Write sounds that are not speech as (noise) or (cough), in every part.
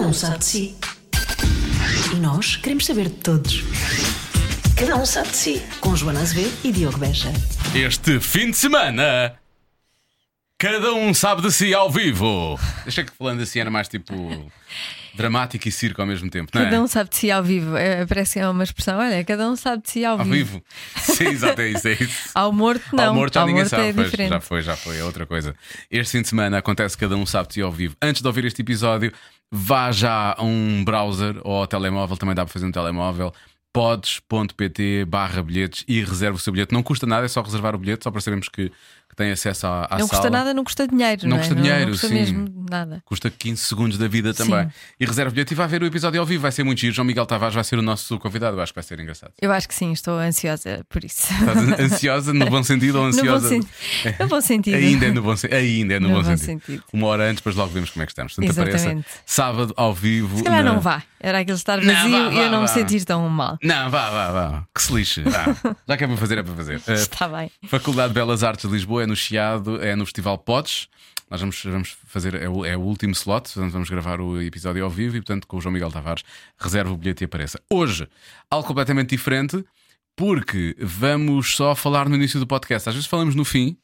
um sabe de si. E nós queremos saber de todos. Cada um sabe de si. Com Joana Azevedo e Diogo Beja. Este fim de semana, cada um sabe de si ao vivo. Achei que falando assim era mais tipo dramático e circo ao mesmo tempo, não é? Cada um sabe de si ao vivo. É, parece que é uma expressão. Olha, cada um sabe de si ao, Ao vivo. vivo. Sim, exato, é isso, é isso. (laughs) Ao morto, não. Ao morto já ninguém sabe, é pois, diferente. já foi, já foi, é outra coisa. Este fim de semana acontece cada um sabe de si ao vivo. Antes de ouvir este episódio, vá já a um browser ou ao telemóvel, também dá para fazer no telemóvel. Pods.pt barra bilhetes e reserva o seu bilhete. Não custa nada, é só reservar o bilhete, só para sabermos que, que tem acesso à, à Não sala. custa nada, não custa dinheiro. Não é? custa dinheiro, Não custa sim. mesmo nada. Custa 15 segundos da vida também. Sim. E reserva o bilhete e vai ver o episódio ao vivo. Vai ser muito giro. João Miguel Tavares vai ser o nosso convidado. Eu acho que vai ser engraçado. Eu acho que sim, estou ansiosa por isso. Estás ansiosa no bom sentido ou (laughs) No bom, ansiosa? (laughs) sen- no bom sentido. Ainda é no bom, sen- ainda é no No bom bom sentido. sentido. Uma hora antes, depois logo vemos como é que estamos. Portanto, apareça Exatamente. sábado ao vivo. Se calhar na- não vá. Era aquele estar Não, vazio vá, e eu vá, não me vá. sentir tão mal. Não, vá, vá, vá. Que se lixe. (laughs) vá. Já que é para fazer, é para fazer. Eh, Está bem. Faculdade de Belas Artes de Lisboa, é no Chiado, é no Festival Podes. Nós vamos, vamos fazer, é o, é o último slot, portanto, vamos gravar o episódio ao vivo e, portanto, com o João Miguel Tavares, reserva o bilhete e apareça. Hoje, algo completamente diferente, porque vamos só falar no início do podcast. Às vezes falamos no fim,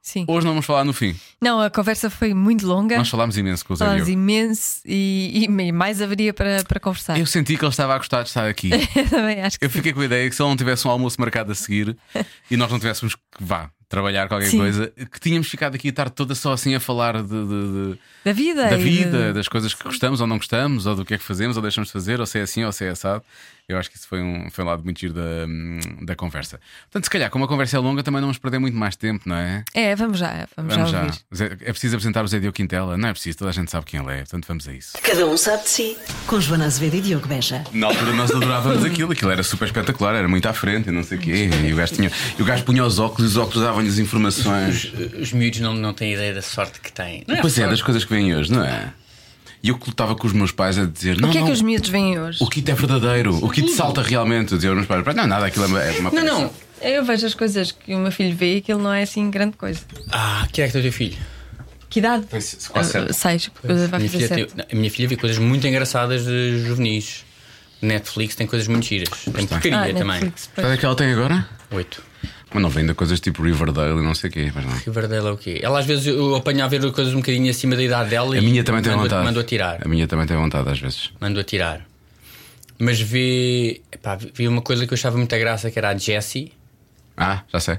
Sim. hoje não vamos falar no fim. Não, a conversa foi muito longa. Nós falámos imenso com o Zé Falámos Diogo. imenso e, e- e mais haveria para, para conversar. Eu senti que ele estava a gostar de estar aqui. (laughs) também acho que Eu fiquei com a ideia que se ele não tivesse um almoço marcado a seguir e nós não tivéssemos que vá trabalhar qualquer Sim. coisa, que tínhamos ficado aqui a tarde toda só assim a falar de- de- de Da vida. da e de- vida, das coisas que gostamos ou não gostamos, ou do que é que fazemos, ou deixamos de fazer, ou se é assim ou se é assado. Eu acho que isso foi um, foi um lado muito giro da, hum, da conversa. Portanto, se calhar, como a conversa é longa, também não vamos perder muito mais tempo, não é? É, vamos já, vamos, já ouvir. Zé- É preciso apresentar o Zé Diogo Quintela? Não é preciso, toda a gente sabe quem ele é, portanto vamos a isso. Cada um sabe de si. Com Joana Azevedo e Diogo Beja. Na altura nós adorávamos aquilo, aquilo era super espetacular, era muito à frente e não sei o quê. E o gajo, tinha, e o gajo punha os óculos e os óculos davam-lhe as informações. Os, os miúdos não, não têm ideia da sorte que têm. Não Pois é, sorte. das coisas que vêm hoje, não é? E eu que lutava com os meus pais a dizer: não, O que é não, que os miúdos veem hoje? O kit é verdadeiro, o kit salta realmente. Diziam nos pais, não, nada, aquilo é uma- é uma Não, coisa." não. Eu vejo as coisas que o meu filho vê e aquilo não é assim grande coisa. Ah, que é que tem o teu filho? Que idade? Pois, quase Ah, certo. Seis, vai minha, fazer filha tem- sete. não, a minha filha vê coisas muito engraçadas de juvenis. Netflix tem coisas muito giras. Tem porcaria Ah, também. Netflix, pois. Sabe o é que ela tem agora? Oito. Mas não vem de coisas tipo Riverdale e não sei o quê, mas não. Riverdale é o quê? Ela às vezes eu apanho a ver coisas um bocadinho acima da idade dela A e minha também tem mando, vontade. Mando a tirar. A minha também tem vontade às vezes. Mando a tirar. Mas vi, epá, vi uma coisa que eu achava muita graça que era a Jessie. Ah, já sei.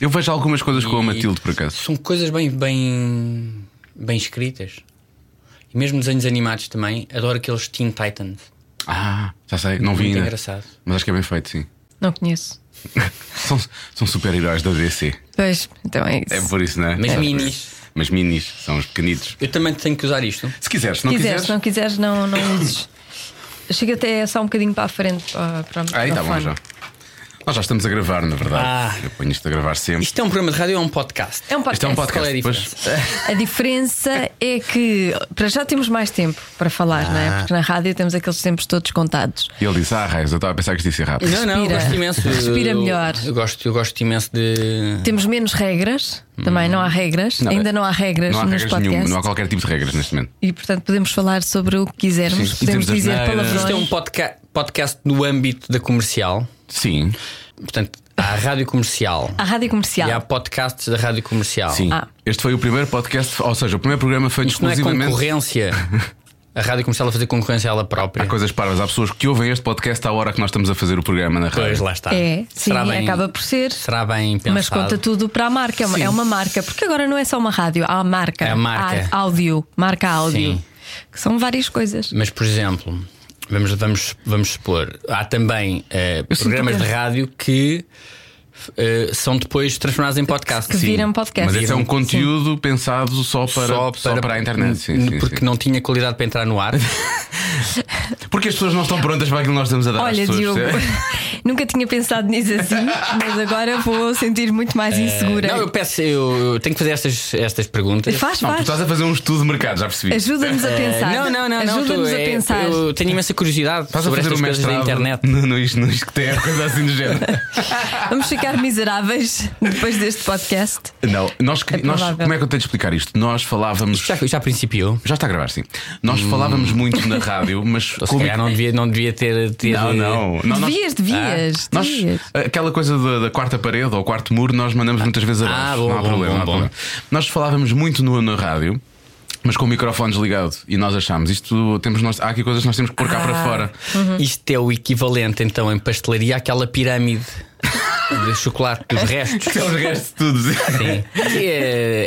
Eu vejo algumas coisas com a E- Matilde por acaso. São coisas bem, bem, bem escritas. E mesmo desenhos animados também. Adoro aqueles Teen Titans. Ah, já sei, não vi Muito ainda. engraçado. Mas acho que é bem feito, sim. (laughs) Não conheço. São, são super-heróis da DC. Pois, então é isso. É por isso, não é? Mas É por minis. isso. Mas minis, são os pequenitos. Eu também tenho que usar isto. Se quiseres, se se não quiseres, quiseres. se não quiseres, não, não (coughs) uses. Chega até só um bocadinho para a frente para, para o Aí está bom microfone. Ah, então já. Nós já estamos a gravar, na verdade. Ah. Eu ponho isto a gravar sempre. Isto é um programa de rádio ou é um podcast? É um podcast. Isto é um Qual é a podcast. diferença? Pois, A diferença é que para já temos mais tempo para falar, não Ah. é? Porque na rádio temos aqueles tempos todos contados. E ele disse: Ah, raios, eu estava a pensar que isto ia ser rápido. Não, não, eu Respira. gosto imenso. Respira Eu- melhor. Eu gosto, eu gosto imenso de. Temos menos regras, também não há regras, ainda não há regras Não há nos regras podcasts. nenhuma, não há qualquer tipo de regras neste momento. E portanto podemos falar sobre o que quisermos, Sim, podemos dizemos as dizer neiras. palavrões. Isto é um podca podcast no âmbito da comercial. Sim, Portanto, há a rádio comercial. A rádio comercial. E há podcasts da rádio comercial. sim. Ah. Este foi o primeiro podcast, ou seja, o primeiro programa feito Isto não é exclusivamente. concorrência. A rádio comercial a fazer concorrência a ela própria. Há coisas parvas, há pessoas que ouvem este podcast à hora que nós estamos a fazer o programa na Pois, rádio. lá está. É, sim, acaba por ser. Tá. Será bem pensado. Mas conta tudo para a marca, é uma, Sim. é uma marca, porque agora não é só uma rádio, há a marca, É a marca. há áudio, marca áudio, Sim. que são várias coisas. Mas, por exemplo, vamos, vamos, vamos supor, há também eh, programas de rádio que eh, são depois transformados em podcast. que viram podcast. Mas esse é um Sim. conteúdo pensado só para, só para, a internet. Sim, sim, porque sim. não tinha (laughs) qualidade para entrar no ar. Eh, Porque as pessoas não estão prontas para aquilo que nós estamos a dar às Olha, pessoas. (laughs) Diogo, percebe? (laughs) Nunca tinha pensado nisso assim, mas agora vou sentir muito mais insegura. É. Não, eu peço, eu, eu tenho que fazer estas, estas perguntas. Eh, Faz, Não, tu faz. estás a fazer um estudo de mercado, já percebi. Ajuda-nos a pensar. É. Não, não, não, não. Ajuda-nos tu- a é, pensar. Eu tenho imensa curiosidade Estás a sobre fazer estas um coisas da mestrado internet. no, no, isto- no isto que tem, (laughs) coisa assim do género. Vamos ficar miseráveis (laughs) depois deste podcast. Não, nós, que- É nós- provável. como é que eu tenho de explicar isto? Nós falávamos. Já, já principiou. Já está a gravar, sim. Nós falávamos muito na rádio, mas Ou Hum. Então, se como- calhar não devia, não devia ter, ter. Não, não. não nós- devias, Ah, devias, Nós, devias. aquela coisa da, da quarta parede ou quarto muro, nós mandamos muitas vezes abaixo. Ah, bom, não há bom, problema, bom, não há bom. problema. Nós falávamos muito no, na rádio. Mas com o microfone desligado e nós achámos isto temos nós, há aqui coisas que nós temos que pôr cá Ah. para (laughs) fora. Uhum. Isto é o equivalente, então, em pastelaria àquela pirâmide de chocolate dos (laughs) restos. Que é os restos de tudo. Sim. É,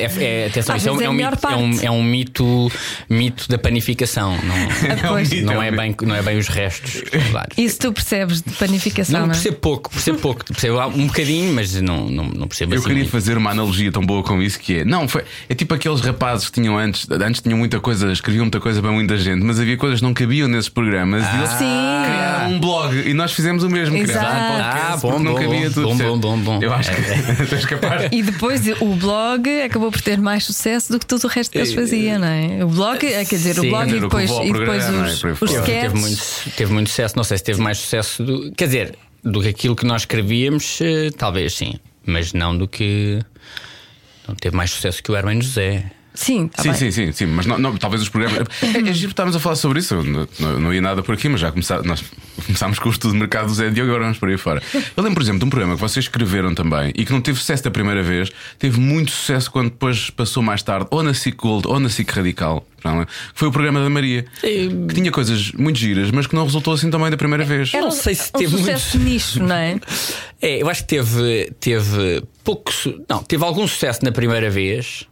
é, é, atenção, Às isto é, um, vezes é é, a um melhor mito, é, um, parte. é um mito, mito da panificação. Não, (laughs) É um Pois. mito, não, um é, mito. bem, não é bem os restos. claro. Isso tu percebes de panificação, Não, não é? percebo pouco, percebo pouco. Percebo um bocadinho, mas não, não, não percebo Eu assim queria muito. fazer uma analogia tão boa com isso que é. Não, foi. É tipo aqueles rapazes que tinham antes. Antes tinham muita coisa, escreviam muita coisa para muita gente, mas havia coisas que não cabiam nesses programas e eles Ah, Sim. criaram um blog e nós fizemos o mesmo. Exato. criámos um podcast Ah, bom, porque não bom, cabia bom, tudo. bom, certo? bom, bom, bom. Eu acho que (laughs) tu és capaz. E depois o blog acabou por ter mais sucesso do que tudo o resto que Eh, eles faziam, não é? O blog, eh, quer dizer, o Sim. blog Quer e dizer, o que depois, levou ao e depois programa, os, não é? Por os aí fora. Teve muito, sketches. teve muito sucesso. Não sei se teve mais sucesso do. Quer dizer, do que aquilo que nós escrevíamos, eh, talvez sim. Mas não do que. Não teve mais sucesso que o Hermano José. Sim, tá Sim, bem. sim, sim, sim, mas não, não, talvez os programas. É, é giro estarmos a falar sobre isso. Eu Não, não, não ia nada por aqui, mas já começá, nós começámos com o estudo de mercado do Zé Diogo e agora vamos por aí fora. Eu lembro, por exemplo, de um programa que vocês escreveram também e que não teve sucesso da primeira vez, teve muito sucesso quando depois passou mais tarde, ou na SIC Gold ou na SIC Radical, já não lembro, que foi o programa da Maria, que tinha coisas muito giras, mas que não resultou assim também da primeira vez. Era Não um- sei se um teve sucesso de nicho, não é? É, eu acho que teve, teve pouco. su- Não, teve algum sucesso na primeira vez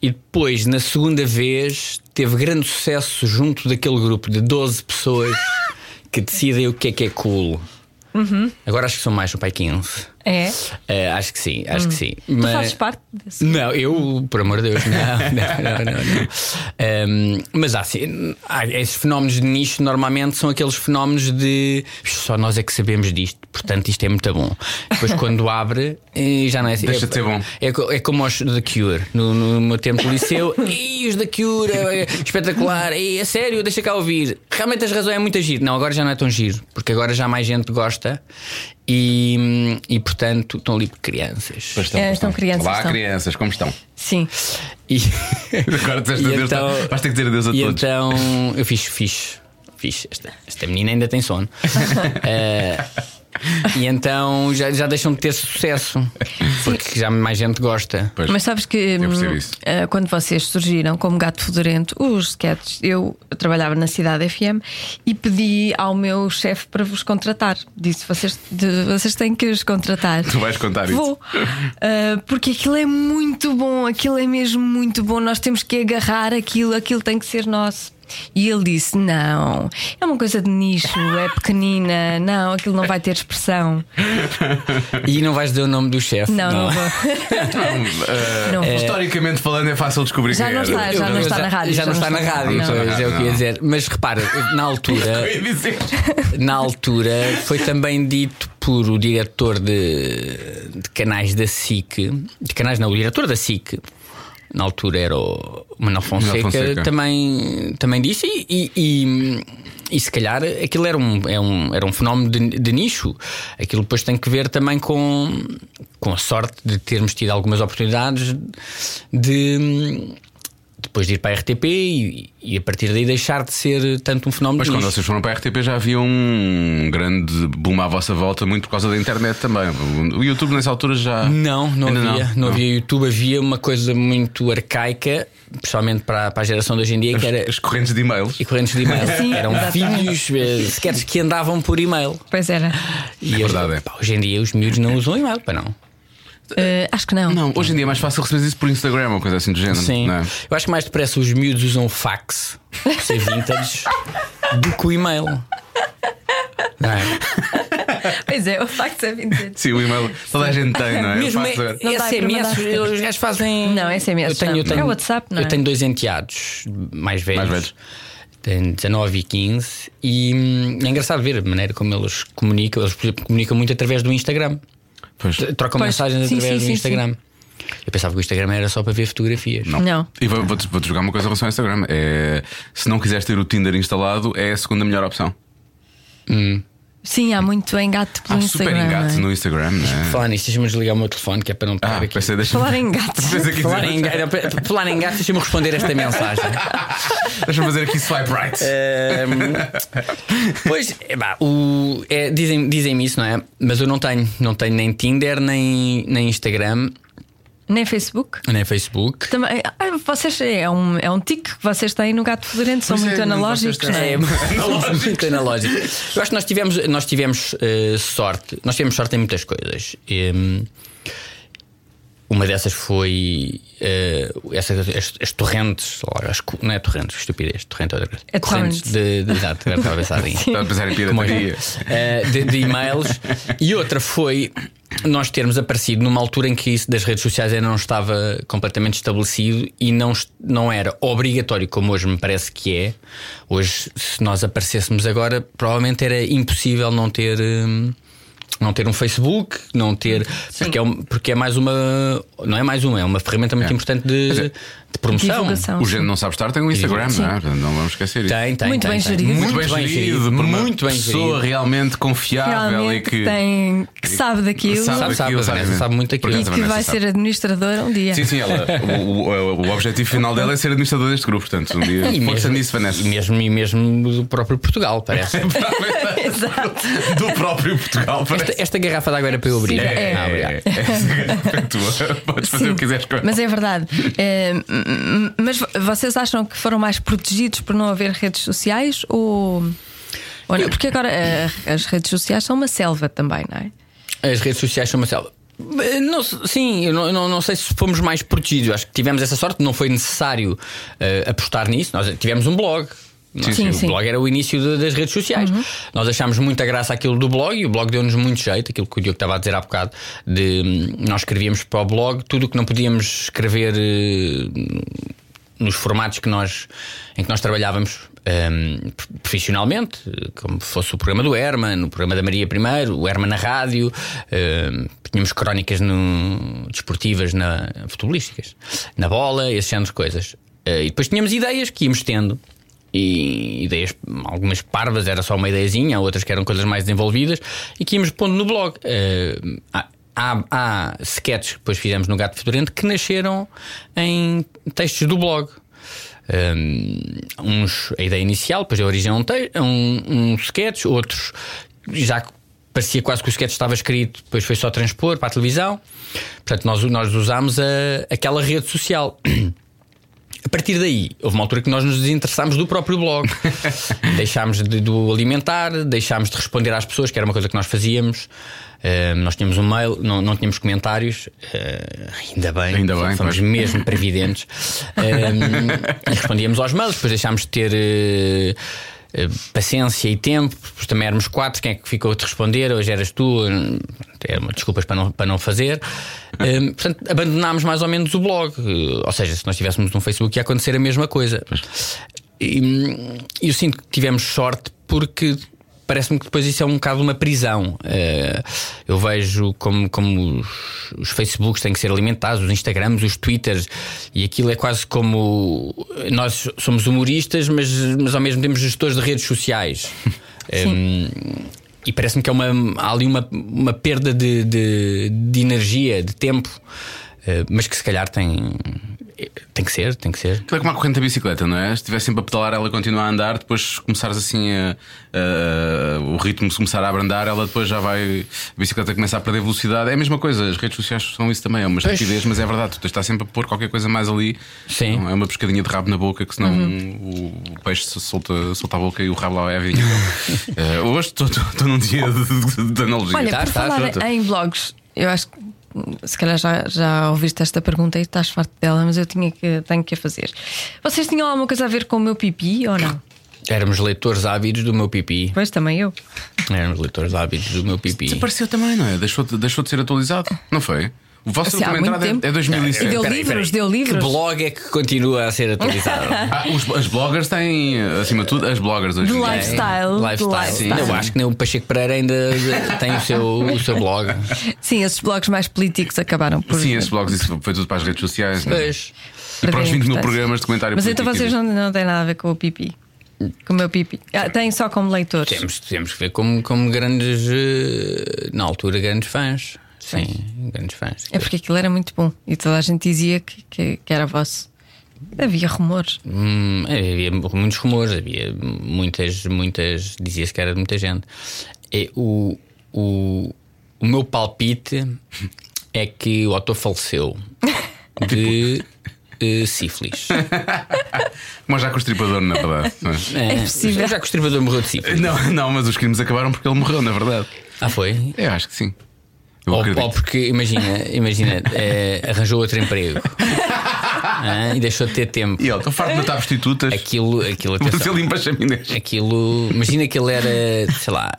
e depois, na segunda vez, teve grande sucesso junto daquele grupo de (laughs) 12 pessoas que decidem o que é que é cool. Uhum. Agora acho que são mais, são pai 15. É. Eh, acho que sim, acho que sim. Hum. Tu Mas- fazes parte desse. Não, eu, por amor de Deus, não, (laughs) não, não, não, não. Um, mas há, assim, há esses fenómenos de nicho normalmente são aqueles fenómenos de só nós é que sabemos disto, portanto isto é muito bom. (laughs) Depois quando abre, eh, já não é assim. Deixa é, de ser bom. É, co- é como os da Cure, no, no meu tempo de (laughs) liceu, e os da Cure, é, é espetacular, e é sério, deixa cá ouvir. Realmente as razões é muito giro. Não, agora já não é tão giro, porque agora já mais gente gosta e, e portanto estão ali por crianças. Pois É, estão pois crianças, Olá, estão. crianças, como estão? Sim. E- (laughs) Agora disseste E adeus, então- tá? vais ter que dizer adeus a E todos. então eu fiz, fiz, fiz. Esta, esta menina ainda tem (laughs) sono. Eh, e então já, já deixam de ter sucesso. Porque já mais gente gosta. Pois. Mas sabes que Eu percebo hum, isso. eh, quando vocês surgiram como Gato Fedorento, os sketches, eu trabalhava na Cidade FM e pedi ao meu chefe para vos contratar. Disse: vocês, de- vocês têm que os contratar. Tu vais contar isso. Vou. Ah, porque aquilo é muito bom, aquilo é mesmo muito bom. Nós temos que agarrar aquilo, aquilo tem que ser nosso. E ele disse: Não, é uma coisa de nicho, é pequenina, não, aquilo não vai ter (laughs) expressão. E não vais dizer o nome do chefe. Não, não, vou. (laughs) Não vou. Hum, eh, Historicamente falando, é fácil descobrir Já quem não era. está, já não está Já- na rádio. Já não está na rádio, Não. pois é o que ia Não. dizer. Mas repara, na altura, Eu ia é dizer. na altura foi também dito por o diretor de, de canais da SIC, de canais não, o diretor da SIC, na altura era o Manuel Fonseca, Manuel Fonseca. Também, também disse, e, e, e- e se calhar aquilo era um, é um- era um fenómeno de, de nicho. Aquilo depois tem que ver também com, com a sorte de termos tido algumas oportunidades de. Depois de ir para a RTP e, e a partir daí deixar de ser tanto um fenómeno Mas de quando nicho. vocês foram para a RTP já havia um grande boom à vossa volta, muito por causa da internet também. O YouTube nessa altura já. Não, não Ah. Ainda havia. Não, havia YouTube, havia uma coisa muito arcaica, principalmente para, para a geração de hoje em dia, que era As correntes de e-mails. e correntes de e-mail. Sim, Eram exatamente. vídeos, eh, sequeres que andavam por e-mail. Pois era. E hoje, verdade, é. pá, hoje em dia os miúdos não usam e-mail, para não. Eh, acho que não. Não, hoje em dia é mais fácil receber isso por Instagram ou coisa assim do género. Sim. não é? Eu acho que mais depressa os miúdos usam fax, por ser (laughs) vintage, do que o e-mail. Não é? Pois é, o facto é vintage. Sim, o e-mail toda a gente tem, não é? Eu Mesmo faço- é- Não dá para SMS, mandar. os gajos (laughs) fazem. Não, SMS Eu tenho, não. eu tenho, É WhatsApp, não Eu é? tenho dois enteados mais velhos. Mais velhos. Tenho tem 19 e 15, e hum, é engraçado ver a maneira como eles comunicam. Eles, por exemplo, comunicam muito através do Instagram, Pois. T- trocam Pois, mensagens sim, através sim, do sim, Instagram. Eu pensava que o Instagram era só para ver fotografias. Não. Não. E vou- vou-te vou-te jogar uma coisa em relação ao Instagram. É, se não quiseres ter o Tinder instalado, é a segunda melhor opção. Sim, há muito engato Há pelo super Instagram. engato não é? no Instagram, não é? Hum. Falar nisso, deixa-me desligar o meu telefone, que é para não pegar Ah, aqui. pensei, deixa-me Falar em gatos. pensei que ia Falar em dizer- gato, falar em gato, deixa-me responder esta mensagem. deixa-me fazer aqui swipe right. Ehm, pois, epá, o- é, dizem- dizem-me isso, não é? Mas eu não tenho, não tenho nem Tinder, nem, nem Instagram, Nem Facebook. nem Facebook. Também, ah, vocês, é, um, é um tique que vocês têm no gato fedorento, são Pois é, muito mas analógicos, vocês não têm- é? É (laughs) muito analógico. Eu acho que nós tivemos, nós tivemos eh, sorte, nós tivemos sorte em muitas coisas. Ehm, uma dessas foi eh, essas, as, as torrentes, ou as co- não é torrentes, que estupidez, torrente é outra coisa. É correntes de, de, exato, agora estava a pensar em- Estava a pensar em Como é? pirataria. Eh, de, de e-mails. E outra foi nós termos aparecido numa altura em que isso das redes sociais ainda não estava completamente estabelecido e não, est- não era obrigatório, como hoje me parece que é. Hoje, se nós aparecêssemos agora, provavelmente era impossível não ter. hum, não ter um Facebook, não ter. Porque é, um- porque é mais uma. Não é mais uma, é uma ferramenta muito É. importante de, Mas é- de promoção. Divulgação. O gente não sabe estar tem um Instagram, não é? Portanto, Não vamos esquecer isso. Tem, tem, Muito tem, bem tem. gerido. Muito, bem gerido, por uma muito bem pessoa gerido. realmente confiável É e Realmente que. tem, que sabe daquilo Sabe, sabe, daquilo, a Vanessa mesmo. sabe muito daquilo. Por e acaso, a que Vanessa vai sabe. ser administradora um dia. Sim, sim, ela, o, o, o objetivo final dela é ser administradora deste grupo, portanto, um dia. E Força mesmo, nisso, Vanessa. e mesmo e mesmo do próprio Portugal, (laughs) parece. Exato. Do próprio Portugal, parece. Esta, esta garrafa de água era para eu abrir. Sim, é. Ah, obrigado. é, é, é tua. Podes fazer Sim, o que quiseres com ela. Mas é verdade. Eh, m- m- mas vo- vocês acham que foram mais protegidos por não haver redes sociais ou. ou não? Porque agora eh, as redes sociais são uma selva também, não é? As redes sociais são uma selva. Eh, Não, se- sim, eu não, não, não sei se fomos mais protegidos. Eu Acho que tivemos essa sorte, não foi necessário eh, apostar nisso. Nós tivemos um blog. Nós- sim. Sim, Uhum. O blog era o início de- das redes sociais. Nós achámos muita graça aquilo do blog e o blog deu-nos muito jeito, aquilo que o Diogo estava a dizer há bocado, de hum, nós escrevíamos para o blog tudo o que não podíamos escrever eh, nos formatos que nós, em que nós trabalhávamos ehm, profissionalmente, eh, como fosse o programa do Herman, o programa da Maria I, o Herman na rádio, ehm, tínhamos crónicas no, desportivas, na, futebolísticas, na bola, esse género de coisas. Eh, e depois tínhamos ideias que íamos tendo. E ideias, algumas parvas, era só uma ideiazinha, há outras que eram coisas mais desenvolvidas e que íamos pondo no blog. Eh, há- há, há sketches que depois fizemos no Gato Fedorento que nasceram em textos do blog. Um, uns a ideia inicial, depois a origem a um, te- a um, um sketch, outros já que parecia quase que o sketch estava escrito, depois foi só transpor para a televisão. Portanto, nós, nós usámos a- aquela rede social. (clears throat) A partir daí, houve uma altura que nós nos desinteressámos do (laughs) próprio blog. deixámos de, de o alimentar, deixámos de responder às pessoas, que era uma coisa que nós fazíamos. Ahm, nós tínhamos um mail, não, não tínhamos comentários. Ah, ainda bem, Ainda bem, fomos pois. mesmo previdentes. Ahm, e respondíamos aos mails, depois deixámos de ter. eh, eh, Paciência e tempo, pois também éramos quatro. Quem é que ficou a te responder? Hoje eras tu, é uma desculpas para não, para não fazer. Ahm, portanto, abandonámos mais ou menos o blog. Eh, Ou seja, se nós tivéssemos um Facebook ia acontecer a mesma coisa. E hum, eu sinto que tivemos sorte porque parece-me que depois isso é um bocado uma prisão. Eh, eu vejo como, como os, os Facebooks têm que ser alimentados, os Instagrams, os Twitters, e aquilo é quase como nós somos humoristas, mas, mas ao mesmo tempo gestores de redes sociais. Hum, e parece-me que é uma, há ali uma, uma perda de, de, de energia, de tempo, eh, mas que se calhar tem, tem que ser, tem que ser. Aquilo é como a corrente da bicicleta, não é? Se estiver sempre a pedalar, ela continua a andar, depois começares assim a, a- o ritmo se começar a abrandar, ela depois já vai. A bicicleta começa a perder velocidade. É a mesma coisa, as redes sociais são isso também, é uma estupidez, mas é verdade, tu tens de estar sempre a pôr qualquer coisa mais ali. Sim. Não É uma pescadinha de rabo na boca, que senão Uhum. o, o peixe se solta, solta a boca e o rabo lá vai a (laughs) vinha. Eh, hoje estou- estou estou num dia de, de- de analogia. Olha, Tá, por tá, falar pronto. em blogs, eu acho que hum, se calhar já, já ouviste esta pergunta e estás farto dela, mas eu tinha que, tenho que a fazer. Vocês tinham alguma coisa a ver com o meu pipi ou não? Éramos leitores ávidos do meu pipi. Pois também eu. Éramos leitores ávidos do meu pipi. Desapareceu também, não é? Deixou de, deixou de ser atualizado, não foi? O O vosso Assim, há última muito entrada tempo. é, é 2007. Deu Eh, Peraí, livros, peraí. deu livros. Que blog é que continua a ser (laughs) atualizado? Ah, os- as bloggers têm, eh, acima de tudo, as bloggers hoje. De em dia. lifestyle. Style, Lifestyle. lifestyle. Não, Sim. eu acho que nem o Pacheco Pereira ainda tem o seu, o seu (laughs) blog. Sim, esses blogs mais políticos acabaram por. Sim, esses blogs, isso foi tudo para as redes sociais. né? Pois. E para os perderem 20 mil importância. programas de comentário Mas então político. vocês não, não têm nada a ver com o pipi. Com o meu pipi. Ah, tem só como leitores. Temos, temos que ver como, como grandes, eh, na altura, grandes fãs. Sim, grandes fãs. É porque aquilo era muito bom e toda a gente dizia que, que, que era vosso. Havia rumores. Hum, havia muitos rumores, havia muitas, muitas, dizia-se que era de muita gente. E o, o, o meu palpite é que o (laughs) Otto faleceu de eh, sífilis. Mas já com o estripador, na verdade. não é? É, possível. Já que o estripador morreu de sífilis. Não, não, mas os crimes acabaram porque ele morreu, na verdade. Ah, foi? Eu acho que sim. Eu Ou, acredito. ou porque, imagina, imagina eh, arranjou outro (laughs) emprego Ah, e deixou de ter tempo. E ele, estou farto de matar prostitutas. Aquilo, aquilo, Mas atenção. ele limpa as chaminés. Aquilo, imagina que ele era, sei lá,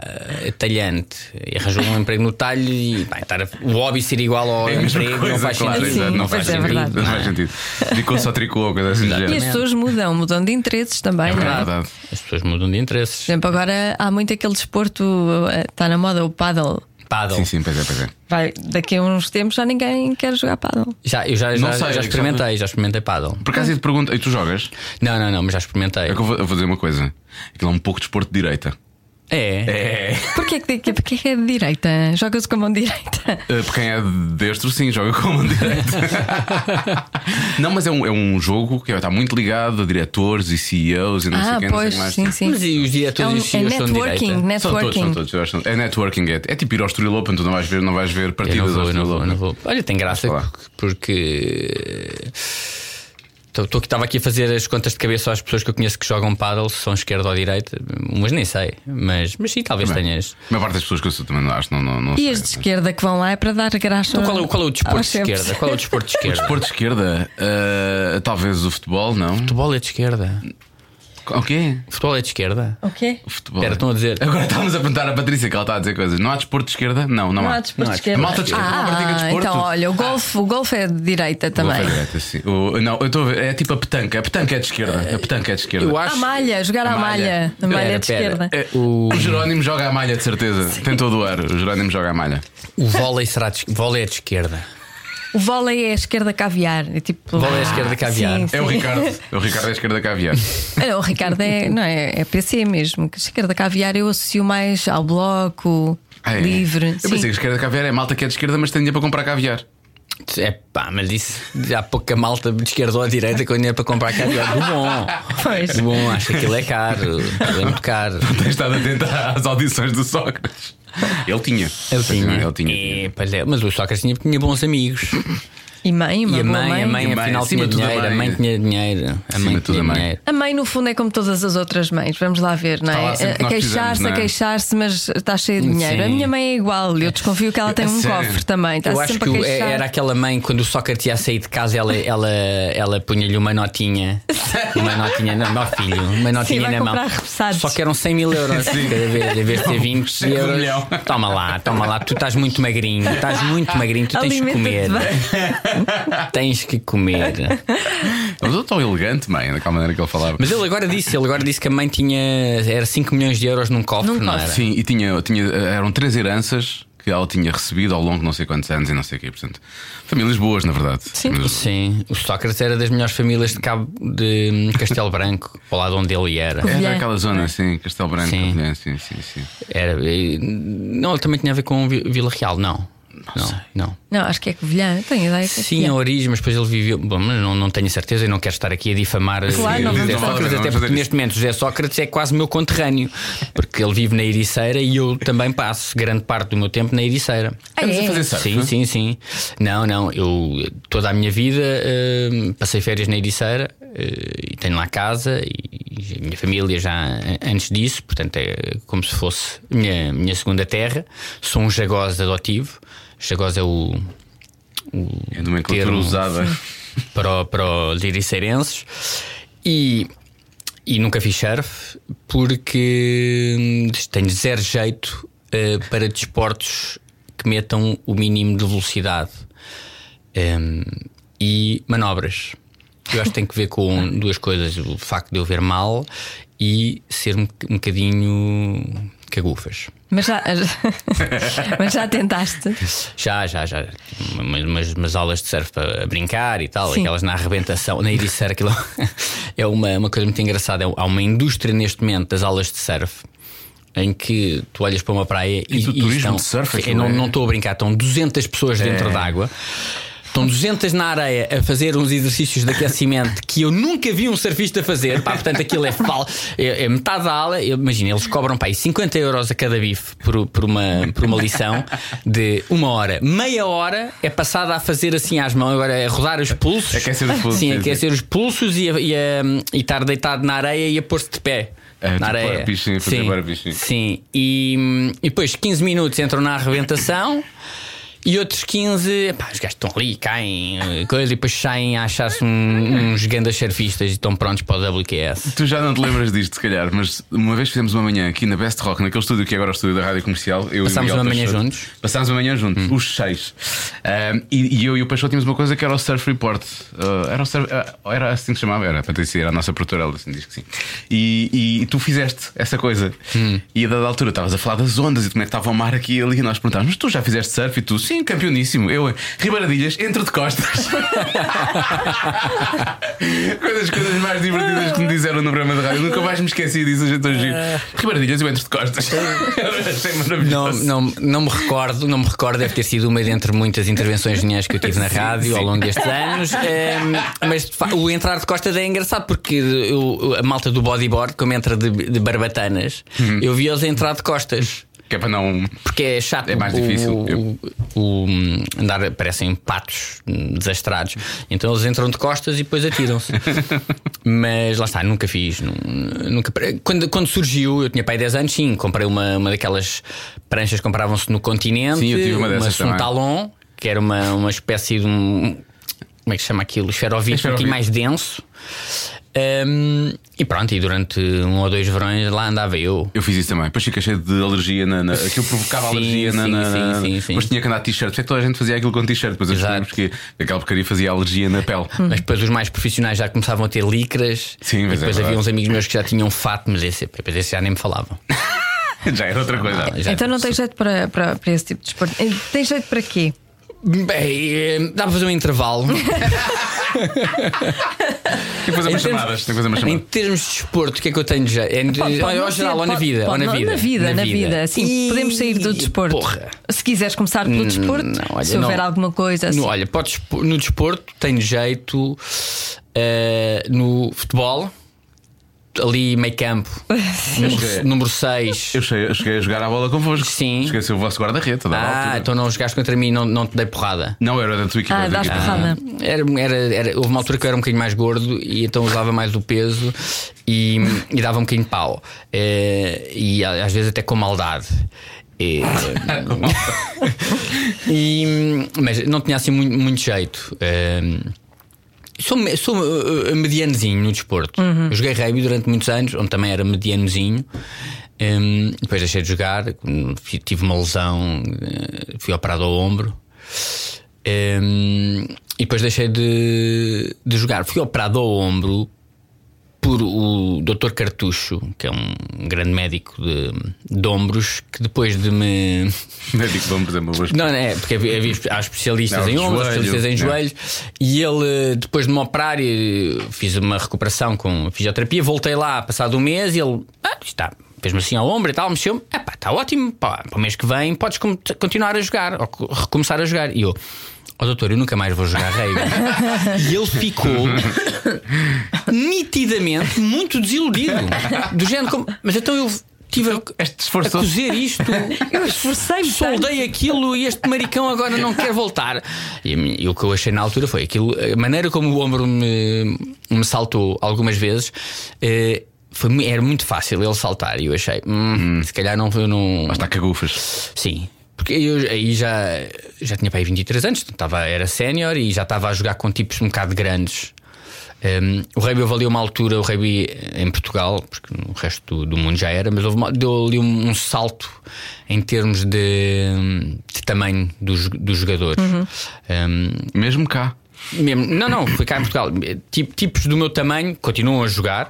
talhante e arranjou um emprego no talho e bem, estar a- o hobby ser igual ao É a mesma emprego coisa, não faz claro, sentido. exato, Sim, não faz pois é sentido. verdade. não faz sentido. Ficou só tricô ou coisa assim do E as género. pessoas mudam, mudam de interesses também, É não é? verdade. Verdade. As pessoas mudam de Por interesses. exemplo, agora há muito aquele desporto, eh, está na moda o paddle. Paddle. Sim, sim, pois é, pois é. Vai, daqui a uns tempos já ninguém quer jogar paddle. Já, eu já, Não já, sei, já é que experimentei, já experimentei paddle. Por acaso eu te pergunto, e tu jogas? Não, não, não, mas já experimentei. É que eu vou, eu vou dizer uma coisa. Aquilo é um pouco de desporto de direita. É. É. Porquê é que, tem que- porquê é que é de direita? Joga-se com a mão direita. Porque quem é de destro, sim, joga com a mão (laughs) direita. não, mas é um, é um jogo que está muito ligado a diretores e CEOs e não sei ah, quem, pois, não sei o que sim, mais. sim. Mas e os É, diretores um- e é os CEOs são de networking, direita? São todos, são networking. todos, eu acho. É networking, é, é tipo ir ao Estoril Open, tu não vais ver, não vais ver Eu não partidas ao vou, não Estoril vou, Open. não vou. Olha, tem graça Vamos lá. porque. Estava aqui a fazer as contas de cabeça às pessoas que eu conheço que jogam paddle, se são esquerda ou direita, umas nem sei, mas, mas sim, talvez Bem, tenhas. A maior parte das pessoas que eu sou também não acho, não, não, não E sei. as de esquerda que vão lá é para dar graça. Então qual é, o- qual é o desporto aos de chefes. esquerda? Qual é (laughs) o desporto de O esquerda? desporto de esquerda, ah, talvez o futebol, não? Futebol é de esquerda. O quê? Futebol é de esquerda. O quê? O futebol. Espera, estão a dizer. Agora estávamos a perguntar à Patrícia que ela está a dizer coisas. Não há desporto de esquerda? Não, não, Não há há. desporto Não há de esquerda. A malta de esquerda não pratica Ah, desporto. então olha, o golfe, o golfe é de direita Vou também. fazer direto, sim. O- não, eu estou a ver. É tipo a petanca. A petanca é de esquerda. A petanca é de esquerda. Eu acho- A malha, jogar à A malha. malha. A malha é de Pera, pera. esquerda. É, O- o... Jerónimo joga a malha, de certeza. Tem todo o ar. O Jerónimo joga a malha. O vôlei será de, vôlei é de esquerda. O vôlei é a esquerda caviar. É tipo. Vôlei é a esquerda caviar. Sim, É o sim. Ricardo. É o Ricardo da esquerda caviar. Olha, o Ricardo é, não, é, é PC mesmo. Que esquerda caviar eu associo mais ao bloco Ah, é? livre. Eu Sim. pensei que a esquerda caviar é malta que é de esquerda, mas tem dinheiro para comprar caviar. É pá, mas isso há pouca malta de esquerda ou de direita quando é para comprar caviar do (laughs) bom. Pois. Do bom, acho que aquilo é caro. aquilo É muito caro. Tem estado atento às audições do Sócrates. Ele tinha. Eu tinha. Ele tinha. É, pois é, mas o Sócrates tinha, tinha bons amigos. E mãe, uma e a boa E mãe, a mãe, a mãe, afinal, acima tinha de tudo, a dinheiro. A mãe. mãe tinha dinheiro. A Acima mãe de tudo, a tinha mãe. dinheiro. A mãe, no fundo, é como todas as outras mães, vamos lá ver, não Está lá é? sempre que A nós queixar-se, precisamos, a não é? queixar-se, mas está cheia de Sim. dinheiro. A minha mãe é igual, eu desconfio que ela tem A um sério? cofre também. Está Eu acho que sempre a o- é- queixar. era aquela mãe, quando o Sócrates ia sair de casa, ela, ela, ela punha-lhe (laughs) uma notinha. Uma notinha, não, meu filho, uma notinha vai na mão. comprar repassados. Só que eram 100 mil euros cada vez, em vez de ter 20 Chega de (laughs) um euros. milhão. Toma lá, toma lá, tu estás muito magrinho, estás muito magrinho, tu tens que Alimenta-te comer. Tens que comer. Mas eu tão elegante, mãe, daquela maneira que ele falava. Mas ele agora disse, ele agora disse que a mãe tinha era 5 milhões de euros num cofre, Num não cofre. era? Sim, e tinha, tinha, eram três heranças que ela tinha recebido ao longo de não sei quantos anos e não sei o quê. Portanto, famílias boas, na verdade. Sim. Mas- Sim, o Sócrates era das melhores famílias de Cabo de Castelo Branco, (laughs) ao lado onde ele era. Era Covilhã. aquela É zona, sim, Castelo Branco, Sim. Covilhã, sim, sim, sim. Era. e- Não, ele também tinha a ver com Vi- Vila Real, não. Não, não. Não, acho que é Covilhã, tenho ideia. que é Sim, a Covilhã. origem, mas depois ele viveu. Bom, mas não, não tenho certeza e não quero estar aqui a difamar Claro, eh, não José vamos fazer Sócrates, isso. até porque neste momento José Sócrates é quase meu conterrâneo, porque ele vive na Ericeira e eu também passo grande parte do meu tempo na Ericeira. Ah, Estamos a é? fazer surf, Sim, não é? sim, sim. Não, não. Eu eh, toda a minha vida eh, passei férias na Ericeira eh, e tenho lá casa e, e a minha família já a- antes disso, portanto é como se fosse minha, minha segunda terra. Sou um jagoz adotivo. Jagoz é o É nomenclatura Ter um- usada. para, o- para os ericeirenses e, e nunca fiz surf porque hum, tenho zero jeito eh, para desportos que metam o mínimo de velocidade. Hum, e manobras. Eu acho que tem que ver com duas coisas: o facto de eu ver mal e ser um, um bocadinho cagufas. Mas já, (laughs) mas já tentaste. Já, já, já. Tive Umas, umas, umas aulas de surf para brincar e tal, Sim. aquelas na arrebentação, na Ericeira, aquilo (laughs) é uma, uma coisa muito engraçada. É um- Há uma indústria neste momento das aulas de surf. Em que tu olhas para uma praia e, do turismo estão, de surf, eu aquilo não é- não estou a brincar, estão 200 pessoas dentro d'água, estão 200 na areia a fazer uns exercícios de aquecimento que eu nunca vi um surfista fazer. Pá, portanto, aquilo é, fal... é, é metade da aula. Eu- Imagina, eles cobram pá, aí 50 euros a cada bife por, por, uma, por uma lição de uma hora. Meia hora é passada a fazer assim às mãos, agora é rodar os pulsos. Aquecer os pulsos, Sim, sim, aquecer os pulsos e, a- e a- e estar deitado na areia e a pôr-se de pé. É, tipo na areia. barbichinho, fazer barbichinho. Sim, e, hum, e depois 15 minutos entram na arrebentação e outros 15, pá, os gajos estão ali, caem, eh, coisa, e depois saem a achar-se um- uns grandes surfistas e estão prontos para o WQS. Tu já não te lembras disto, se calhar, mas uma vez fizemos uma manhã aqui na Best Rock, naquele estúdio que é agora é o estúdio da Rádio Comercial. Eu e o Passámos Miguel uma manhã Peixoto. juntos? Hum. Passámos uma manhã juntos, os seis. Ahm, e, e eu e o Peixoto tínhamos uma coisa que era o Surf Report. Ah, era, o surf, ah, era assim que se chamava, era, Patrícia, era a nossa produtora, ela assim, diz que sim. E, e tu fizeste essa coisa. Hum. E a dada altura estavas a falar das ondas e de como é que estava o mar aqui e ali. E nós perguntávamos, mas tu já fizeste surf? E tu, sim, campeoníssimo. Eu, Ribeiradilhas, entro de (laughs) costas. (laughs) Coisas, coisas mais divertidas que me disseram no programa de rádio. Nunca mais me esqueci disso, a gente tão giro. Ah. Ribeiradilhas, eu entro de (laughs) costas. Achei maravilhoso. Não, não, não me recordo, não me recordo, deve ter sido uma dentre muitas intervenções minhas que eu tive na rádio ao longo destes anos. Ehm, mas de fa- o entrar de costas é engraçado porque eu- a malta do bodyboard, como entra de, de barbatanas, Hum. eu vi-os entrar de costas. Que é para não. Porque é chato. É mais o- difícil, O, eu- o- o- andar parecem patos hum, desastrados. Então eles entram de costas e (laughs) depois atiram-se. Mas lá está, nunca fiz. nu- Nunca, quando, quando surgiu, eu tinha pai 10 anos, sim, comprei uma, uma daquelas pranchas que compravam-se no continente. Sim, eu tive uma dessas um também. talon, que era uma, uma espécie de um. Como é que se chama aquilo? Esferovite, um Esferovite. bocadinho mais denso. Hum, e pronto, e durante um ou dois verões lá andava eu. Eu fiz isso também. Depois fica cheio de alergia na. na... Aquilo provocava Sim, alergia na. sim, na- sim, na- sim, sim. Depois tinha que andar de t-shirt. Porque toda a gente fazia aquilo com t-shirt. Depois eu Exato. descobrimos que aquela porcaria fazia alergia na pele. (laughs) Uhum. Mas depois os mais profissionais já começavam a ter licras. Sim, e mas é depois havia verdade. uns amigos meus que já tinham fato, mas esse, depois esse já nem me falavam. Já era outra coisa. Já- Então não tens jeito para, para, para esse tipo de desporto. Eh, Tens jeito para quê? Bem, eh, dá para fazer (laughs) um intervalo. Tem que fazer umas Em termos- chamadas. Tem que fazer umas então, Em chamadas. termos de desporto, o que é que eu tenho já? É, Pode- pode ao não geral, ser, ou na pode- vida? ou pode na não, vida? Na vida, na vida. Sim, E- podemos sair do desporto. Porra. Hum, Se quiseres começar pelo desporto, não, olha, se houver não. alguma coisa assim. (laughs) No, olha, podes, pôr- no desporto tenho jeito eh, no futebol, ali meio campo, número- número 6. é. Eu cheguei, eu cheguei a jogar a bola convosco. Sim. Cheguei a ser o vosso guarda-reta. dada a Ah, altura. então não jogaste contra mim e não, não te dei porrada. Não, era da tua equipa. Ah, da dás equipa. (laughs) porrada. Era, era, era- houve uma altura que eu era um bocadinho mais gordo e então usava mais o peso e, e dava um bocadinho de pau. Eh, e a- às vezes até com maldade. Eh, e, mas não tinha assim muito, muito jeito. Eh, Sou, me- sou eh, eh, medianozinho no desporto. Eu joguei rugby durante muitos anos, onde também era medianozinho. Hum, depois deixei de jogar, hum, fi- tive uma lesão, eh, fui operado ao ombro. Hum, e depois deixei de, de jogar. Fui operado ao ombro por o Dr. Cartucho, que é um grande médico de, de ombros, que depois de me. Médico, é vamos fazer uma boa Não, não é, porque havia, havia- há especialistas Não, em de ombros, joelho, especialistas em não. joelhos, e ele, depois de me operar, e fiz uma recuperação com fisioterapia, voltei lá passado um mês e ele, ah, está, fez-me assim ao ombro e tal, mexeu-me, "Ah pá, está ótimo, pá, para o mês que vem podes com- continuar a jogar, ou co- recomeçar a jogar. E eu, ó doutor, eu nunca mais vou jogar (laughs) rugby. e ele ficou nitidamente muito desiludido, do género como, mas então eu tive a. Este a esforçou cozer isto Eu esforcei-me tanto. soldei aquilo e este maricão agora não quer voltar. E, a mim- e o que eu achei na altura foi aquilo, a maneira como o ombro me, me saltou algumas vezes. eh, foi mu- era muito fácil ele saltar e eu achei, hum, se calhar não, eu não. Uhum. Mas está cagufas. Sim. Porque eu aí já, já tinha para aí 23 anos, estava, era sénior e já estava a jogar com tipos um bocado grandes. Um, o rugby houve ali uma altura, o rugby em Portugal, porque no resto do, do mundo já era, mas houve uma- deu ali um, um salto em termos de, de tamanho dos, dos jogadores. Um, Mesmo cá. mesmo- não, não, foi cá em Portugal. Tipo- tipos do meu tamanho continuam a jogar,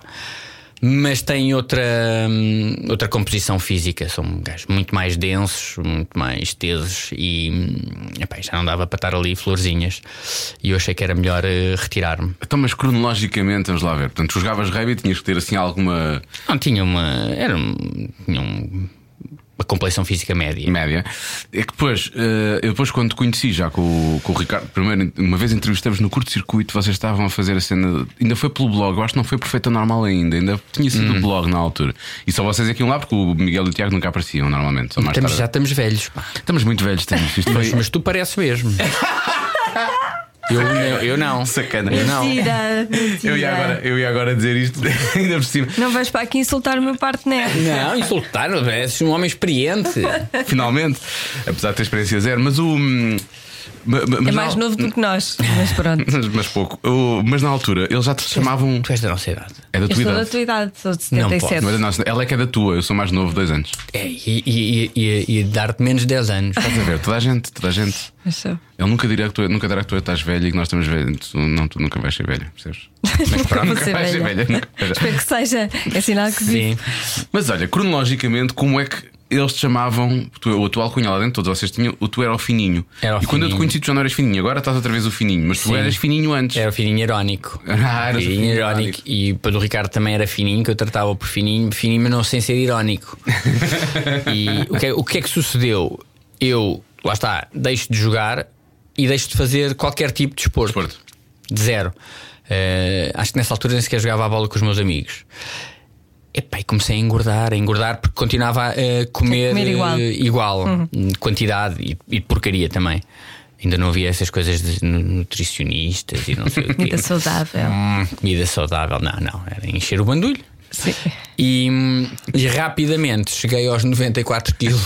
mas têm outra, hum, outra composição física. São gajos muito mais densos, muito mais tesos e hum, epá, já não dava para estar ali florzinhas. E eu achei que era melhor eh, retirar-me. Então, mas cronologicamente, vamos lá ver. Portanto, tu jogavas rugby e tinhas que ter assim alguma Não tinha uma. Era um- tinha um- uma complexão física média. média. É que depois, eh, eu depois quando te conheci já com o, com o Ricardo, primeiro, uma vez entrevistamos no curto-circuito, vocês estavam a fazer a cena, ainda foi pelo blog, eu acho que não foi perfeita normal ainda, ainda tinha sido Hum. o blog na altura. E só vocês aqui um lá, porque o Miguel e o Tiago nunca apareciam normalmente, só mais Estamos- já tarde. estamos velhos, pá. Estamos muito velhos, temos. Isto Mas, foi mas tu pareces mesmo. eu, eu, eu (laughs) não. sacana. Eu não. Mentira, mentira. Eu ia, agora, é. eu ia agora dizer isto (laughs) ainda por cima. Não vais para aqui insultar o meu partner. Não, insultar, és um homem experiente. Finalmente, apesar de ter experiência zero, mas o. hum, É mais novo do que (laughs) nós, mas pronto. Mas, mas pouco. O- mas na altura, eles já te chamavam. Tu és da nossa idade. É da Eu tua sou da idade. tua idade, sou de Não pode, 77. Não é da nossa- Ela é que é da tua, eu sou mais novo, dois anos. É, e e, e, e, e dar-te menos 10 anos. Estás a ver? Toda a gente, toda a gente. Mas (laughs) sou. Ele nunca dirá que tu, é, nunca dirá que tu estás velha e que nós estamos velhos. Tu- não, tu nunca vais ser velha, percebes? Nunca (laughs) vou nunca ser vais ser velha. velha, nunca. (laughs) Espero que seja. É sinal que sim. Sim. (laughs) Mas olha, cronologicamente, como é que eles te chamavam? Tu, o atual cunha lá dentro, todos vocês tinham, o tu era o fininho. Era o e quando eu te fininho. conheci, tu já não eras fininho, agora estás outra vez o fininho, mas tu Sim. eras fininho antes. Era o fininho irónico. Ah, era o fininho fininho irónico. E para o Ricardo também era fininho, que eu tratava por fininho, fininho, mas não sem ser irónico. e o que, é, o que é que sucedeu? Eu, lá está, deixo de jogar e deixo de fazer qualquer tipo de desporto. Desporto. De zero. Eh, acho que nessa altura nem sequer jogava a bola com os meus amigos. Epá, e comecei a engordar, a engordar, porque continuava a eh, comer, comer eh, igual. igual Uhum. quantidade e, e porcaria também. Ainda não havia essas coisas de nu- nutricionistas e (laughs) não sei o quê. Comida saudável. Hum, comida saudável, não, não. Era encher o bandulho. Sim. E, hum, e rapidamente cheguei aos (laughs) 94 quilos.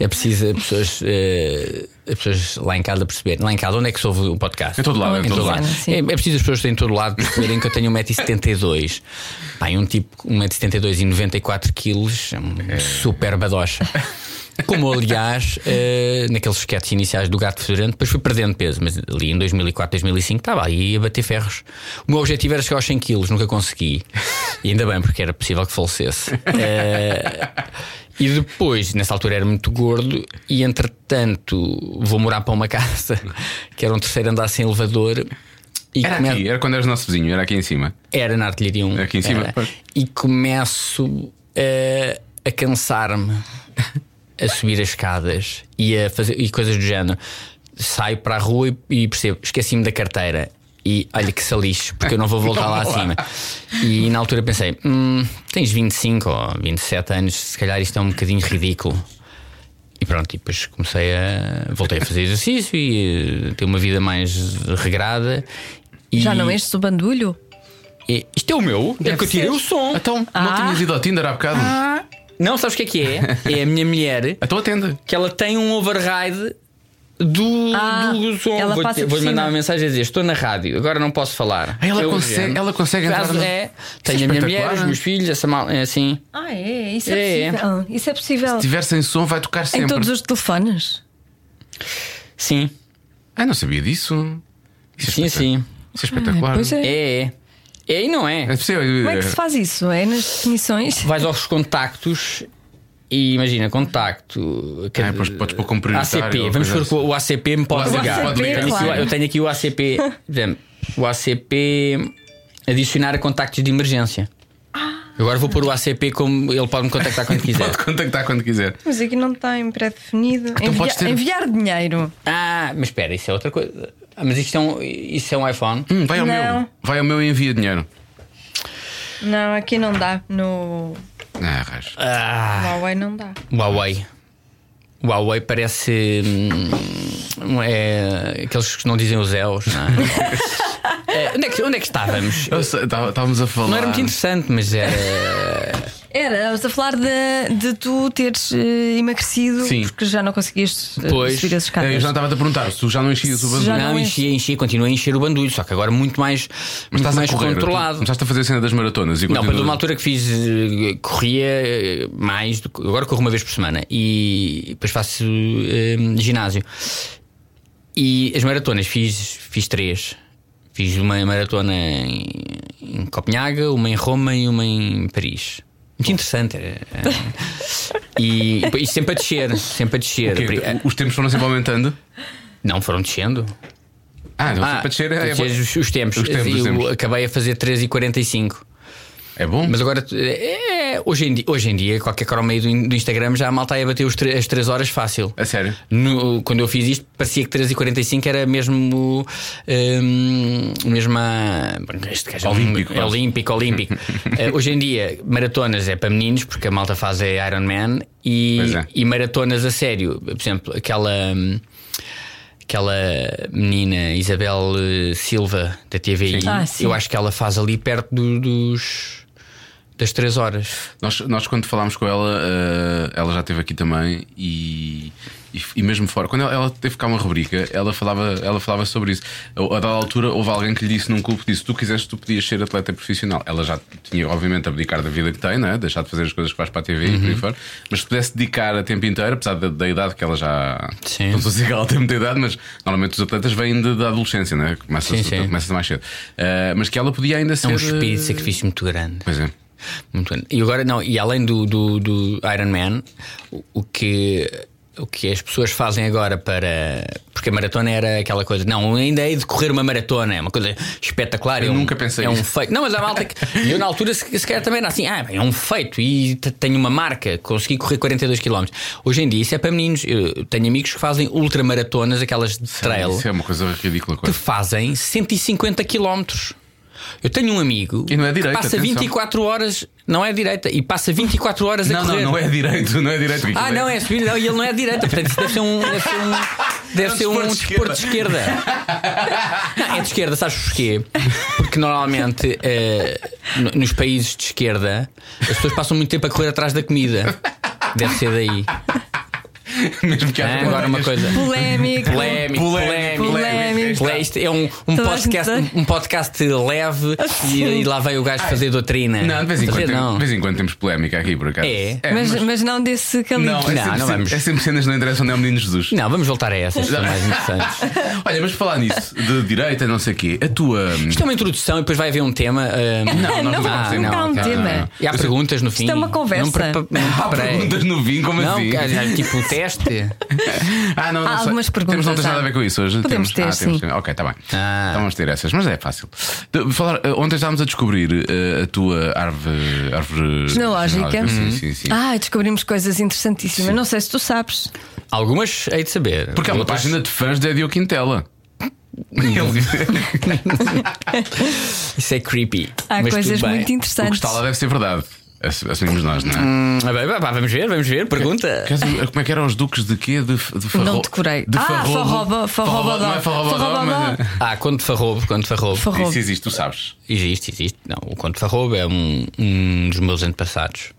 é preciso as pessoas, eh, as pessoas lá em casa perceberem. Lá em casa, onde é que se ouve o podcast? Em todo lado, em Em todo todo lado. lado. Sim. É, é preciso as pessoas em todo lado perceberem que eu tenho 1,72m. Pá, e um tipo com 1,72m e 94kg é um super badocha. Como aliás, eh, naqueles sketches iniciais do Gato Fedorento, depois fui perdendo peso, mas ali em 2004, 2005 estava aí a bater ferros. O meu objetivo era chegar aos 100 kg, nunca consegui. E ainda bem, porque era possível que falecesse. Eh, e depois, nessa altura era muito gordo, e entretanto vou morar para uma casa que era um terceiro andar sem elevador. E Era come- aqui, era quando eras nosso vizinho, era aqui em cima. era na artilharia 1. Aqui em cima, Era. pois. E começo eh, a cansar-me a subir as escadas e a fazer e coisas do género. Saio para a rua e, e percebo, esqueci-me da carteira. E olha que salixo, porque eu não vou (laughs) voltar lá acima. E na altura pensei: hum, tens 25 ou 27 anos, se calhar isto é um bocadinho ridículo. E pronto, e depois comecei a. voltei a fazer exercício e eh, ter uma vida mais regrada. E Já não enches o bandulho? é, isto é o meu, é Deve que eu tirei ser. o som. Então, não Ah. tinhas ido ao Tinder há bocado? Não, sabes o que é que é? (laughs) É a minha mulher Então atende. que ela tem um override do, Ah, do som. ela Vou-lhe- passa por Vou-lhe mandar cima. uma mensagem a dizer: estou na rádio, agora não posso falar. Ah, ela É o consegue- género. ela consegue entrar Caso no- é, Isso é tenho a minha mulher, espetacular. os meus filhos, essa mal, é assim. Ah, é? Isso É, é, é. possível. Isso é possível. Se tiver sem som, vai tocar Em sempre. todos os telefones? Sim, Ah, não sabia disso. Isso é sim, espetacular. sim. Isso é espetacular. Pois é. É, é. É e não É é. possível. Como é que se faz isso? É nas definições? Vais aos contactos. E imagina, contacto. Ah, podes, podes pôr como prioritário. ACP, ou vamos coisa supor que assim. o ACP me pode O ligar. ACP, eu, tenho claro. aqui, o- eu tenho aqui o ACP, por exemplo, o ACP adicionar a contactos de emergência. Agora vou pôr o ACP como ele pode me contactar (laughs) quando quiser. Pode contactar quando quiser. Mas aqui não está em pré-definido. podes Envia- ter- Enviar dinheiro. Ah, mas espera, isso é outra coisa. Ah, mas isto é um, isso é um iPhone. Hum, vai ao Não. meu. Vai ao meu e envia dinheiro. Não, aqui não dá. No Ah, raios. Huawei não dá. Huawei. Huawei parece. hum, é, aqueles que não dizem os EOS, (laughs) não é? É, onde, é que, onde é que estávamos? Eu sei, tá- Estávamos a falar. é, Não era muito interessante, mas era. Era, estávamos a falar de, de tu teres eh, emagrecido Sim. porque já não conseguias eh, Pois. subir as Eu escadas. já estava a perguntar se tu já não enchias o Se bandulho. já não é. Não, enche. enchia, enchia, continua a encher o bandulho, só que agora muito mais, muito Estás mais a correr. controlado. Tu Começaste a fazer a cena das maratonas e Não, mas continuas- numa altura que fiz, eh, corria eh, mais, do que- agora corro uma vez por semana e depois faço eh, ginásio. E as maratonas fiz, fiz três. Fiz uma maratona em, em Copenhaga, uma em Roma e uma em Paris. Muito interessante. eh, eh. e, e sempre a descer, sempre a descer. O quê? Pri- eh, Os tempos foram sempre aumentando. Não, foram descendo. Ah, não, Ah, para descer é, é, descer bom. os, os tempos. Os tempos, os Eu tempos. acabei a fazer 3h45. É bom. Mas agora, é, é, hoje, em dia, hoje em dia, qualquer cara ao meio do, in- do Instagram já a malta ia bater os tre- as 3 horas fácil. A sério. No- quando eu fiz isto, parecia que 3h45 era mesmo. hum, mesmo a, este gajo é um- Olímpico, É quase. olímpico, olímpico. Eh, hoje em dia, maratonas é para meninos, porque a malta faz é Iron Man e, Pois é. e maratonas a sério. Por exemplo, aquela. hum, Aquela menina Isabel eh, Silva da TVI, Sim. Ah, sim. eu acho que ela faz ali perto do- dos das 3 horas. Nós, nós quando falámos com ela, eh, ela já esteve aqui também e, e, e mesmo fora. Quando ela, ela teve cá uma rubrica, ela falava, ela falava sobre isso. A, a dada altura houve alguém que lhe disse num clube disse: se tu quiseste, tu podias ser atleta profissional. Ela já tinha, obviamente, a abdicar da vida que tem, não é? deixar de fazer as coisas que faz para a TV e Uhum. por aí fora, mas se pudesse dedicar a tempo inteiro, apesar da, da idade que ela já Sim. não estou a dizer que ela tem muita idade, mas normalmente os atletas vêm de- da adolescência, né? começa, Sim, sim. começa mais cedo. Eh, mas que ela podia ainda É ser. um espírito de eh, sacrifício muito grande. Pois é. Muito bem. E agora não, e além do, do, do Iron Man, o, o que o que as pessoas fazem agora para porque a maratona era aquela coisa, não, ainda hei de correr uma maratona, é uma coisa espetacular. Eu é um- nunca pensei é um nisso. feito. Não, mas a malta que eu na altura se, se calhar também era assim, ah, bem, é um feito e te- tenho uma marca, consegui correr 42 km. Hoje em dia isso é para meninos. Eu tenho amigos que fazem ultramaratonas, aquelas de trail Isso é uma coisa ridícula. que Quase. fazem 150 km. Eu tenho um amigo E não é direita, que passa atenção. 24 horas, não é direita, e passa 24 horas a Não, não, correr. não é direito, não é direito. Ah, não, é subir, não, e ele não é direita, portanto isso deve ser um. Deve ser um, (laughs) deve ser um É desporto desporto de de esquerda. Não, é de esquerda, sabes porquê? Porque normalmente eh, no- nos países de esquerda as pessoas passam muito tempo a correr atrás da comida. Deve ser É daí. (laughs) Mesmo que Ah, agora uma coisa. Polémico. Polémico, Polémico, polémico. polémico. Play, isto é um, um Toda a podcast, gente- um podcast leve e, e lá vai o gajo fazer doutrina. Não, de vez, em Estás quando, a ver? tem- não. de vez em quando temos polémica aqui, por acaso. É? mas, mas... não desse calibre. Não, é Não, sempre, não vamos. É sempre cenas que não interessam, não é o Menino Jesus. Não, vamos voltar a essas, são mais interessantes. (laughs) Olha, mas falar nisso, de direita, não sei o quê, a tua. Isto é uma introdução e depois vai haver um tema. ah, Não, nós Não, vamos ter- não, não, há um não, tema. não, não. E há perguntas no fim. é uma conversa. Não, pre- pre- (laughs) não Há preparei. perguntas no vinho, como Não, assim? cara, tipo o teste. (laughs) Ah, não, não Há sei. algumas perguntas, Temos não tens nada a há. ver com isso hoje. Podemos temos, ter, ah, temos, sim. temos. Ok, está bem. Ah. Então vamos ter essas, mas é fácil. De- falar, eh, ontem estávamos a descobrir eh, a tua árvore. árvore Genealógica. Uhum. Sim, sim, sim. Ah, descobrimos coisas interessantíssimas. Não sei se tu sabes. Algumas hei de saber. Porque há uma Outras- página de fãs de Edio Quintela. (laughs) Ele- Isso é creepy. Há mas coisas tudo bem. muito o que interessantes. Hum. está lá deve ser verdade. Ass- Assumimos nós, não é? Ah, bem, vá, vá, vamos ver, vamos ver. (laughs) Pergunta. Quer dizer, Como é que eram os duques de quê? De, f- de farro... Não decorei. De Ah, farrobo. farroba- farrobodó. Não é farrobodó, mas... Farrobodó. Ah, quando farroubo, quando farroubo. Farroubo. Isso existe, tu sabes. Existe, existe. Não, o Conto Farroubo é um, um dos meus antepassados.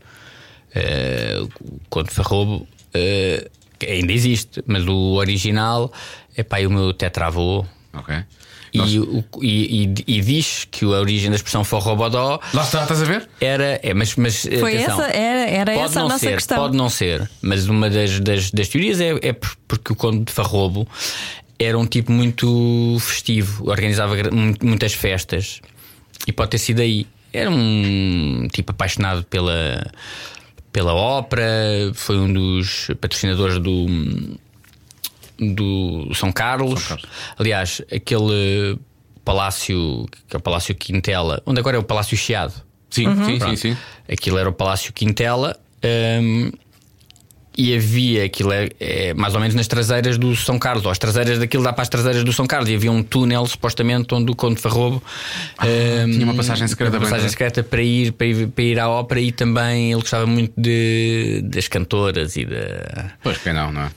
Eh, o Conto Farroubo eh, ainda existe, mas o original é pai o meu tetravô. Ok. E, o- e, e- e diz que a origem da expressão forrobodó Lá está, estás a ver? era. É, mas, mas, Foi atenção, essa, É era, era pode essa a não nossa ser, questão. Pode não ser, mas uma das, das, das teorias é, é por- porque o Conde de Farrobo era um tipo muito festivo, organizava gra- mu- muitas festas e pode ter sido aí. Era um tipo apaixonado pela, pela ópera, foi um dos patrocinadores do, do São Carlos. Aliás, aquele palácio, que é o Palácio Quintela, onde agora é o Palácio Chiado. Sim, Uhum. sim, sim, sim. Aquilo era o Palácio Quintela hum, e havia aquilo é, é mais ou menos nas traseiras do São Carlos, ou as traseiras daquilo dá para as traseiras do São Carlos, e havia um túnel supostamente onde o Conde Farrobo hum, tinha uma passagem secreta uma bem passagem grande. secreta para ir, para ir para ir à ópera e também ele gostava muito de, das cantoras e da. Pois que não, não é?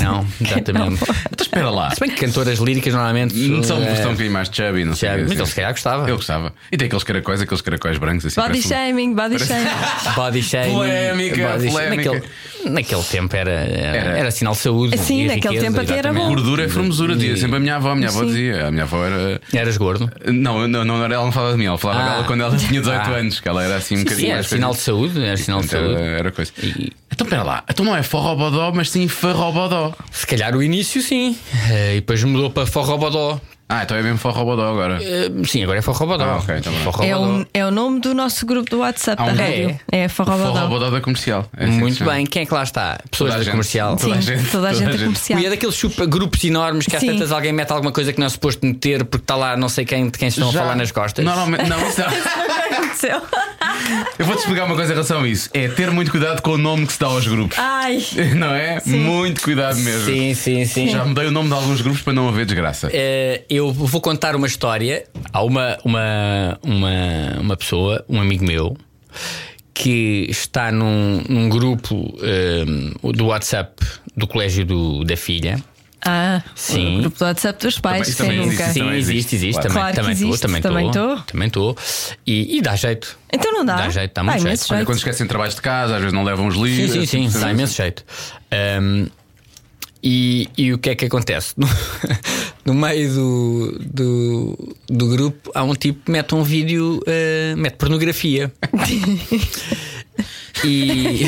(laughs) não, exatamente. Então espera lá. Se bem que cantoras líricas normalmente. Não São, eh, são um bocadinho mais chubby, não sei. chubby, o quê, mas ele assim. se calhar gostava. Ele gostava. E tem aqueles caracóis, aqueles caracóis brancos assim. Body parece um- shaming, body shaming. Body shaming. Ah, Polémica, body shaming. polémica. Naquele, naquele tempo era, era, Era. era sinal de saúde. Sim, e naquele riqueza, tempo até era exatamente. bom. Gordura é formosura, dizia sempre a minha avó. A minha avó Sim. dizia. A minha avó era. Eras gordo. Não, não, não era ela não falava de mim, ela falava Ah. dela quando ela tinha 18 Ah. anos, que ela era assim um bocadinho Sim, era mais sinal de saúde. Era sinal de Portanto, saúde. Era, era coisa. Então pera lá, então não é forrobodó, mas sim farrobodó. Se calhar o início sim. Eh, E depois mudou para Forrobodó. Ah, então é mesmo forrobodó agora. Eh, Sim, agora é Forrobodó. Ah, ok, tá bem. Forrobodó. É o, é o nome do nosso grupo do WhatsApp Há da um rádio. grupo. É, (laughs) Forrobadão. Forrobodó da comercial. É assim que se Muito chama. bem, quem é que lá está? Toda a Pessoas da gente. comercial. Toda a Sim, gente. toda Toda a a gente é gente. comercial. E é daqueles chupa grupos enormes que às Sim. tantas alguém mete alguma coisa que não é suposto meter porque está lá não sei quem de quem estão Já- a falar nas costas. Normalmente, não, isso (laughs) não. Aconteceu. Eu É. vou-te explicar uma coisa em relação a isso. É ter muito cuidado com o nome que se dá aos grupos. (laughs) Ai. Não é? Muito cuidado mesmo. Sim, sim, sim. Já mudei o nome de alguns grupos para não haver desgraça. Eh, eu vou contar uma história. Há uma, uma, uma, uma pessoa, um amigo meu, que está num, num grupo eh, do WhatsApp do colégio do- da filha. Ah, Sim. o grupo do WhatsApp dos pais, Também- também quem nunca. existe. Sim, existe, existe. Claro. Também Claro que também estou, existe, também também estou. estou. Também estou. E, e dá jeito. Então não dá. Dá jeito, dá muito jeito. imenso Olha, quando esquecem trabalhos de casa, às vezes não levam os Sim, livros. tipo, sim, sim, Sim, dá imenso jeito. Ahm, e, e o que é que acontece? (laughs) No, no meio do, do, do grupo há um tipo que mete um vídeo, ah, (laughs) mete pornografia. e.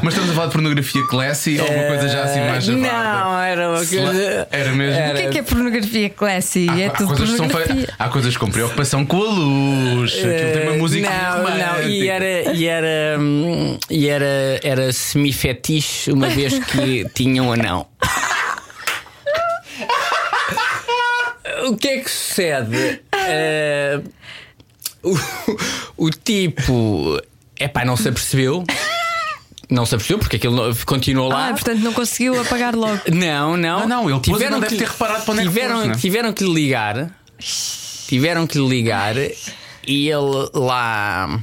Mas estamos a falar de pornografia classy ou uma coisa já assim mais avada? É. Ah, não, era uma coisa. Era mesmo. Era. O que é que é pornografia classy? é Há tudo coisas, que Ah, são pornografia. feitas- há coisas com preocupação com a luz. Aquilo tem uma música. É. Não, muito não, (laughs) e romântica. era, e era, hum, e era, era semifetiche uma vez que (laughs) tinham ou não. O que é que sucede? Eh, o, o tipo, é pá, não se apercebeu. Não se apercebeu porque aquilo não- continuou lá. Ah, portanto não conseguiu apagar logo. Não, não. Ah, não, ele pôs e não deve que- ter reparado para onde é que tiveram, pôs, né? tiveram que lhe ligar. Tiveram que lhe ligar e ele lá.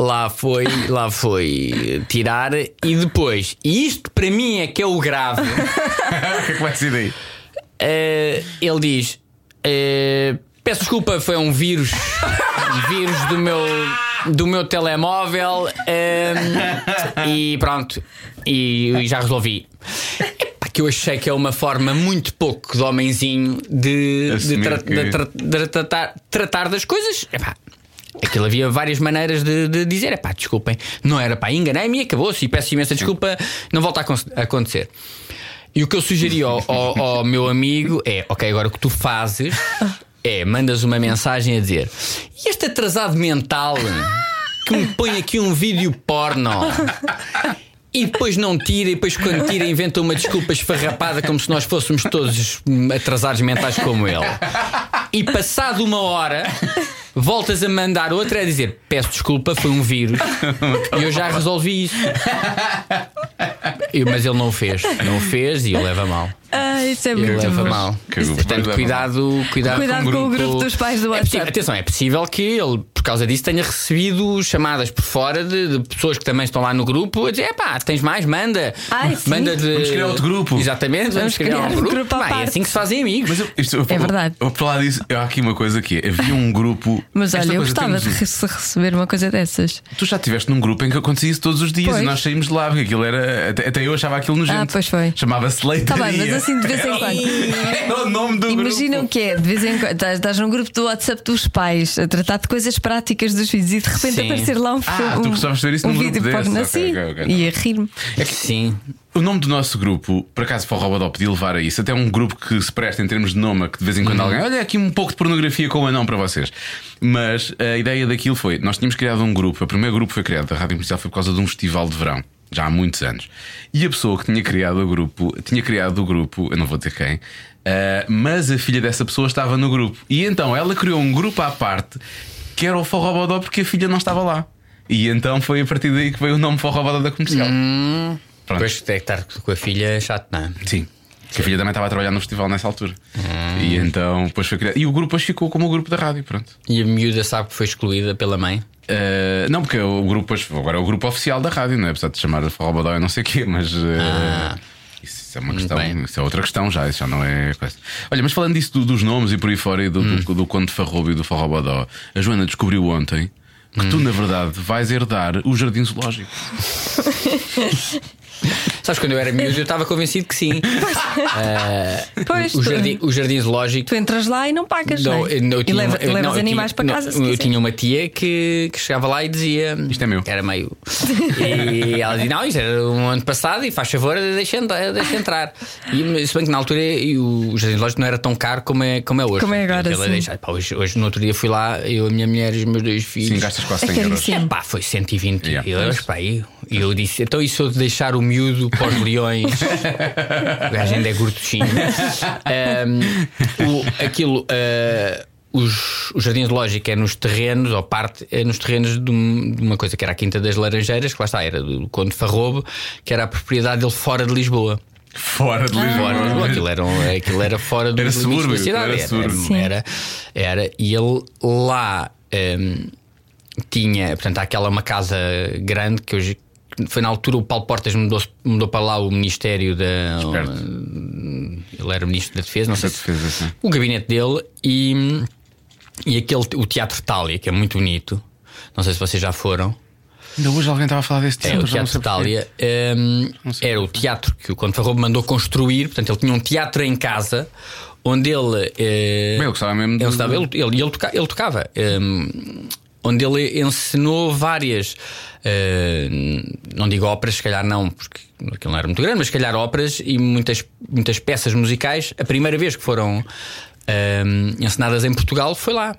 Lá foi, lá foi tirar e depois, e isto para mim é que é o grave. O que é que vai ser daí? eh, ele diz: eh, Peço desculpa, foi um vírus, um vírus do meu, do meu telemóvel eh, e pronto, e, e já resolvi. Epá, Que eu achei que é uma forma muito pouco de homenzinho de, de Assumir tra- que- de tra- de tratar, tratar das coisas. Epá, Aquilo havia várias maneiras de, de dizer: epá, desculpem, não era pá, enganei-me e acabou-se. E peço imensa desculpa, não volta a acon- a acontecer. E o que eu sugeri ao, ao- ao meu amigo é: ok, agora o que tu fazes é mandas uma mensagem a dizer: e este atrasado mental que me põe aqui um vídeo porno. E depois não tira, e depois quando tira inventa uma desculpa esfarrapada como se nós fôssemos todos hum, atrasados mentais como ele. E passado uma hora voltas a mandar outra a dizer peço desculpa, foi um vírus. E eu já resolvi isso. E- Mas ele não o fez, não o fez e o leva a mal. Ah, isso é Ele muito leva a bom. mal. Cagou. Leva Portanto, mal. cuidado, cuidado, Cuidado com o grupo dos pais do é possível- WhatsApp. atenção, é possível que ele, por causa disso, tenha recebido chamadas por fora de, de pessoas que também estão lá no grupo a dizer: é pá, tens mais, manda. Ai, sim. manda de... Vamos criar outro grupo." Exatamente, vamos, criar, um grupo. à Pá, é parte. assim que se fazem amigos. Mas eu, isto, eu, É verdade. Eu, eu, por falar disso, há aqui uma coisa que é: havia um grupo. Mas Esta olha, eu coisa gostava temos de um- re- se receber uma coisa dessas. Tu já estiveste num grupo em que acontecia isso todos os dias Pois. e nós saímos de lá, porque aquilo era. Até, até eu achava aquilo nojento. Ah, pois foi. Chamava-se Tá leitaria. bem, mas (laughs) assim de vez em quando. Era o nome do Imaginam grupo. que é, de vez em quando, estás, estás num grupo do WhatsApp dos pais a tratar de coisas práticas dos filhos e de repente Sim. aparecer lá um, Ah, um, tu gostavas de ver isso um num grupo vídeo desse. porno Ok, assim ok, tá ok, e a rir-me. É que sim. O nome do nosso grupo, por acaso para o Robodó podia levar a isso, até um grupo que se presta em termos de nome, a que de vez em quando alguém. Olha aqui um pouco de pornografia com o anão para vocês. Mas a ideia daquilo foi: nós tínhamos criado um grupo, o primeiro grupo que foi criado da Rádio Comercial foi por causa de um festival de verão. Já há muitos anos. E a pessoa que tinha criado o grupo, tinha criado o grupo, eu não vou dizer quem, ah, mas a filha dessa pessoa estava no grupo. E então ela criou um grupo à parte que era o Forrobodó porque a filha não estava lá. E então foi a partir daí que veio o nome Forrobodó da comercial. Pronto. Depois de estar com a filha, é chato, não é? Sim. Que a filha também estava a trabalhar no festival nessa altura. E então depois foi criado. E o grupo depois ficou como o grupo da rádio, pronto. E a miúda sabe que foi excluída pela mãe. Eh, não, porque o grupo depois- agora é o grupo oficial da rádio, não é? Apesar de chamar a Forró Badó, eu não sei o quê, mas. eh, Isso é uma questão, Ah. bem. isso é outra questão já, isso já não é coisa. Olha, mas falando disso do- dos nomes e por aí fora e do, Hum. do, do Conde Farroubo e do Forró Badó, a Joana descobriu ontem que Hum. tu, na verdade, vais herdar o Jardim Zoológico. Sabes, quando eu era miúdo, eu estava convencido (laughs) que sim. Eh, Pois, O tu, jardim, o jardim zoológico. tu entras lá e não pagas, não, é? eu- eu e tinha leva, uma- eu- levas não, eu animais tinha- para não, casa. se Eu quiser. tinha um uma tia que, que chegava lá e dizia: Isto é meu. Era meio. e ela dizia: Não, isto era um ano passado e faz favor, deixa, entrar- deixa entrar. E, se bem que na altura e o jardim zoológico não era tão caro como é, como é hoje. Como é agora, Ela sim. deixa- pá, hoje, hoje, no outro dia, fui lá, eu, a minha mulher e os meus dois filhos. Sim, gastas quase É 100 euros. caríssimo. Sim. Pá, foi 120 Yeah. euros para aí. E eu disse: então isso eu de deixar o miúdo para os leões? o gajo ainda é gorduchinho. Ahm, o- aquilo. ah, os, o jardim zoológico é nos terrenos, ou parte, é nos terrenos de, um- de uma coisa que era a Quinta das Laranjeiras, que lá está, era do Conde Farrobo, que era a propriedade dele fora de Lisboa. Fora de Ah. Fora de Lisboa, aquilo Lisboa. era, um- aquilo era fora do Ah. Era do bicho subúrbio, da cidade. era subúrbio. era, era. E ele lá hum, tinha, portanto, há aquela uma casa grande que hoje. Foi na altura o Paulo Portas mudou, mudou para lá o Ministério da. Esperto. é Ele era Ministro da Defesa, não sei Essa se defesa, sim. o gabinete dele e, hum, e aquele, o Teatro Tália, que é muito bonito. Não sei se vocês já foram. Ainda hoje alguém estava a falar desse É, teatro, o já não Teatro sei porquê. Itália hum, Não sei era o teatro que o Conde Farrobo mandou construir. Portanto, ele tinha um teatro em casa onde ele. eh, Bem, eu gostava mesmo de- ele, estava, ele, ele, ele toca- ele tocava. hum, onde ele ensinou várias. eh, não digo óperas, se calhar não, porque aquilo não era muito grande, mas se calhar óperas e muitas, muitas peças musicais. A primeira vez que foram hum, encenadas em Portugal foi lá.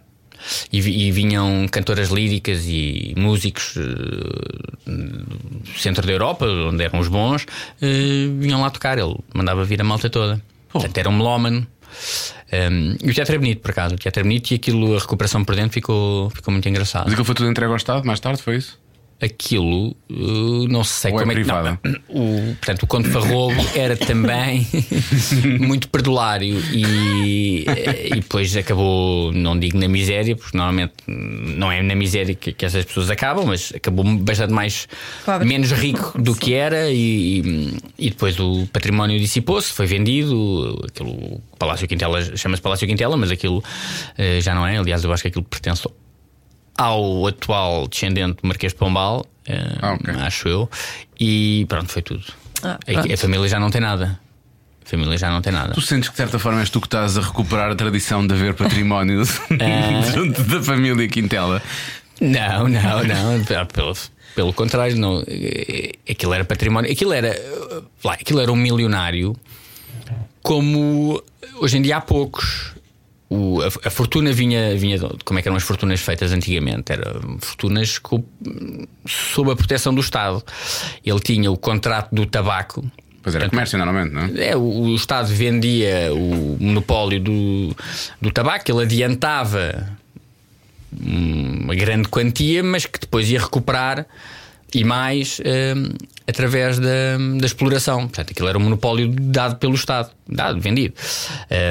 E, vi- e vinham cantoras líricas e músicos eh, do centro da Europa, onde eram os bons, eh, vinham lá tocar. Ele mandava vir a malta toda. Portanto, era um melómano. Um, e o teatro é bonito, por acaso. O teatro é bonito e aquilo, a recuperação por dentro ficou, ficou muito Mas engraçado. aquilo foi tudo entregue ao Estado mais tarde, foi isso? Aquilo, uh, não sei Ou é como é, que. privada? não, o, portanto, o Conde Farrobo era (laughs) também muito perdulário e, eh, e depois acabou, não digo na miséria, porque normalmente não é na miséria que, que essas pessoas acabam, mas acabou bastante mais. Pobre. menos rico do que era e, e- e depois o património dissipou-se, foi vendido, aquilo, o Palácio Quintela chama-se Palácio Quintela, mas aquilo eh, já não é, aliás eu acho que aquilo pertence ao atual descendente do Marquês de Pombal, eh, Ah, ok. acho eu, e pronto, foi tudo. Ah, A- a, pronto. família já não tem nada. A família já não tem nada. Tu sentes que de certa forma és tu que estás a recuperar a tradição de haver património (laughs) É. (laughs) junto da família Quintela. Não, não, não. Pelo- Pelo, pelo contrário, não. Eh, aquilo era património. Aquilo era. eh, Lá, aquilo era um milionário como hoje em dia há poucos. O- a, a fortuna vinha, vinha. de- Como é que eram as fortunas feitas antigamente? Eram fortunas co- sob a proteção do Estado. Ele tinha o contrato do tabaco. Pois era comércio normalmente, não é? É, o, o Estado vendia o monopólio do, do tabaco, ele adiantava uma grande quantia, mas que depois ia recuperar e mais hum, através da, da exploração. Portanto, aquilo era um monopólio dado pelo Estado, dado, vendido.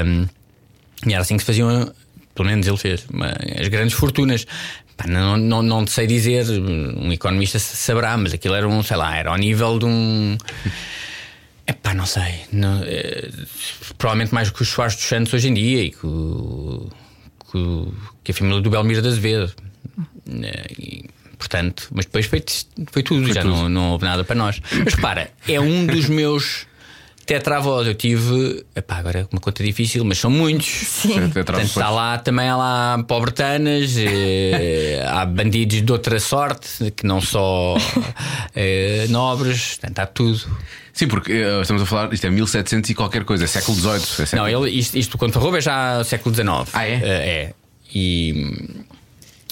Hum, e era assim que se faziam, pelo menos ele fez, uma- as grandes fortunas. Pá, não, não, não te sei dizer, um economista saberá, mas aquilo era um, sei lá, era ao nível de um. Epá, não sei. Não, eh, provavelmente mais que os Soares dos Santos hoje em dia e que, o- que, o- que a família do Belmiro da Azevedo. Eh, e, portanto, mas depois foi, foi tudo, já tudo. Não, não houve nada para nós. Mas repara, é um dos meus tetravós. Eu tive, epá, agora é uma conta difícil, mas são muitos. Sim. Até atrás Portanto, foi. está lá também há lá pobretanas, eh, há bandidos de outra sorte, que não só eh, nobres, portanto, há tudo. Sim, porque eh, estamos a falar, isto é 1700 e qualquer coisa, é século XVIII. é século- Não, ele, isto, isto quando foi roubo é já século XIX. Ah, é? é. E,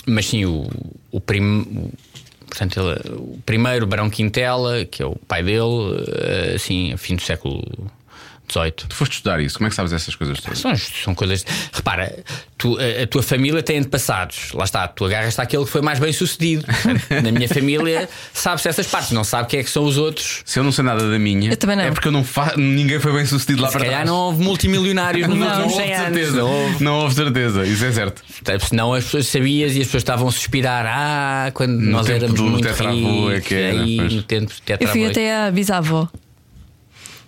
mas sim, o, o, prim, o- portanto, ele- o primeiro Barão Quintela, que é o pai dele, eh, assim, a fim do século 18. Tu foste estudar isso, como é que sabes essas coisas todas? São, são coisas. Repara, tu- a, a tua família tem antepassados. Lá está, tu agarras-te àquele que foi mais bem sucedido. (laughs) Na minha família, sabes essas partes, não sabe quem é que são os outros. Se eu não sei nada da minha, Eu também não. é porque eu não faço. Ninguém foi bem sucedido lá Se para calhar trás. (laughs) não houve multimilionários nos Não, últimos houve 100 anos. certeza. Não houve. Não houve certeza, isso é certo. Portanto, Senão as pessoas sabias e as pessoas estavam a suspirar. Ah, quando nós tempo éramos do muito tetravô é ricos, que era, aí pois. no tempo do é Eu fui tetravô. até à bisavó.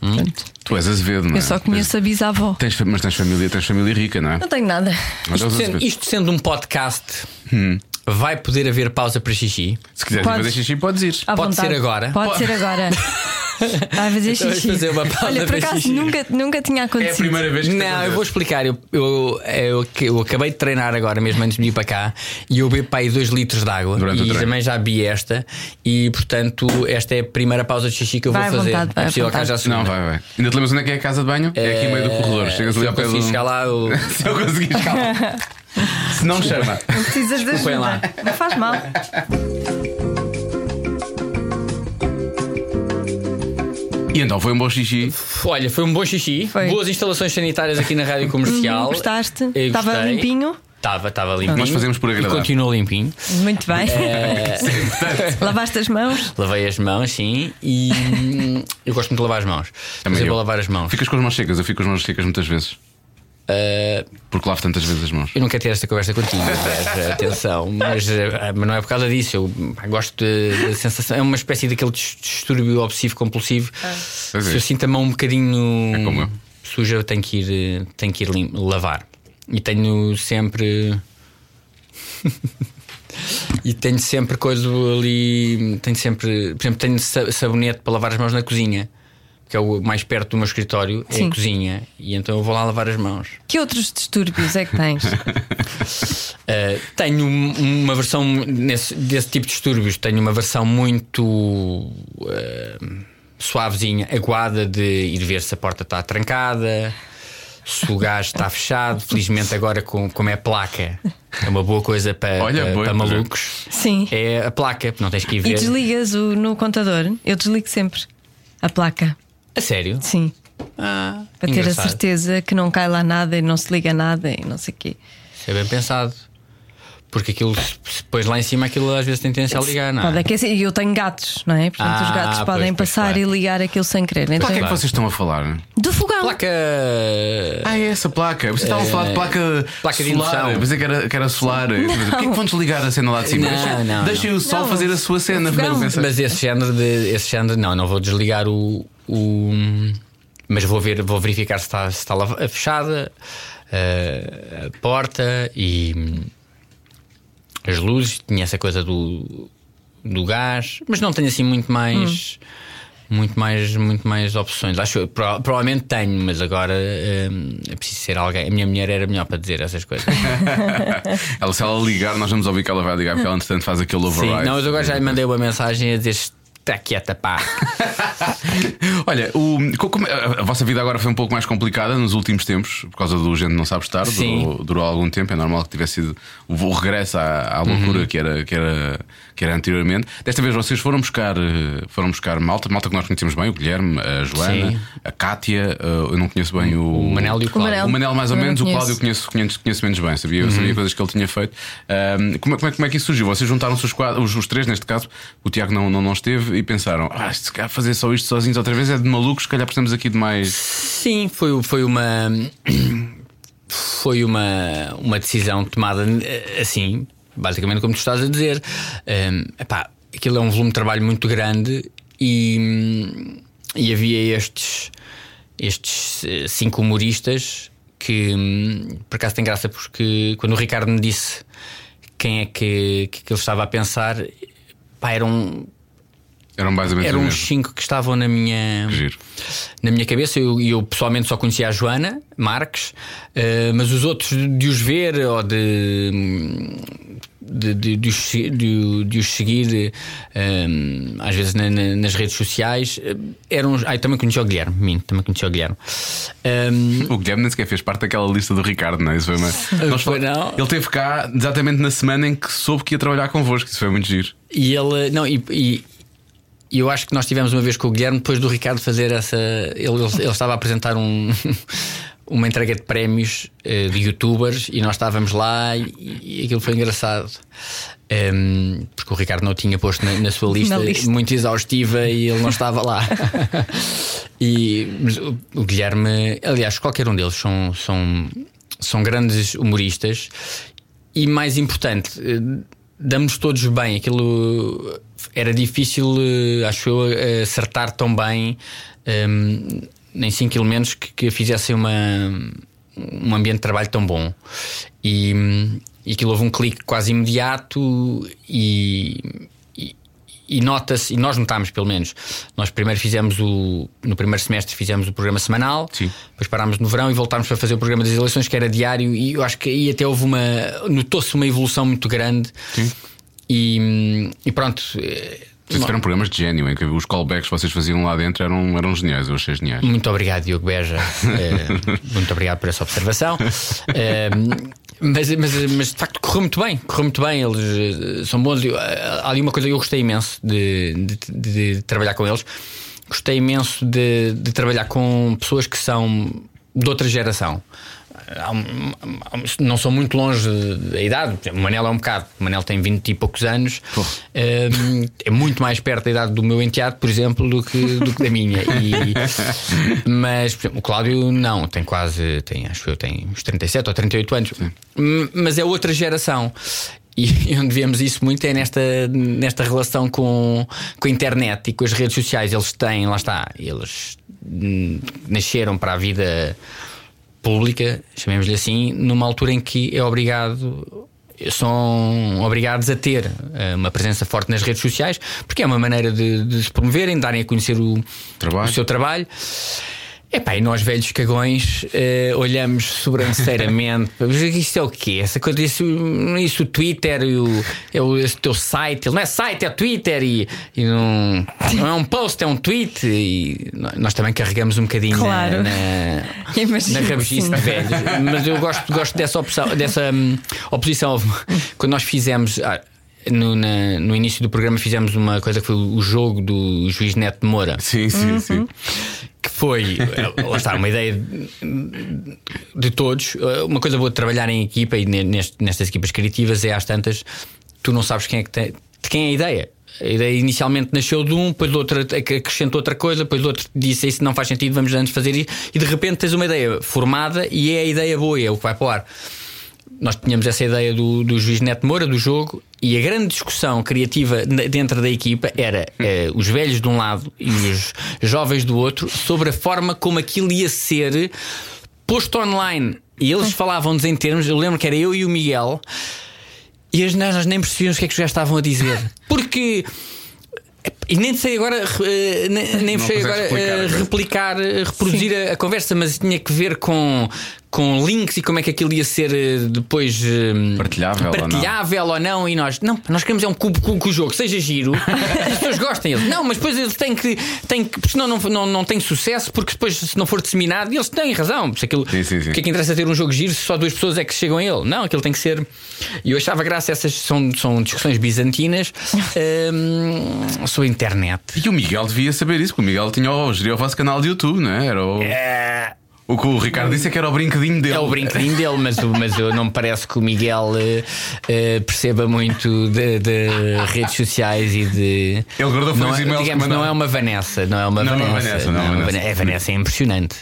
Hum? Portanto, Tu és azevedo, não é? eu só conheço a bisavó. Tens, fa- mas tens família, tens família rica, não é? Não é- tenho nada. Mas Isto és sendo, azevedo. isto sendo um podcast, Hum. vai poder haver pausa para xixi? Se quiseres ir Podes- fazer xixi, podes ir. À Pode vontade. ser agora? Pode ser (laughs) agora. Vai fazer Então vais xixi. fazer uma pausa Olha, por para acaso xixi. nunca, nunca tinha É acontecido. a primeira vez que um te Não, eu vou acontece. explicar. Eu, eu, eu, eu acabei de treinar agora mesmo antes de vir para cá e eu bebo para aí 2 litros de água. Durante o e treino. também já bi esta. E portanto, esta é a primeira pausa de xixi que eu Vai à vou fazer. vontade, vai é à possível vontade. arranjar a segunda. Não, vai, vai. Ainda te lembras onde é que é a casa de banho? É, aqui no meio do corredor. Chegas Se ali eu ao pé um- conseguir do. chegar lá, eu... (laughs) Se eu conseguir chegar lá. (laughs) Se não chama. Não precisas de Desculpem ajuda. lá. Não faz mal. E então foi um bom xixi. Olha, foi um bom xixi. Foi. Boas instalações sanitárias aqui na rádio comercial. (laughs) Uhum, gostaste? Eu Estava gostei. limpinho? Estava, estava limpinho. Nós fazemos por E agradar. Continuou limpinho. Muito bem. É, (laughs) Lavaste as mãos? Lavei as mãos, sim. (laughs) E hum, eu gosto muito de lavar as mãos. Também Mas eu vou eu. lavar as mãos. Ficas com as mãos secas, eu fico com as mãos secas muitas vezes. Ah, Porque lavo tantas vezes as mãos. Eu não quero ter esta conversa contigo, mas, atenção, mas, eh, mas não é por causa disso. Eu pá, gosto de- da sensação, é uma espécie daquele dis- distúrbio obsessivo-compulsivo. Pois é. Se eu sinto a mão um bocadinho É como eu. suja, eu tenho que ir, eh, tenho que ir lim- lavar. E tenho sempre. (laughs) E tenho sempre coisa ali. Tenho sempre. Por exemplo, tenho sa- sabonete para lavar as mãos na cozinha, que é o mais perto do meu escritório, é Sim. a cozinha. E então eu vou lá lavar as mãos. Que outros distúrbios é que tens? Uh, tenho um- uma versão nesse- desse tipo de distúrbios. Tenho uma versão muito uh, suavezinha, aguada de ir ver se a porta está trancada, se o gás está fechado. Felizmente, agora, com, como é placa, é uma boa coisa para, Olha, para, boa, para pois é. malucos. Sim. É a placa, porque não tens que ir E ver. desligas o, no contador? Eu desligo sempre a placa. A sério? Sim. Ah, Para ter a engraçado. certeza que não cai lá nada e não se liga nada e não sei o quê. Isso é bem pensado. Porque aquilo, se se pões lá em cima, aquilo às vezes tem tendência a ligar, não é? Pode aquecer. assim, E eu tenho gatos, não é? Portanto, os Ah, gatos pois, podem pois, passar claro. e ligar aquilo sem querer. Então, Placa é que claro. vocês estão a falar? Do fogão. Placa. Ah, é essa placa. Vocês estavam a falar de placa, É, placa solar. de indução. Eu pensei que era, que era solar. Eu pensei, Porquê que vão desligar a cena lá de cima? Não, Deixem- não, Deixem o sol Não. fazer a sua cena. foi Fogão. o que eu pensei. Mas esse género de. Esse género, não, não vou desligar o. o- mas vou, ver, vou verificar se está, se está lava- fechada eh, a porta e hum, as luzes. Tinha essa coisa do, do gás, mas não tenho assim muito mais. Muito mais, muito mais opções. Acho, eu- prova- provavelmente tenho, mas agora hum, é preciso ser alguém. A minha mulher era melhor para dizer essas coisas. Ela, se ela ligar, nós vamos ouvir que ela vai ligar, porque ela, entretanto, faz aquele (laughs) Sim, override. não, mas agora já lhe mandei uma mensagem a dizer: está quieta, (laughs) pá. (laughs) Olha, o- co- como- a a vossa vida agora foi um pouco mais complicada nos últimos tempos, por causa do Gente Não Sabe Estar, Sim. durou, durou algum tempo, é normal que tivesse sido o o regresso à, à Uhum. loucura que, era, que, era, que era anteriormente. Desta vez vocês foram buscar, eh, foram buscar malta, malta que nós conhecemos bem, o Guilherme, a Joana, Sim. a Cátia, eh, eu não conheço bem o, O Manel e o Cláudio. Manel. o Manel mais ou Eu não menos, o conheço. Uhum. Cláudio conheço, conheço, conheço menos bem, sabia, eu sabia coisas que ele tinha feito. Ahm, como, é- como é, como é que isso surgiu? Vocês juntaram-se os, quadros- os, os três, neste caso, o Tiago não, não, não esteve, e pensaram: ah, se calhar fazer só isto sozinhos outra vez é de malucos, se calhar precisamos aqui de mais. Sim, foi, foi uma foi uma, uma decisão tomada eh, assim, basicamente como tu estás a dizer. Ehm, epá, aquilo é um volume de trabalho muito grande e, e havia estes, estes eh, cinco humoristas que hum, por acaso tem graça porque quando o Ricardo me disse quem é que, que, que ele estava a pensar, pá, eram, Eram basicamente eram os uns mesmos. cinco que estavam na minha. Giro. Na minha cabeça, eu, eu pessoalmente só conhecia a Joana Marques, eh, mas os outros de, de os ver ou de. De, de- de os, se- de- de os seguir eh, às vezes na- na- nas redes sociais eh, eram uns- ah, eu também conhecia o Guilherme minto, também conhecia o Guilherme Ehm, O Guilherme nem sequer fez parte daquela lista do Ricardo, não é? Isso foi uma... Nós Foi, fal- não? Ele teve cá exatamente na semana em que soube que ia trabalhar convosco, isso foi muito giro. E ele. Não, e. e E eu acho que nós tivemos uma vez com o Guilherme, depois do Ricardo fazer essa. Ele, ele- ele estava a apresentar um- (laughs) uma entrega de prémios eh, de youtubers e nós estávamos lá e, e aquilo foi engraçado. Ehm, porque o Ricardo não tinha posto na, na sua lista, Na lista. muito exaustiva e ele não estava lá. e mas o, o Guilherme, aliás, qualquer um deles são, são, são grandes humoristas e mais importante, eh, damos todos bem. Aquilo eh, era difícil, eh, acho eu, eh, acertar tão bem ehm, em cinco elementos que, que fizessem uma, um ambiente de trabalho tão bom. E, hum, e aquilo houve um clique quase imediato e. e- e nota-se, e nós notámos pelo menos, nós primeiro fizemos o. No primeiro semestre fizemos o programa semanal, Sim. depois parámos no verão e voltámos para fazer o programa das eleições, que era diário, e eu acho que aí até houve uma. notou-se uma evolução muito grande. E, hum, e pronto. eh, Vocês bom, tiveram programas de gênio em que os callbacks que vocês faziam lá dentro eram, eram geniais, eu achei geniais. Muito obrigado, Diogo Beja. Eh, muito obrigado por essa observação. Eh, mas, mas, mas de facto correu muito bem, correu muito bem. Eles eh, são bons. Eu, eh, Há ali uma coisa que eu gostei imenso de, de- de- de trabalhar com eles. Gostei imenso de, de trabalhar com pessoas que são de outra geração. Há um- há um- Não são muito longe da idade. Por exemplo, O Manel é um bocado. O Manel tem 20 e poucos anos. Eh, é muito mais perto da idade do meu enteado, por exemplo, do que, do que da minha. E- mas por exemplo, o Cláudio não, tem quase, tem, acho eu, tem uns 37 ou 38 anos. M- Mas é outra geração. E (laughs) onde vemos isso muito é nesta, nesta relação com, com a internet e com as redes sociais. Eles têm, lá está, eles hum, nasceram para a vida pública, chamemos-lhe assim, numa altura em que é obrigado. São obrigados a ter eh, uma presença forte nas redes sociais, porque é uma maneira de, de se promoverem, darem a conhecer o, Trabalho. o seu trabalho. Epá, e nós velhos cagões eh, olhamos sobranceiramente para- mas Isto é o quê? Essa coisa, isso, isso o Twitter e o, é o esse teu site Ele não é site, é Twitter E, e não, não é um post, é um tweet E nó- nós também carregamos um bocadinho na- Claro. na, Imagino na que rabugice de sim. velhos. Mas eu gosto, gosto dessa, opção, dessa hum, oposição. Quando nós fizemos. ah, No, na- no início do programa fizemos uma coisa que foi o jogo do juiz Neto de Moura Sim, sim, Uhum. sim. que foi eh, lá está, uma ideia de, de todos. Eh, Uma coisa boa de trabalhar em equipa e ne- neste- nestas equipas criativas é às tantas, tu não sabes quem é que tem, de quem é a ideia. A ideia inicialmente nasceu de um, depois do outro ac- acrescentou outra coisa, depois do outro disse isso não faz sentido, vamos antes fazer isso, e de repente tens uma ideia formada e é a ideia boa, e é o que vai para o ar. Nós tínhamos essa ideia do, do juiz Neto Moura, do jogo, e a grande discussão criativa n- dentro da equipa era Hum. eh, os velhos de um lado e os jovens do outro sobre a forma como aquilo ia ser posto online. E eles falavam-nos em termos, eu lembro que era eu e o Miguel, e as nós nós nem percebíamos o que é que os gajos estavam (laughs) a dizer. Porque. E nem sei agora, eh, nem, nem Não sei consegues agora explicar eh, agora. replicar, eh, reproduzir a, a conversa, mas tinha que ver com, com links e como é que aquilo ia ser eh, depois eh, Partilhável ou não. partilhável ou não. E nós, não, nós queremos é um cubo com o jogo, seja giro, (laughs) as pessoas gostem dele. Não, mas depois ele tem que, tem que porque senão não, não, não tem sucesso, porque depois se não for disseminado, e eles têm razão. Porque aquilo, Sim, sim, sim. o que é que interessa ter um jogo giro se só duas pessoas é que chegam a ele? Não, aquilo tem que ser. E eu achava graça, essas são, são discussões bizantinas hum, sobre a internet. E o Miguel devia saber isso, porque o Miguel tinha o, geria o vosso canal de YouTube, não é? Era o, o que o Ricardo disse é que era o brinquedinho dele. É o brinquedinho dele, mas, o- mas eu não me parece que o Miguel eh, eh, perceba muito de, de redes sociais e de. Ele guardou foi não, os é- e-mails que digamos, não mandaram. é uma Vanessa, não é uma Não é uma Vanessa. Vanessa, não é uma uma Vanessa. Vane- É Vanessa, é impressionante.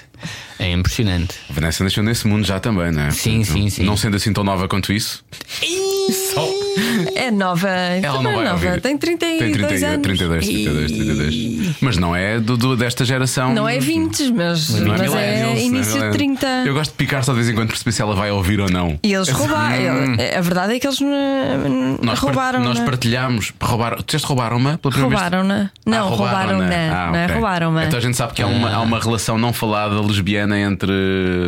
É impressionante. A Vanessa nasceu nesse mundo já também, não é? Sim, Portanto, sim, não- sim. Não sendo assim tão nova quanto isso. Só- É nova. Ela não também vai é nova. ouvir. Tem 32 Tem 32 anos. 32, 32, 32. Mas não é do, do- desta geração. Não é 20, mas, Não mas millennials, é não início de millennials. 30. Eu gosto de picar só de vez em quando perceber se ela vai ouvir ou não. E eles roubaram. A verdade é que eles eh, Hum. Nós, par- roubaram. nós né? partilhámos. Roubaram, tu roubaram-me pela primeira vez? Roubaram-na. Não, Ah, roubaram-na. Ah, não é? ok. Roubaram-na. Então a gente sabe que há uma, há uma relação não falada lesbiana entre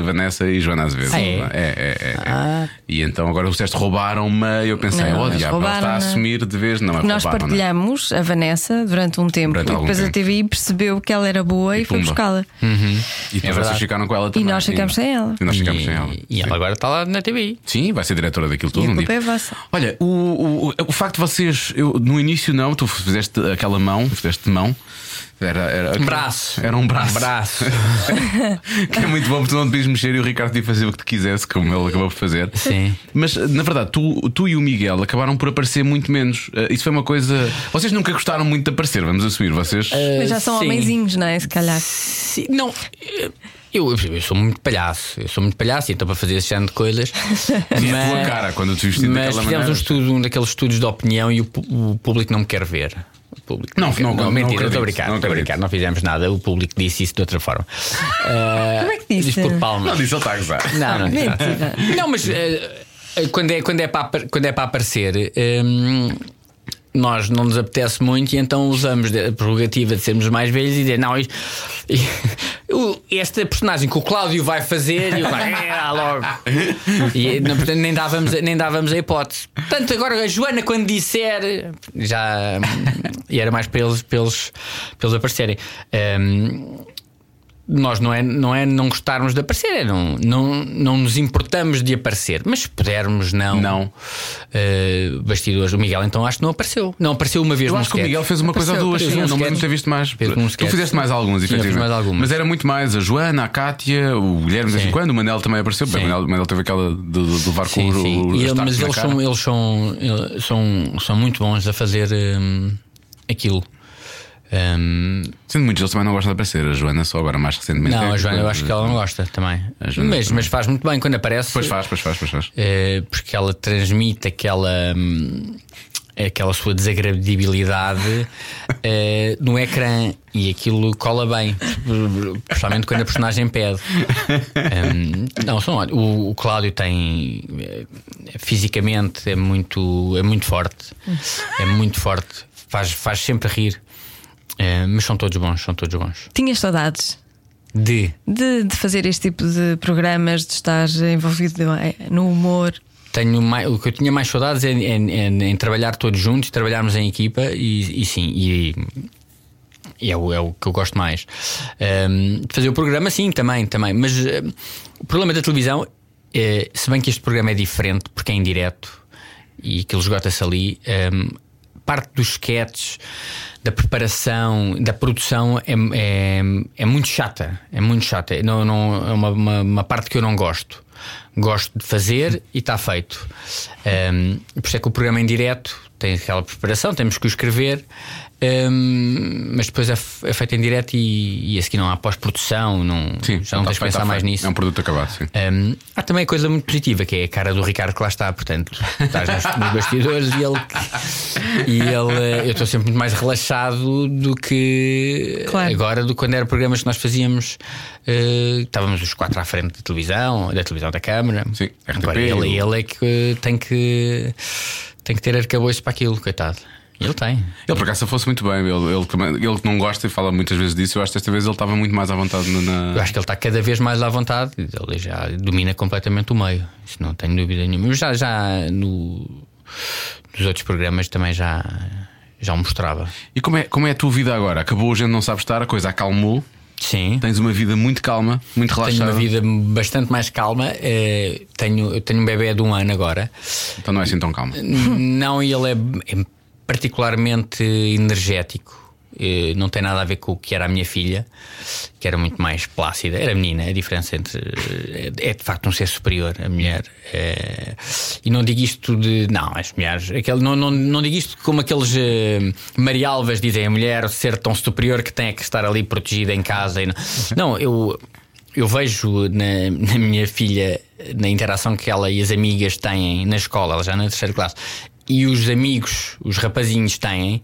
Vanessa e Joana Azevedo. Ah, é? é, é, é. E então agora vocês roubaram-me eu pensei, Não, oh eles diabo, Ela roubaram. está a né? assumir de vez, não é Nós roubaram, não é? partilhamos a Vanessa durante um tempo Durante e algum depois tempo. a TVI percebeu que ela era boa e, E foi pumba. buscá-la. E depois vocês verdade. ficaram com ela também. É nós ficamos sem ela. E nós ficamos e, sem ela. e ela agora está lá na TV. Sim, vai ser diretora daquilo tudo. E a um culpa dia. é vossa. Olha, o, o, o facto de vocês. Eu, no início, não, tu fizeste aquela mão, fizeste mão. Era, era, Braço. Era um braço. Braço. que (laughs) é muito bom porque tu não te podias mexer e o Ricardo te fazia o que te quisesse, como ele acabou por fazer. Sim. Mas na verdade, tu, tu e o Miguel acabaram por aparecer muito menos. Eh, Isso foi uma coisa. Vocês nunca gostaram muito de aparecer, vamos assumir. Vocês. Eh, Mas já são sim. Eh, homenzinhos, não é? Se calhar. Sim, não. Eu, eu sou muito palhaço, eu sou muito palhaço, então para fazer esse género de (laughs) coisas. E é a tua cara quando te vestido mas é daquela fizemos maneira. um estudo, um daqueles estudos de opinião e o, pu- o público não me quer ver. O público Não, quer- não, não mentira, acredito, estou a brincar, não estou a acredito. brincar, não fizemos nada, o público disse isso de outra forma. Ah, Como é que disse? Diz por palmas. Não, disse ele está a gozar. Não, não, Mentira. Não, mas eh, eh, quando, é, quando, é para, apar- quando é para aparecer, hum, nós não nos apetece muito e então usamos de- a prerrogativa de sermos mais velhos e dizer: não, isto- (laughs) o- esta personagem que o Cláudio vai fazer, e eu, "Eh, dá logo. E não, portanto, nem dávamos, nem dávamos a hipótese. Portanto, agora a Joana, quando disser, já. hum, E era mais para eles, para eles, para eles aparecerem. Hum, nós não é, não é não gostarmos de aparecer, é não, não, não nos importamos de aparecer, mas se pudermos não. Não. Uh, bastidores, o Miguel então acho que não apareceu. Não apareceu uma vez Eu num acho que o um sketch. Miguel fez uma coisa ou Apareceu, duas, fez sim, um eu não me sketch. lembro de ter visto mais. Fez um tu sketch. fizeste mais alguns, Sim, eu fiz efetivamente. mais algumas. Mas era muito mais a Joana, a Kátia, o Guilherme de vez em Sim. quando, o Manel também apareceu. Bem, o Sim. Manel, o Manel teve aquela de, de de levar Sim, com o- sim. o. E as ele- tartes mas na eles, cara. são, eles são, eles são, são muito bons a fazer hum, aquilo. Hum, Sendo muitos, eles também não gostam de aparecer. A Joana só agora mais recentemente. não, É, a Joana eu acho que ela não gosta também. A Joana Mas, também. mas faz muito bem quando aparece. Pois faz, pois faz, pois faz. Eh, porque ela transmite aquela hum, aquela sua desagradibilidade eh, no ecrã e aquilo cola bem, principalmente quando a personagem pede. Hum, não, são, ótimos. o, o Cláudio tem eh, fisicamente é muito é muito forte, é muito forte, faz faz sempre rir. Eh, mas são todos bons, são todos bons. Tinhas saudades De de, de fazer este tipo de programas, de estar envolvido eh, no humor. Tenho mai- o que eu tinha mais saudades é, é- é- em trabalhar todos juntos, trabalharmos em equipa e, e sim, e, e é, o, é o que eu gosto mais. Ahm, de fazer o programa, sim, também, também. Mas ahm, o problema da televisão, é, se bem que este programa é diferente porque é em direto e aquilo esgota-se ali, ahm, parte dos sketches, da preparação, da produção é, é, é muito chata. É muito chata. É- Não, não, é uma, uma- uma parte que eu não gosto. Gosto de fazer e está feito. Ahm, por isso é que o programa em direto tem aquela preparação, temos que o escrever, ahm, mas depois é, f- é feito em direto e, e a seguir não há pós-produção, não, Sim, já não tá tens que feito, pensar tá mais feito. nisso. É um produto acabado, sim. Um, há também a coisa muito positiva que é a cara do Ricardo que lá está, portanto, estás nos, nos bastidores e ele. E ele. eh, Eu estou sempre muito mais relaxado do que Claro. agora, do que quando eram programas que nós fazíamos. eh, estávamos os quatro à frente da televisão, da televisão da câmara. Sim, RTP, agora ele, o- ele é que tem que. tem que ter arcabouço para aquilo, coitado. Ele tem. Ele por acaso fosse muito bem, ele, ele, também- ele que não gosta e fala muitas vezes disso. Eu acho que desta vez ele estava muito mais à vontade na. na- Eu acho que ele está cada vez mais à vontade. Ele já domina completamente o meio. Isso não tenho dúvida nenhuma. Já, já no- nos outros programas também já, já o mostrava. E como é, como é a tua vida agora? Acabou, a gente não sabe estar, a coisa acalmou. Sim. Tens uma vida muito calma, muito Tenho relaxada. uma vida bastante mais calma. Eh, Tenho, eu tenho um bebê de um ano agora. Então não é assim tão calma. Não, e ele é, é particularmente energético. Eh, Não tem nada a ver com o que era a minha filha, que era muito mais plácida. Era menina, a diferença entre. É é de facto um ser superior, a mulher. Eh, E não digo isto de. Não, as mulheres. Aquele, não, não, não digo isto como aqueles eh, Marialvas dizem a mulher ser tão superior que tem é que estar ali protegida em casa. e não, não eu. Eu vejo na, na minha filha, na interação que ela e as amigas têm na escola, ela já na terceira classe, e os amigos, os rapazinhos têm.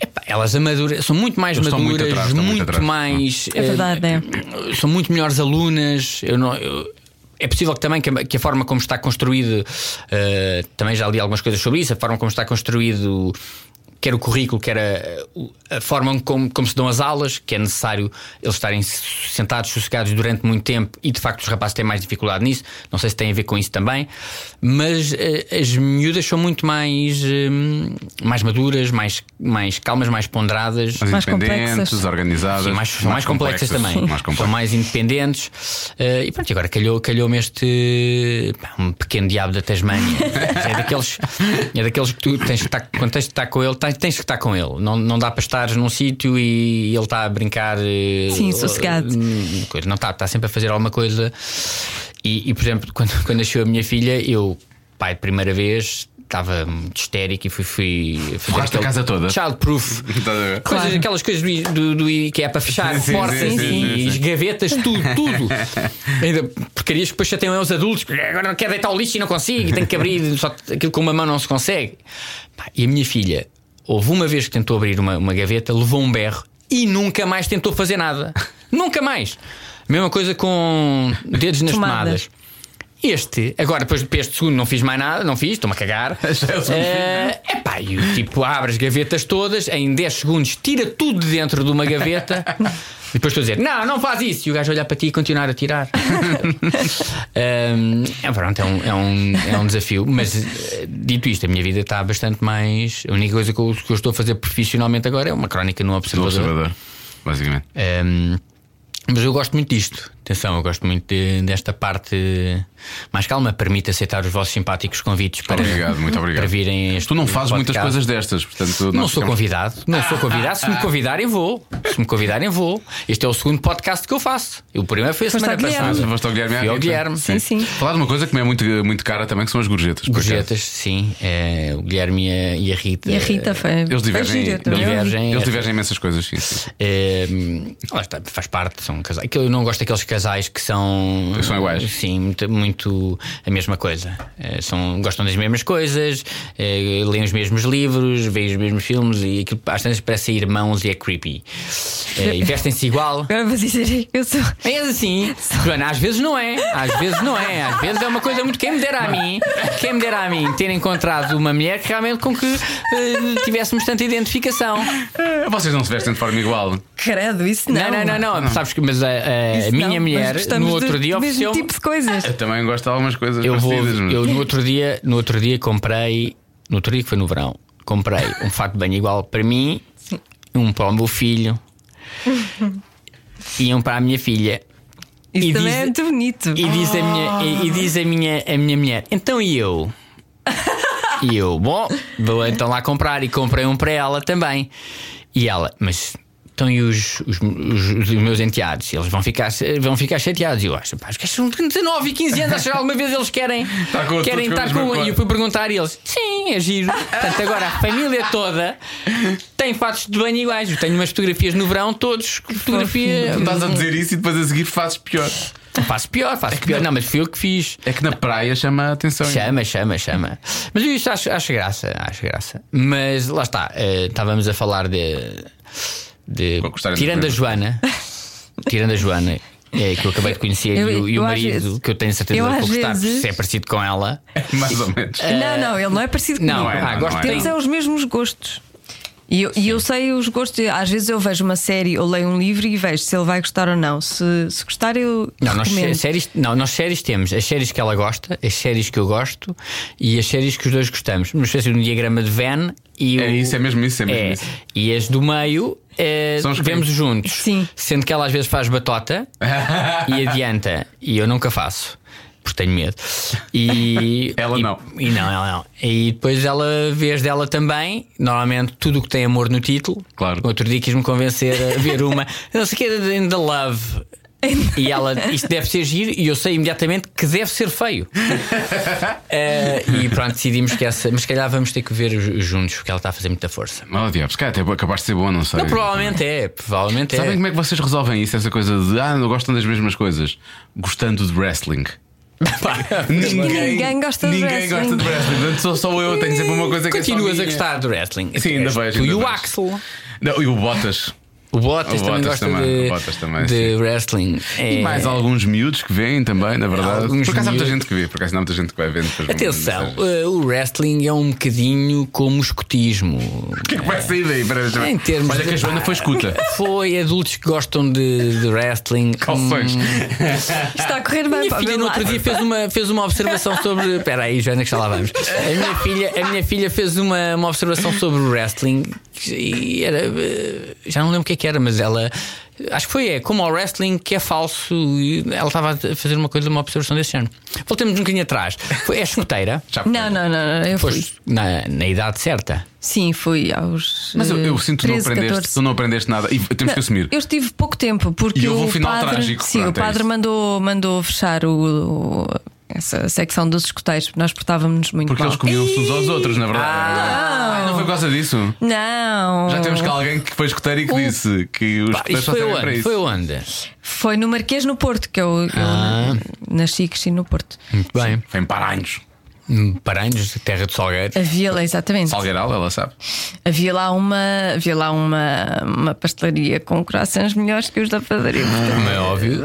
epá, elas amadure- são muito mais Eles estão muito maduras, muito, atrás, estão muito atrás. mais. É verdade, é. eh, São muito melhores alunas. Eu não- eu- é possível que também que a, que a forma como está construído, eh, também já li algumas coisas sobre isso, a forma como está construído quer o currículo, quer a, a forma como, como se dão as aulas, que é necessário eles estarem sentados, sossegados durante muito tempo e de facto os rapazes têm mais dificuldade nisso. Não sei se tem a ver com isso também, mas eh, as miúdas são muito mais, eh, mais maduras, mais, mais calmas, mais ponderadas. Mais, Mais independentes, complexas. organizadas. Sim, mais, são mais complexas, também. Mais São complexas. mais independentes. Eh, e pronto, e agora calhou- calhou-me este pá, um pequeno diabo da Tasmânia. é, daqueles, é daqueles que tu tens que estar, quando tens que estar com ele, tens, tens que estar com ele. Não, não dá para estares num sítio e ele está a brincar. eh, Sim, eh, sossegado. hum, coisa. Não está, está sempre a fazer alguma coisa. E, e, por exemplo, (laughs) quando, quando nasceu a minha filha, eu, pai, de primeira vez. Estava muito histérico e fui, fui fazer Forraste a aquele casa toda. Childproof Estás a ver? Coisas- Claro. aquelas coisas do, do, do IKEA para fechar Sim, sim, portas sim, sim, e sim. gavetas, tudo, (laughs) tudo. Ainda porcarias que depois já têm os adultos, agora não quero deitar o lixo e não consigo, e tenho que abrir, só aquilo com uma mão não se consegue. Pá, E a minha filha, houve uma vez que tentou abrir uma, uma gaveta, levou um berro e nunca mais tentou fazer nada. Nunca mais. Mesma coisa com dedos nas Tomadas. tomadas. Este, agora depois de este segundo não fiz mais nada, não fiz, estou-me a cagar. É epá, e o tipo abre as gavetas todas, em 10 segundos tira tudo de dentro de uma gaveta. E depois estou a dizer, não, não faz isso. E o gajo olhar para ti e continuar a tirar. Hum, é, pronto, é um, é, um, é um desafio. Mas eh, dito isto, a minha vida está bastante mais. A única coisa que eu, que eu estou a fazer profissionalmente agora é uma crónica no Do Observador. observador, basicamente. Um, mas eu gosto muito disto. Atenção, eu gosto muito de- desta parte mais calma. Permite aceitar os vossos simpáticos convites (laughs) para, Obrigado, muito obrigado. para virem. a Este Tu não fazes muitas coisas podcast. destas, portanto. Não nós sou ficamos- convidado, não sou (laughs) convidado. Se me convidarem, vou. Se me convidarem, vou. Este é o segundo podcast que eu faço. O primeiro foi a Foste semana ao Guilherme. passada. Foste ao Guilherme Fui ao Arita. Guilherme. Sim, sim. Falar de uma coisa que me é muito, muito cara também, que são as gorjetas. por acaso. Gorjetas, sim. É, o Guilherme e a, e a Rita. E a Rita foi. Eles divergem, foi gira também. divergem. eles divergem em imensas coisas, sim. sim. É, lá está, faz parte, são casais. que Eu não gosto daqueles casais que são. Que são iguais. Sim, muito, muito a mesma coisa. É, são, gostam das mesmas coisas, é, leem os mesmos livros, veem os mesmos filmes e aquilo às vezes parece irmãos e é creepy. É, e vestem-se igual. Agora vou dizer, eu sou. É assim, Joana, às vezes não é, às vezes não é, às vezes é uma coisa muito. Quem me dera a mim, quem me dera a mim ter encontrado uma mulher que realmente com que eh, tivéssemos tanta identificação. Eh, Vocês não se vestem de forma igual. Credo, isso não. Não, não, não, não. Sabes que, mas a, a Isso minha não, mulher mas gostamos no outro do- dia do mesmo ofereceu. tipo de coisas. Eu também gosto de algumas coisas eu vou, parecidas. mas- eu no outro dia, no outro dia comprei, no outro dia que foi no verão, (laughs) comprei um fato de banho igual para mim, um para o (laughs) meu filho e um para a minha filha. Isso E também diz- é muito bonito. E diz a minha, e, e diz a minha, a minha mulher, então e eu? E eu, bom, vou então lá comprar e comprei um para ela também. E ela, mas então e os, os, os- os meus enteados? Eles vão ficar, vão ficar chateados. E eu acho, pá, os gajos são de 19 e 15 anos, acho que alguma vez eles querem, Tá com- querem todos com a estar mesma com. um?" cor. E eu fui perguntar a eles, sim, é giro. Portanto, agora a família toda tem fatos de banho iguais. Eu tenho umas fotografias no verão, todos com fotografia. Estás a dizer isso e depois a seguir fazes pior. Faço pior, faço pior. Não, mas fui eu que fiz. É que na praia chama a atenção. Chama, chama, chama. Mas eu isto acho, acho graça, acho graça. Mas lá está, eh, estávamos a falar de. de- Vou gostar de tirando a perguntar. Joana, tirando a (laughs) Joana, eh, que eu acabei de conhecer, Eu- e o, e eu o às marido, vezes- que eu tenho certeza eu que vou às gostar, vezes- se é parecido com ela. Mais ou (laughs) menos. Não, não, ele não é parecido comigo. eh, Não, é, ah, não, gosto não é. de- Temos é os mesmos gostos. E eu, e eu sei os gostos. Às vezes eu vejo uma série ou leio um livro e vejo se ele vai gostar ou não. Se, se gostar, eu. Não nós, recomendo. séries, não, nós séries temos as séries que ela gosta, as séries que eu gosto e as séries que os dois gostamos. Uma espécie de um diagrama de Venn e É o- isso, é mesmo isso, é mesmo É. isso. E as do meio eh, São os que- vemos juntos. Sim. Sendo que ela às vezes faz batota e adianta. E eu nunca faço. Porque tenho medo. (laughs) E, Ela e- não. E não, ela não. E depois ela vês dela também. Normalmente tudo o que tem amor no título. Claro. Outro dia quis-me convencer a (laughs) ver uma. Não sei o que era in the love. E ela, isto deve ser giro, e eu sei imediatamente que deve (laughs) ser feio. Eh, e pronto, decidimos que essa. Mas se calhar vamos ter que ver os- os juntos, porque ela está a fazer muita força. Oh, diabos, cara, até acabaste de ser bom, não sei. Não, provavelmente é, provavelmente Sabem é. como é que vocês resolvem isso, essa coisa de ah, não gostam das mesmas coisas? Gostando de wrestling. (laughs) (laughs) Ninguém gosta de ninguém wrestling. gosta de wrestling. Portanto, sou só eu, tenho sempre uma coisa que é só Continuas a minha. gostar do wrestling. Sim, ainda És vejo, Tu ainda e o vejo. Axel. Não, e o Botas. O Bottas O também Bottas gosta também, o de, Bottas também, de sim. wrestling. É- E mais alguns miúdos que vêm também, na verdade. Alguns por acaso há muita miúdos. gente que vê, por acaso não há muita gente que vai vendo. depois vão- Atenção, eh, o wrestling é um bocadinho como o escotismo. O (laughs) que é que vai sair daí? Para- para- Em termos Olha de- que a Joana foi (laughs) escuta. Foi adultos que gostam de, de (laughs) wrestling. Hum, Calções. Está a correr bem é- Minha para o filha meu no outro lado. dia fez uma, fez uma observação sobre. Espera aí, Joana, que já lá vamos. A minha filha, a minha filha fez uma, uma observação sobre o wrestling e era. eh, Já não lembro o que é que era, mas ela. Acho que foi, é como ao wrestling que é falso. e Ela estava a fazer uma coisa, uma observação desse género. Voltemos um bocadinho atrás. Foi, é escoteira. Já foi. Não, não, não, não, eu fui. Pois, na, na idade certa. Sim, fui aos. Mas eu, eu eh, sinto que não 13, aprendeste, 14. tu não aprendeste nada. E temos que assumir. Eu estive pouco tempo, porque E houve o um final padre, trágico, sim, pronto, o é padre isso. mandou, mandou fechar o, o- essa secção dos escoteiros, porque nós portávamos-nos muito Porque mal. eles comiam-se uns aos outros, na verdade. Ah, não foi por causa disso. Não. Já temos cá alguém que foi escuteiro e que disse que os Pá, escuteiros isto só foi servem para onde? isso. Foi onde? Foi no Marquês no Porto, que é eu, eu Ah. nasci e cresci no Porto. Muito bem. Foi em Paranhos. Hum, Paranhos, terra de Salgueiro. Havia lá, exatamente. Salgueiral, ela sabe. Havia lá uma, havia lá uma, uma pastelaria com croissants melhores que os da padaria. Ah. portanto, Como é óbvio.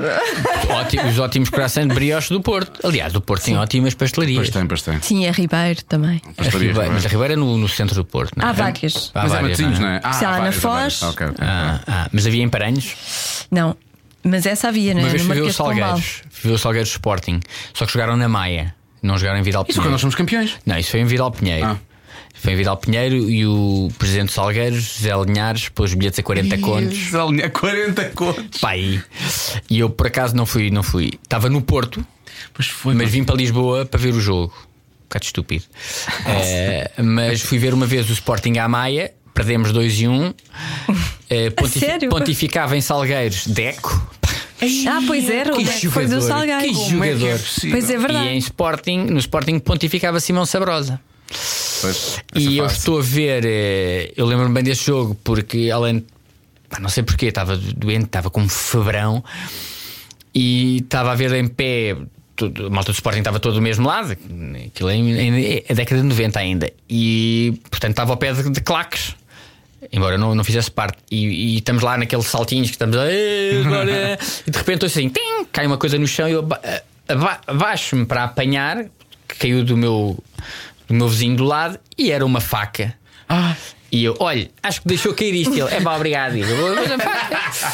Ótimo- os ótimos corações de brioche do Porto. Aliás, o Porto tem ótimas pastelarias. Pois tem, pois tem. Tinha Ribeiro também. A Ribeira- mas a Ribeira é no, no centro do Porto, não é? Há várias. Há Mas é várias, Matosinhos, não não é? é? Ah, Sei lá, há na várias, há várias. Foz. Ok, ok. Ah, ah, mas havia em Paranhos. Não, mas essa havia, não Uma é? vez No viveu o Marquês de Pombal. Salgueiros. Viveu o Salgueiros Sporting. Só que jogaram na Maia. Não jogaram em Vidal Isso quando Pinheiro. nós somos campeões. Não, isso foi em Vidal Pinheiro. Ah. Foi em Vidal Pinheiro e o presidente do Salgueiros, José Linhares, pôs bilhetes a 40 contos. Alinhar 40 é contos. Pai. E eu por acaso não fui, não fui. Estava no Porto, Pois foi. mas vim para Lisboa para ver o jogo. Um (laughs) bocado estúpido. Eh, mas fui ver uma vez o Sporting à Maia, perdemos 2 e 1. Um. Eh, pontifi- sério? Pontificava em Salgueiros Deco. Ah, pois era, o Que Deco foi do jogador, Salgueiro. que Como é que é jogador. possível? Pois é E em verdade. Sporting, no Sporting pontificava Simão Sabrosa. Pois, essa E eu fase. estou a ver, eh, eu lembro-me bem desse jogo, porque além. pá, não sei porquê, estava doente, estava com um febrão e estava a ver em pé. Tudo, a malta do Sporting estava todo do mesmo lado, aquilo é, é, é década de 90 ainda, e portanto estava ao pé de, de claques. Embora eu não, não fizesse parte, e, e estamos lá naqueles saltinhos que estamos "Ei, agora", e de repente eu assim, tim, cai uma coisa no chão e eu aba- aba- abaixo-me para apanhar, que caiu do meu, do meu vizinho do lado, e era uma faca. Ah, E eu, olha, acho que deixou cair isto. Ele, é pá, obrigado. E eu, "Mas é pá."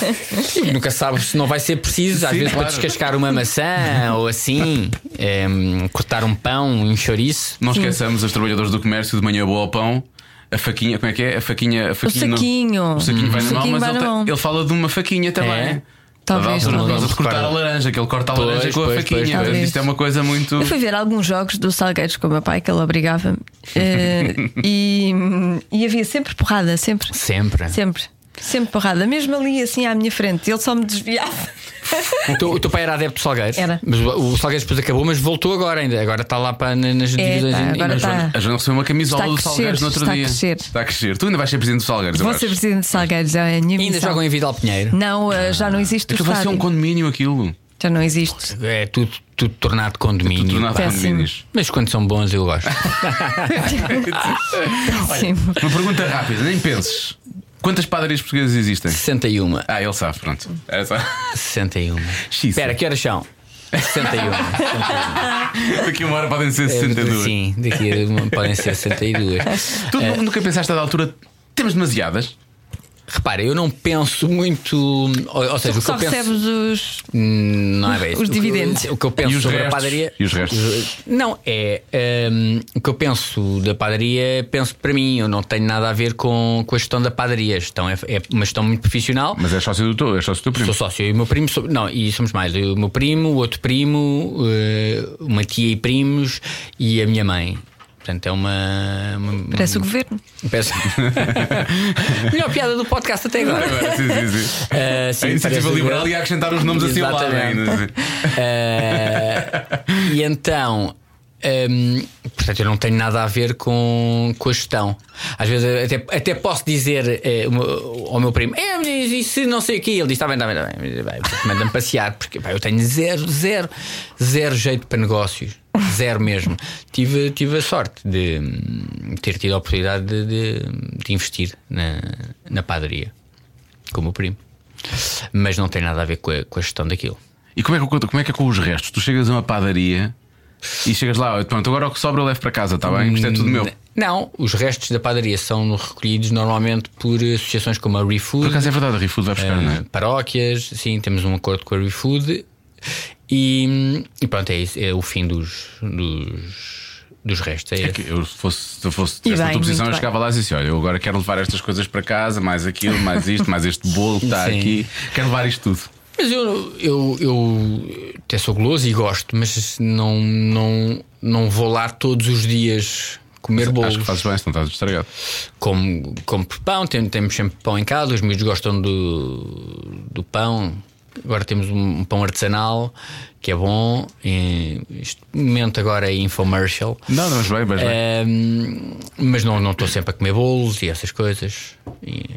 E nunca sabe se não vai ser preciso, às Sim, vezes claro. para descascar uma maçã ou assim, em, cortar um pão, um chouriço. não esqueçamos os trabalhadores do comércio de manhã boa ao pão. A faquinha, como é que é? A faquinha. A faquinha não- saquinho. O saquinho vai O na mão, saquinho mas vai ele, na tem- mão. ele fala de uma faquinha também. Tá É? Talvez, Ele não. gosta talvez. de cortar Repara. a laranja, que ele corta a Pois, laranja com a pois, faquinha. pois, Portanto, pois. Isto é uma coisa muito. Eu fui ver alguns jogos dos Salgueiros com o meu pai, que ele obrigava-me. Eh, e, e havia sempre porrada, sempre. Sempre. Sempre. Sempre porrada. Mesmo ali, assim, à minha frente. Ele só me desviava. O teu, o teu pai era adepto de Salgueiros. Era. Mas o, o Salgueiros depois acabou, mas voltou agora ainda. Agora está lá para, na- nas É, divisões. tá, in- agora in- tá. A Joana recebeu uma camisola Está a do Salgueiros crescer, no outro está a dia. crescer. Está a crescer. Tu ainda vais ser presidente do Salgueiros, eu Vou acho. ser presidente de Salgueiros, é a minha Ainda missão. jogam em É Vidal Pinheiro. Não, eh, já não existe o Aquilo vai ser estádio. um condomínio, aquilo. Já não (laughs) existe. É tudo, tudo tornado condomínio. Tudo pá. tornado Péssimo. condomínios. Mas quando são bons, (laughs) eu gosto. Sim. Uma pergunta rápida, nem penses. Quantas padarias portuguesas existem? 61. Ah, ele sabe, pronto. Era só. (laughs) Xiça. 61. Espera, que horas são? 61. Daqui a uma hora podem ser É, 62. Sim, daqui a uma- podem (laughs) ser 62. Tu nu- nunca pensaste a da altura, temos demasiadas? Repara, eu não penso muito. Ou, ou seja, Tu o que só eu penso. recebes os. Hum, Não é bem isso. Os O que eu- dividendos. O que eu penso E os sobre restos? a padaria. E os restos? Não, é. hum, o que eu penso da padaria, penso para mim. Eu não tenho nada a ver com, com a gestão da padaria. A gestão é, é uma gestão muito profissional. Mas é sócio do teu, é sócio do teu Sou primo. sócio. Eu e o meu primo. sou- não, e somos mais. Eu, e o meu primo, o outro primo, eh, uma tia e primos e a minha mãe. Portanto, é uma. uma- Parece o governo. (laughs) Peço. Melhor piada do podcast até agora. Agora, sim, sim, É, sim. Ah, sim, a iniciativa parece- liberal ia acrescentar os nomes assim ao lado Exatamente. ainda. Ah, e então. hum, portanto, eu não tenho nada a ver com, com a gestão. Às vezes eu até, até posso dizer eh, o meu- ao meu primo: É, mas isso não sei o que. Ele diz: Está bem, está bem, está bem. Vai, Manda-me passear, porque pá, eu tenho zero, zero, zero jeito para negócios. Zero mesmo. Tive, tive a sorte de hum, ter tido a oportunidade de, de- de investir na, na padaria. com o meu primo. Mas não tem nada a ver com a, com a gestão daquilo. E como é, que, como é que é com os restos? Tu chegas a uma padaria e chegas lá, pronto, agora o que sobra eu levo para casa, está bem? Isto é tudo meu. Não, os restos da padaria são recolhidos normalmente por associações como a Por ReFood, acaso é verdade, a ReFood vai buscar, não é? eh, paróquias, sim, temos um acordo com a ReFood e, e pronto, é, isso, é o fim dos, dos, dos restos. É É esse. que eu fosse, se eu fosse E tivesse na bem, tua posição, eu muito chegava lá e dizia assim: Olha, eu agora quero levar estas coisas para casa, mais aquilo, mais isto, mais este bolo que está Sim. aqui, quero levar isto tudo. Mas eu, eu, eu até sou goloso e gosto, mas não, não, não vou lá todos os dias comer bolos. Acho que fazes bem, se não estás estragado. como, como pão, tem- temos sempre pão em casa, os miúdos gostam do, do pão. Agora temos um, um pão artesanal que é bom. E Este momento agora é infomercial. Não, não, mas bem, mas bem. Ahm, mas não estou sempre a comer bolos e essas coisas. E,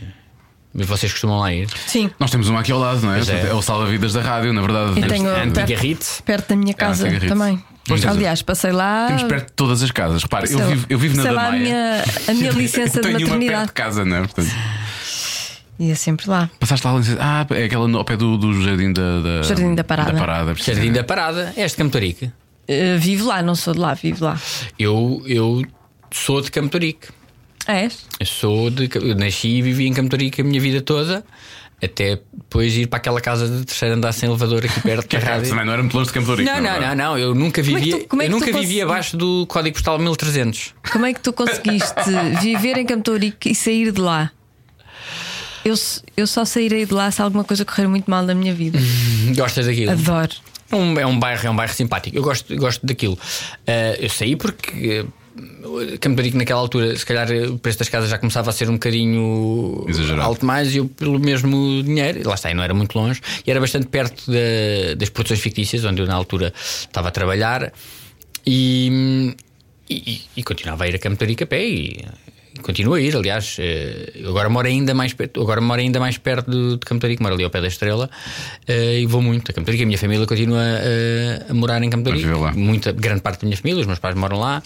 mas vocês costumam lá ir? Sim, Nós temos uma aqui ao lado, não é? Pois é. é. o salva-vidas da rádio, na verdade. Eu tenho- temos, Perto- Garrite? perto da minha Ah, casa tem que rir. também. Pois tens- Aliás, passei lá. temos perto de todas as casas. Repare, eu Ah. sei- vivo, eu vivo na sei lá, a Damaia. minha, a minha licença (laughs) eu tenho de uma perto maternidade. de casa, não é? Portanto, Ia sempre lá. passaste lá e dizes, ah, é aquela no- ao pé do, do jardim da, da- Jardim da Parada. Da parada Jardim da Parada, és de Campo de Rico? Eh, vivo lá, não sou de lá, vivo lá. Eu, eu sou de Campo de Rico. És? Eu sou de. Eu nasci e vivi em Campo de Rico a minha vida toda, até depois ir para aquela casa de terceiro andar sem elevador (laughs) aqui perto da Caralho, rádio. É, também não era muito longe de Campo de Rico, na Não, não, verdade. não, não, eu nunca é que vivi, tu- como é eu que tu nunca vivi consegui- abaixo do código postal 1300. Como é que tu conseguiste viver em Campo de Ourique e sair de lá? Eu, s- eu só sairei de lá se alguma coisa correr muito mal na minha vida. (laughs) Gostas daquilo? Adoro. Ah, Um- é um bairro, é um bairro simpático. Eu gosto, gosto daquilo. Ah, eu saí porque eh, Campo de Rico naquela altura, se calhar eh, o preço das casas já começava a ser um bocadinho Exagerado. alto mais e eu pelo mesmo dinheiro, e lá está, e não era muito longe, e era bastante perto da- das produções fictícias, onde eu na altura estava a trabalhar e, e- e continuava a ir a Campo de Rico a pé e, e continuo a ir, aliás, eh, eu agora moro ainda mais perto, agora moro ainda mais perto de, de Campo de Rico, moro ali ao pé da Estrela eh, e vou muito a Campo de Rico, a minha família continua eh, a morar em Campo de A Rico, viver lá. muita grande parte da minha família, os meus pais moram lá,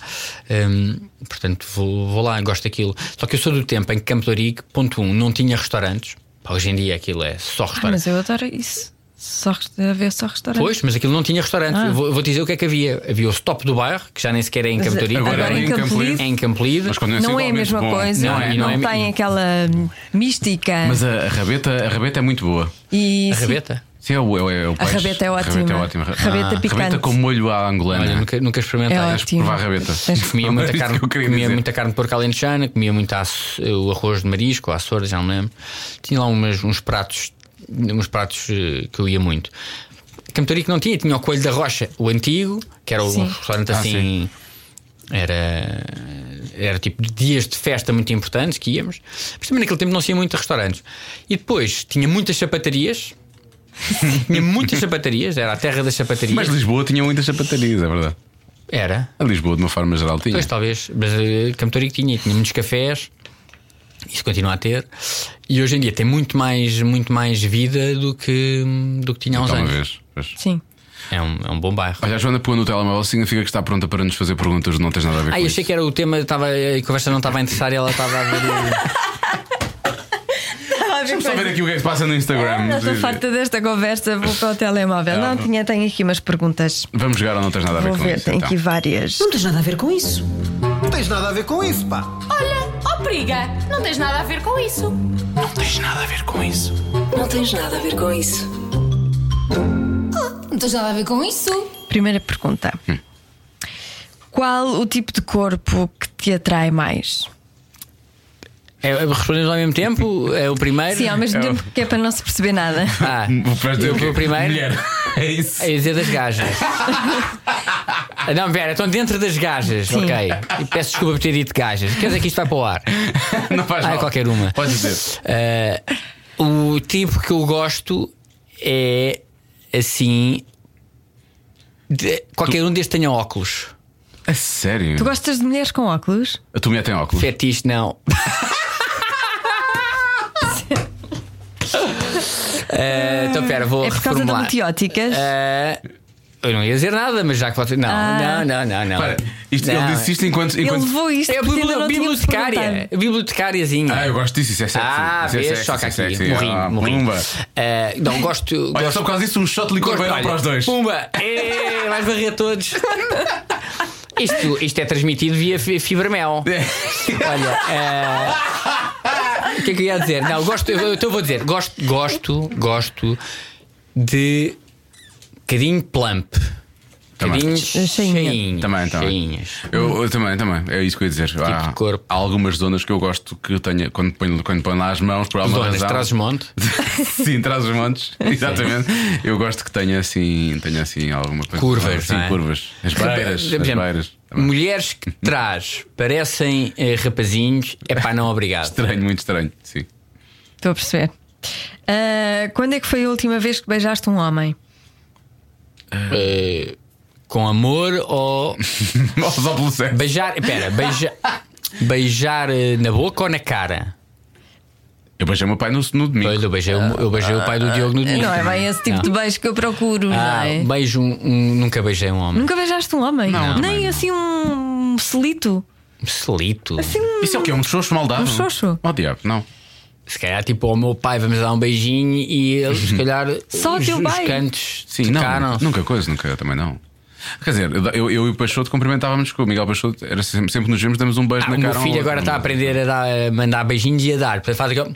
hum, portanto vou, vou lá, gosto daquilo. Só que eu sou do tempo em que Campo de Ourique, ponto 1, um, não tinha restaurantes. Pá, hoje em dia aquilo é só Ah, mas restaurantes. eu adoro isso. Só resta- haver só restaurante. Pois, mas aquilo não tinha restaurantes. Ah. Eu vou, vou dizer o que é que havia. Havia o stop do bairro, que já nem sequer é em Campo de Ourique, Agora agora é é em Campo de em- Ourique. é em Campolide. Mas continua a ser Não é a igualmente mesma bom. coisa, Não não, é, não é- tem aquela hum, mística. Mas a, a rabeta, a rabeta é muito boa. e A sim, rabeta? Sim, é o, é o- é o A peixe. rabeta Rabeta é é ótima. ótima. Rabeta rabeta picante. com molho à angolana. Olha, nunca, nunca experimentei. É Tens de ótimo. provar a rabeta. Tens- Comia, Não, muita era isso carne, que eu queria comia dizer. muita carne de porco alentejana, comia muito aço- o arroz de marisco, a açores, já não me lembro. Tinha lá umas- uns pratos, uns pratos eh, que eu ia muito. Campo de Ourique não tinha, tinha o Coelho da Rocha, o antigo, que era um Sim. restaurante Ah, assim. Era, era tipo de dias de festa muito importantes que íamos, mas também naquele tempo não se ia muito a restaurantes. E depois tinha muitas (laughs) sapatarias, tinha muitas sapatarias, era a terra das sapatarias. Mas Lisboa tinha muitas sapatarias, é verdade. Era. A Lisboa, de uma forma geral, tinha. Pois talvez, mas eh, Campo Torico tinha, tinha muitos cafés, isso continua a ter, e hoje em dia tem muito mais, muito mais vida do que, do que tinha há uns Então, uma anos. vez. Pois. Sim. É um, é um bom bairro. Olha, a Joana pôs no telemóvel significa que está pronta para nos fazer perguntas, não tens nada a ver com Ah, eu achei isso. que era o tema, estava, a conversa não estava a interessar e ela estava a ver. Só ver aqui o que é que se passa no Ah, Instagram. Eu estou farta desta conversa, vou para o telemóvel. Não, tinha, tenho aqui umas perguntas. Vamos jogar ou não tens nada a ver Vou com ver, isso? tenho então. aqui várias. Não tens nada a ver com isso. Não tens nada a ver com isso, pá. Olha, ó periga, não tens nada a ver com isso. Não tens nada a ver com isso. Oh, Não tens nada a ver com isso. Primeira pergunta: Hum. Qual o tipo de corpo que te atrai mais? É, é, respondemos ao mesmo tempo, é o primeiro. Sim, ao mesmo tempo que é para não se perceber (laughs) nada. Ah, (laughs) Vou para dizer eu o quê? vou primeiro. Mulher. (laughs) É isso. É dizer (laughs) das gajas. Ah, Não, pera, estão dentro das gajas, ok. E peço desculpa por ter dito gajas. Quer dizer que isto vai para o ar. Não faz Ah, é mal. qualquer uma. Podes dizer. Ah, O tipo que eu gosto é assim. de- qualquer um deles tenha óculos. A sério? Tu gostas de mulheres com óculos? A tua mulher tem óculos? Fetiche, não. Eh, Então, pera, vou É por causa de Ah, então, É reformular. multióticas? Eh, Eu não ia dizer nada, mas já que você. Não, Ah. não, não, não. não. Para, isto, Não. ele disse isto enquanto. Ele enquanto... levou isto. É a porque ainda não bibli- tínhamos bibliotecária. perguntado. Bibliotecariazinha. Ah, eu gosto disso, isso é sexy. Ah, isso é vês, sexy, choca isso é aqui. sexy. Morri, Ah, morri. Pumba. Ah, não, gosto. Olha, gosto só por causa disso, um shot de licor Gosto- vai olha, para os dois. (laughs) Pumba! Ê, vais varrer todos. Isto, isto é transmitido via fi- Fibramel. É. Olha, eh, o que é que eu ia dizer? Não, gosto, eu, então vou dizer, gosto, gosto, gosto de bocadinho plump. Também. Bocadinho Cheinha. cheinho. Também, também. Cheinhas. Eu, eu também, também, é isso que eu ia dizer. há, de Tipo corpo. há algumas zonas que eu gosto que tenha, quando ponho, quando ponho lá as mãos, por alguma Zonas, razão. trazes monte. (laughs) Sim, traz os montes, exatamente. Eu gosto que tenha assim, tenha assim alguma coisa. Curvas, Sim, não é? curvas. As beiras. Por As exemplo, beiras. É Também. Mulheres que traz parecem eh, rapazinhos, é pá, não obrigado. Estranho, muito estranho. Sim. (laughs) Estou a perceber. Ah, quando é que foi a última vez que beijaste um homem? Eh, com amor (laughs) ou Ou Só pelo sexo. beijar, espera, beija, beijar eh, na boca ou na cara? Eu beijei o meu pai no, no domingo. Pois, Eu beijei, o, eu beijei o pai do Diogo no domingo. Não é bem esse tipo Não. de beijo que eu procuro, Ah, não é? beijo, um- um- nunca beijei um homem. Nunca beijaste um homem? Não, Nem também não. assim um selito? Selito. Assim? Isso é o quê? Um xoxo maldado? Um xoxo. Oh, diabo, não. Se calhar, tipo, ao meu pai vamos dar um beijinho e ele, se calhar, (laughs) Só os, teu os pai? cantos Sim, não. tocaram-se. Nunca coisa, nunca também não. Quer dizer, eu, eu e o Peixoto cumprimentávamos com o Miguel Peixoto, era sempre, sempre nos vemos, damos um beijo Ah, na cara. o meu um ao filho outro. agora está a aprender a, dar- a mandar beijinhos e a dar. Portanto, faz aquele.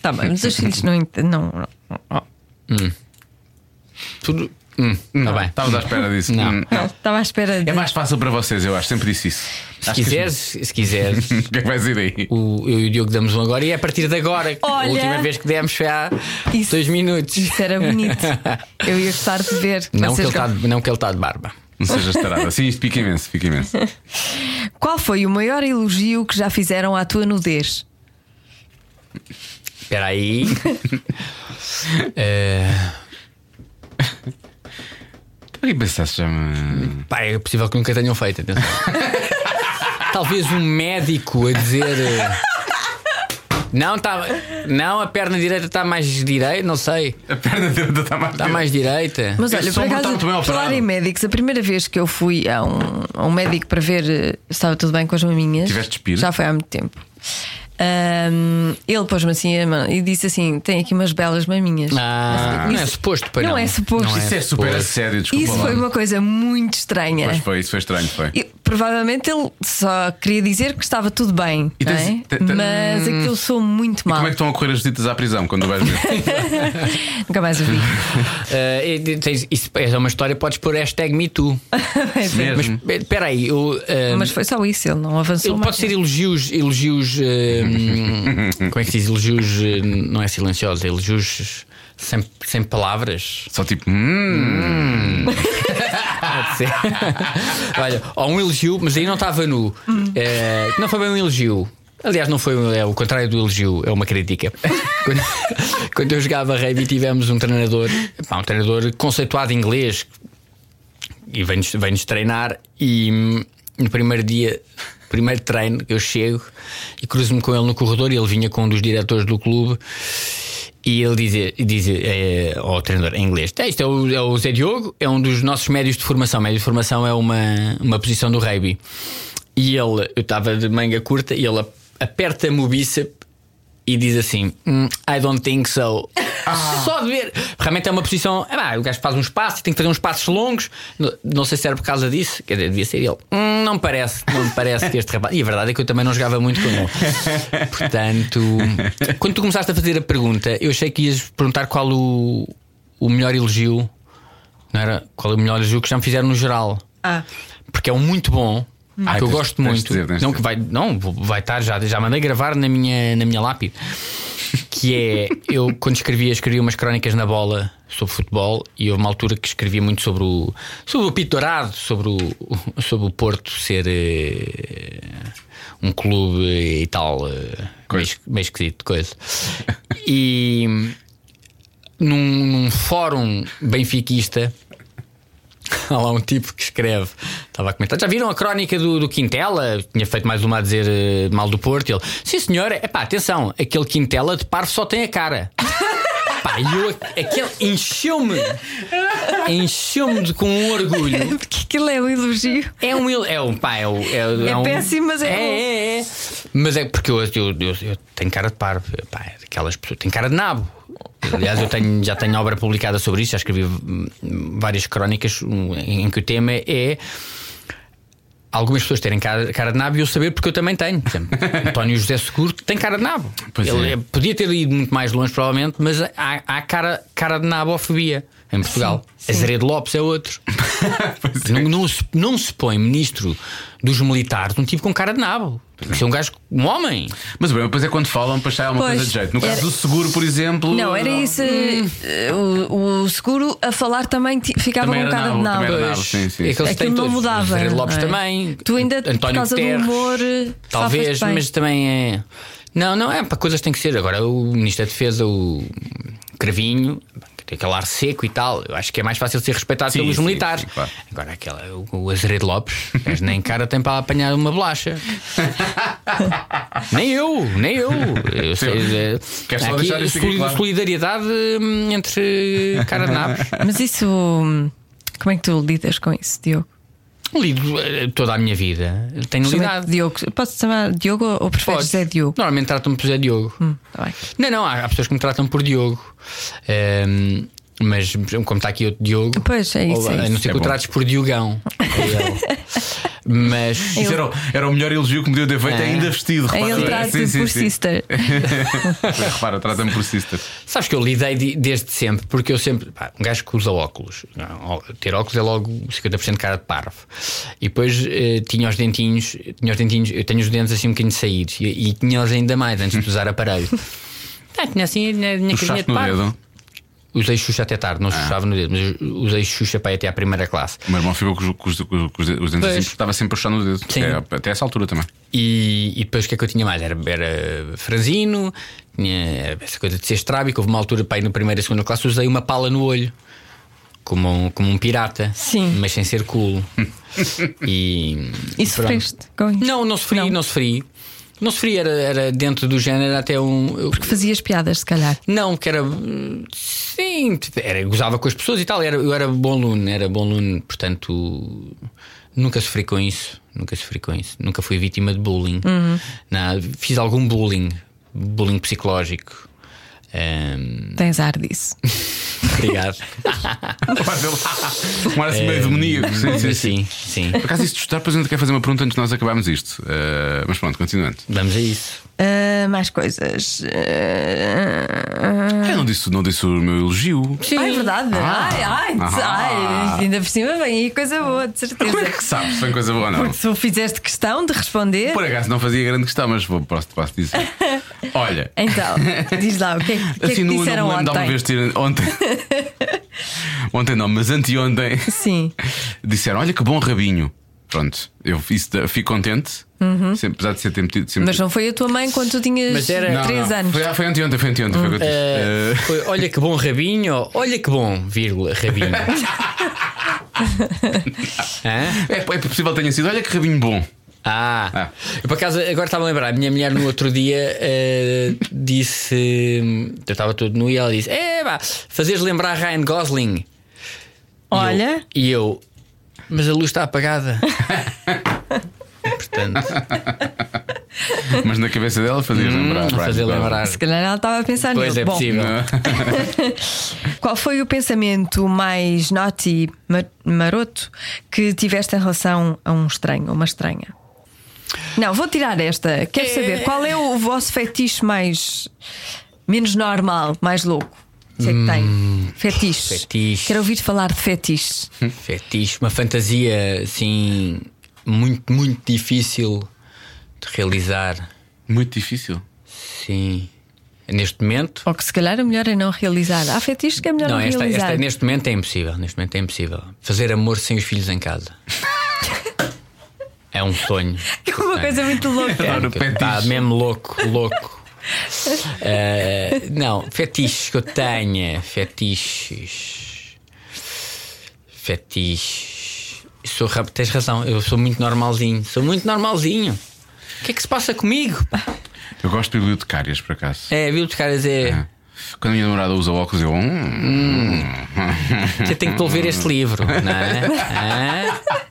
Tá bem, mas os filhos não entendem. Não, Tudo. Hum, tá bem. Estavas à espera disso. Não. Hum. não. Estava à espera de. É mais fácil para vocês, eu acho, sempre disse (laughs) isso. Se quiseres, (laughs) se quiseres, O que é que vais ir aí? o- eu e o Diogo damos um agora e é a partir de agora. Olha! A última vez que demos foi há Isso. dois minutos. Isso (laughs) era bonito. (laughs) Eu ia gostar de ver. Não que, Vocês ele tá, gostam. de- não que ele está de barba. Não sejas tarada. Sim, isto pica imenso, pica (laughs) imenso. tá- Qual foi o maior elogio que já fizeram à tua nudez? (laughs) Espera aí. Eh, Estava aqui a pensar se já me. pá, é possível que nunca tenham (laughs) feito. atenção. Talvez um médico a dizer. eh, Não, tá, não, a perna direita está mais direita, não sei. A perna dele está mais. Está mais direita. Mas Esse olha, por sombra está acaso, muito bem falar operado. em médicos, a primeira vez que eu fui a um, a um médico para ver eh, se estava tudo bem com as maminhas. Tiveste despir? Já foi há muito tempo. Ahm, ele pôs-me assim a mão e disse assim: tem aqui umas belas maminhas. Ah, não é Isso- suposto, pois não não. é suposto. Não Isso é super suposto. assédio, desculpa. Isso lá. foi uma coisa muito estranha. Pois foi, isso foi estranho, foi. E, provavelmente ele só queria dizer que estava tudo bem, E não tens- é? te- te- mas aquilo soou muito mal. Como é que estão a correr as visitas à prisão quando vais (laughs) ver? Nunca (laughs) mais o vi. (laughs) Eh, e de- tens- isso é uma história, podes pôr hashtag MeToo. Mas Mesmo. espera aí, eu, eh, mas foi só isso, ele não avançou ele mais. pode ser elogios, elogios. eh, hum, como é que se diz? Elogios, eh, não é silenciosos, é elogios sem, sem palavras. Só tipo, hum, Pode ser. (laughs) Olha, ou um elogio, mas aí não estava nu. Eh, não foi bem um elogio. Aliás, não foi é, o contrário do elogio, é uma crítica. (laughs) Quando, quando eu jogava rugby, tivemos um treinador, pá, um treinador conceituado em inglês e vem-nos vem treinar. E hum, no primeiro dia, primeiro treino, eu chego e cruzo-me com ele no corredor. E ele vinha com um dos diretores do clube. E ele dizer, dizer eh, ao treinador em inglês: "Tá, Isto é o, é o Zé Diogo, é um dos nossos médios de formação. Médio de formação é uma, uma posição do rugby. E ele, eu estava de manga curta, e ele ap- aperta-me o bíceps e diz assim: "Hum, I don't think so. Só de ver. Realmente é uma posição. é pá, o gajo faz um espaço, tem que fazer uns passos longos. Não, não sei se era por causa disso, quer dizer, devia ser ele. "Hum, não me parece, não me parece que este rapaz. E a verdade é que eu também não jogava muito com ele. Portanto, quando tu começaste a fazer a pergunta, eu achei que ias perguntar qual o, o melhor elogio. Não era? Qual é o melhor elogio que já me fizeram no geral? Ah, porque é um muito bom. Ah, que eu tens- gosto tens de muito. dizer, tens de não, que dizer. vai, não, vou- vai estar, já, já mandei gravar na minha, na minha lápide. Que é, eu quando escrevia, escrevia umas crónicas na bola sobre futebol e houve uma altura que escrevia muito sobre o, sobre o Pito Dourado, sobre o, sobre o Porto ser eh, um clube e tal, eh, meio, Coisa. es- meio esquisito, coisa. E num, num fórum benfiquista. Há lá um tipo que escreve, estava a comentar. Já viram a crónica do, do Quintela? Tinha feito mais uma a dizer eh, é mal do Porto. Ele, sim senhora, epá, atenção, aquele Quintela de parvo só tem a cara. Pá, e eu, aquele encheu-me, encheu-me de- com um (laughs) orgulho. Porque aquilo é um elogio. É um. il- É um pá, é, um- é, É um- péssimo, mas é bom. É, é, é. Mas é porque eu, eu, eu, eu tenho cara de parvo. Pá, é daquelas pessoas. Tenho cara de nabo. Aliás, eu tenho, já tenho obra publicada sobre isso, já escrevi hum, várias crónicas hum, em que o tema é. Algumas pessoas terem cara, cara de nabo e eu saber porque eu também tenho. Por (laughs) exemplo, António José Seguro tem cara de nabo. Pois Ele é. podia ter ido muito mais longe, provavelmente, mas há, há cara, cara de nabofobia em Portugal. Azeredo Lopes (laughs) é outro. é. Não, não se, não se põe ministro dos militares um tipo com cara de nabo. Tem que ser um gajo, um homem. Mas o problema depois é quando falam para achar alguma Pois, coisa de jeito. No caso era- do seguro, por exemplo. Não, era isso. hum. eh, O, o seguro a falar também ti- ficava um Também com era cara de nabo, também nada. era nabo, sim, sim. É que eles têm Aquilo não todos. mudava. Azeredo Lopes não é? também. Tu ainda, por António causa Guterres, do humor, eh, Talvez, safas-te bem. mas também é. Não, não é. Para coisas tem que ser. Agora, o Ministro da Defesa, o Cravinho, que tem aquele ar seco e tal. Eu acho que é mais fácil ser respeitado Sim, pelos sim, militares. sim, claro. Agora, aquela, o, o Azeredo Lopes, mas nem cara tem para apanhar uma bolacha. nem eu, nem eu. eu sei, é, Quero só há deixar isto aqui soli- claro. solidariedade hum, entre cara de nabos. Mas isso. hum, Como é que tu lidas com isso, Diogo? Lido eh, toda a minha vida. Tenho Chama-te lidado. Diogo. Posso chamar Diogo ou preferes Podes. Zé é Diogo? Normalmente tratam-me por Zé Diogo. Hum, tá bem. Não, não, há, há pessoas que me tratam por Diogo. Ehm, mas como está aqui outro Diogo. Pois, é isso, ou- é a não isso. ser É que o bom. trates por Diogão. é (laughs) É mas. um Isso era, o- era o melhor elogio que me deu de feito, É. ainda vestido. Aí repara. Ele Sim, trata-te sim, por sim. (laughs) sister. Repara, trata-me por sister. Sabes que eu lidei de- desde sempre, porque eu sempre. pá, um gajo que usa óculos. ó, Ter óculos é logo 50% cara de parvo. E depois eh, tinha os dentinhos, tinha os dentinhos, eu tenho os dentes assim um bocadinho saídos e, e tinha-os ainda mais antes de usar aparelho. (laughs) Ah, tinha assim, tinha, tinha carinha de Puxaste no parvo. dedo. Ah. Usei Xuxa até tarde, não chuchava no dedo, mas usei Xuxa para ir até à primeira classe. O meu irmão ficou com os, com os- com os- com os dentes assim, Pois. porque estava sempre a puxar no dedo. Sim. É, até essa altura também. E, e depois o que é que eu tinha mais? Era, era franzino, tinha essa coisa de ser estrábico. Houve uma altura para ir na primeira e segunda classe, usei uma pala no olho, como um, como um pirata, Sim. mas sem ser cool. e, E e pronto. sofreste com isso? Não, não sofri, não, sofri. Não sofri, era, era dentro do género até um. eu- Porque fazias piadas, se calhar. Não, que era. hum, Sim, era, gozava com as pessoas e tal. Era, eu era bom aluno, era bom aluno, portanto. Nunca sofri com isso. Nunca sofri com isso. Nunca fui vítima de bullying. Uhum. Nada. fiz algum bullying. Bullying psicológico. (laughs) Hum, Tens ar disso. obrigado. (laughs) Um ar assim meio demoníaco. Sim, sim, sim. sim, sim. Por acaso, isto de estudar, depois ainda quero fazer uma pergunta antes de nós acabarmos isto. Eh, mas pronto, continuando. Vamos a isso. Ah, mais coisas. Ah, Eu não disse, não disse o meu elogio. Ah, é verdade. Ai, ai, Ah. ai, ainda por cima vem aí coisa boa, de certeza. Como é que sabes se foi coisa boa ou não? Porque se fizeste questão de responder, Por acaso não fazia grande questão, mas vou, posso, posso (laughs) dizer. Olha, então, diz lá, o que é que, o que é que assim não, não me disseram lembro de alguma ontem? vez ter. (laughs) Ontem. ontem não, mas anteontem Sim, disseram: Olha que bom rabinho. Pronto, eu fiz- fico contente, sempre, apesar de ser ter metido. Sempre Uhum. mas não foi a tua mãe quando tu tinhas Mas era- 3 não, anos. É. Foi, foi anteontem, foi anteontem. Foi o que eu disse. Eh, Foi, olha que bom rabinho, olha que bom, vírgula, (laughs) rabinho. Hã? É, é possível que tenha sido, olha que rabinho bom. Ah, Ah. eu por acaso agora estava a lembrar, a minha mulher no outro dia eh, disse: hum, Eu estava todo nu e ela disse: É, vá, fazes lembrar Ryan Gosling. E eu- Olha, E eu, mas a luz está apagada. Portanto, Mas na cabeça dela fazia lembrar. Brian Gosling. fazer Hum, lembrar. se calhar ela estava a pensar Pois nisso. é Bom, possível. qual foi o pensamento mais naughty, ma- maroto, que tiveste em relação a um estranho, uma estranha? Não, vou tirar esta. Quero saber qual é o vosso fetiche mais. menos normal, mais louco? Sei que Hum. tem. Fetiche. fetiche. Quero ouvir falar de fetiche. Fetiche, uma fantasia assim, muito, muito difícil de realizar. Muito difícil. Sim, neste momento. Ou que se calhar o melhor é não realizar. Há fetiches que é melhor não, Não, esta, realizar. esta- neste momento é impossível. Neste momento é impossível. Fazer amor sem os filhos em casa. é um sonho. Que (laughs) é uma coisa muito louca. Adoro Pá, fetiche. mesmo louco, louco. (laughs) Eh, não, fetiches que eu tenha. Fetiches. Fetiches. Sou, rap- tens razão, eu sou muito normalzinho. Sou muito normalzinho. O que é que se passa comigo? Eu gosto de bibliotecárias, por acaso. É, viu, os caras é. Quando a minha namorada usa óculos, eu. Hum, Você tem que devolver este livro, não (laughs) é? Hã?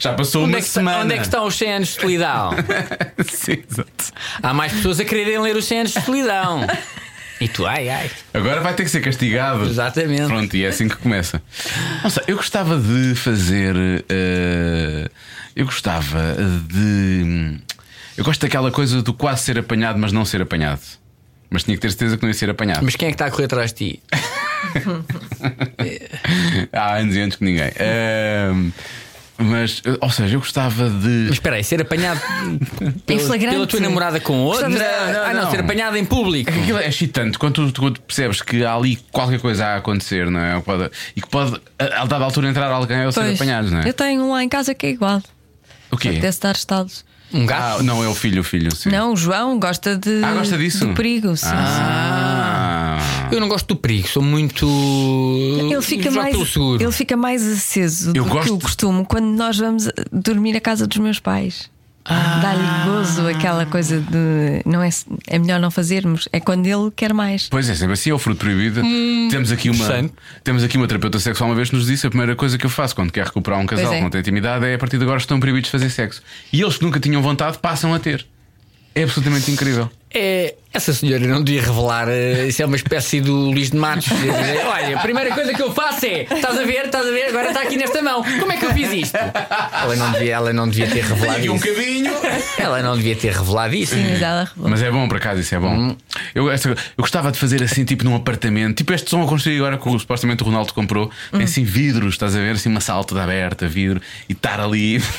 já passou Onde uma é, que, está- semana. onde é tá- que estão os 100 anos de solidão? (laughs) Sim, exato. Há mais pessoas a quererem ler os 100 anos de solidão. E tu, ai, ai. Agora vai ter que ser castigado. Exatamente. Pronto, e é assim que começa. Nossa, eu gostava de fazer. eh, eu gostava de. Eu gosto daquela coisa do quase ser apanhado, mas não ser apanhado. Mas tinha que ter certeza que não ia ser apanhado. Mas quem é que está a correr atrás de ti? Há anos e anos que ninguém. Ehm, mas, eh, ou seja, eu gostava de. Mas espera aí, ser apanhado pela, flagrante. pela tua namorada com outra? Gostavas de- ah, não, não. ser apanhado (laughs) em público. É que aquilo é excitante quando tu, quando percebes que há ali qualquer coisa a acontecer, não é? Ou pode- e que pode, a, a dada altura, entrar alguém ou ser Pois. apanhado, não é? Eu tenho um lá em casa que é igual. O quê? Desse dar estados. Um Ah, gato? não, é o filho, o filho, sim. Não, o João gosta de. Ah, gosta disso? Do perigo, sim. Ah, Eu não gosto do perigo, sou muito. Ele Hum, fica, Jogo mais, pelo seguro. ele fica mais aceso Eu do que gosto- o costume quando nós vamos eh, dormir à casa dos meus pais. Ah. Dá-lhe gozo aquela coisa de não é, é melhor não fazermos, é quando ele quer mais. Pois é, sempre assim é o fruto proibido. Hum. temos, aqui uma, interessante. temos aqui uma terapeuta sexual uma vez que nos disse a primeira coisa que eu faço quando quer recuperar um casal Pois é. que não tem intimidade é a partir de agora estão proibidos de fazer sexo. E eles que nunca tinham vontade passam a ter. É absolutamente incrível. É, essa senhora não devia revelar, eh, isso é uma espécie do Luís de Matos. Quer (laughs) dizer, Olha, a primeira coisa que eu faço é: estás a ver, estás a ver, agora está aqui nesta mão. Como é que eu fiz isto? um Ela não devia, ela não devia ter revelado isso. bocadinho. Ela não devia ter revelado isso. Sim, mas ela revelou. Mas é bom por acaso, isso é bom. Hum. Eu, essa- eu gostava de fazer assim, tipo num apartamento, tipo este som a construir agora que o- supostamente o Ronaldo comprou. Hum. Tem assim vidros, estás a ver? Assim uma salta de aberta, vidro, e estar ali. (laughs)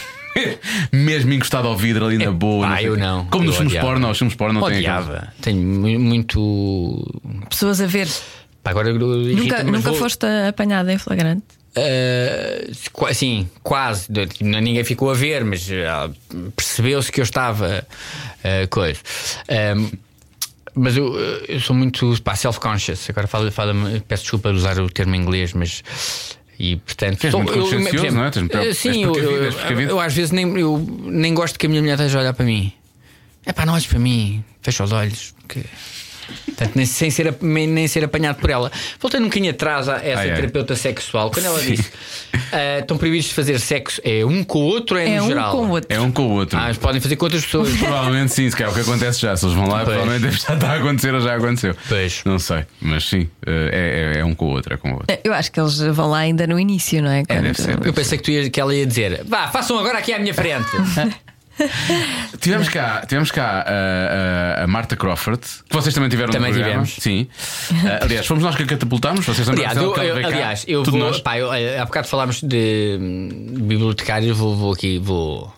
Mesmo encostado ao vidro ali na boa. É, pá, sei eu o quê. não. Como Eu nos filmes odiava. porno, os filmes porno têm aquelas- Odiava. Tenho mu- muito. Pessoas a ver. Pá, agora eu- Nunca, então, irrita-me, mas nunca vou- foste apanhada em flagrante. Eh, qua- sim, quase. De- Ninguém ficou a ver, mas eh, percebeu-se que eu estava. eh, coisa. Ehm, mas eu, eh, eu sou muito pá, self-conscious. Agora falo, falo- peço desculpa de usar o termo em inglês, mas. E portanto. Tu és muito eu- consciencioso, por exemplo, não é? Tens- eh, és Sim, eu, precavido, eu- és precavido. eu às vezes nem, eu nem gosto que a minha mulher esteja a olhar para mim. É pá, não olhes para mim, fecha os olhos. porque- Portanto, nem, sem ser, ap- nem, nem ser apanhado por ela. Voltando um bocadinho atrás a essa Ai, ai. terapeuta sexual, quando ela disse "Ah, estão proibidos de fazer sexo, é um com o outro, é, É no um geral. com o outro. É um com o outro. Ah, mas podem fazer com outras pessoas. (laughs) Provavelmente sim, se calhar o que acontece já. Se eles vão lá, Pois. provavelmente deve já estar a acontecer ou já aconteceu. Pois. Não sei, mas sim, é, é- é um com o outro, é com o outro. Eh, Eu acho que eles vão lá ainda no início, não é? É, Quando- deve ser. Eu pensei que, tu ia, que ela ia dizer: vá, façam agora aqui à minha frente. Tivemos cá, tivemos cá eh, a, a- a Marta Crawford, que vocês também tiveram Também no programa. tivemos. Sim. Ah, aliás, fomos nós que a catapultámos, vocês também Aliás, eu, eu- aliás, eu Tudo vou. nós. Pá, eu, olha, há bocado falámos de hum, bibliotecários, vou, vou aqui, vou.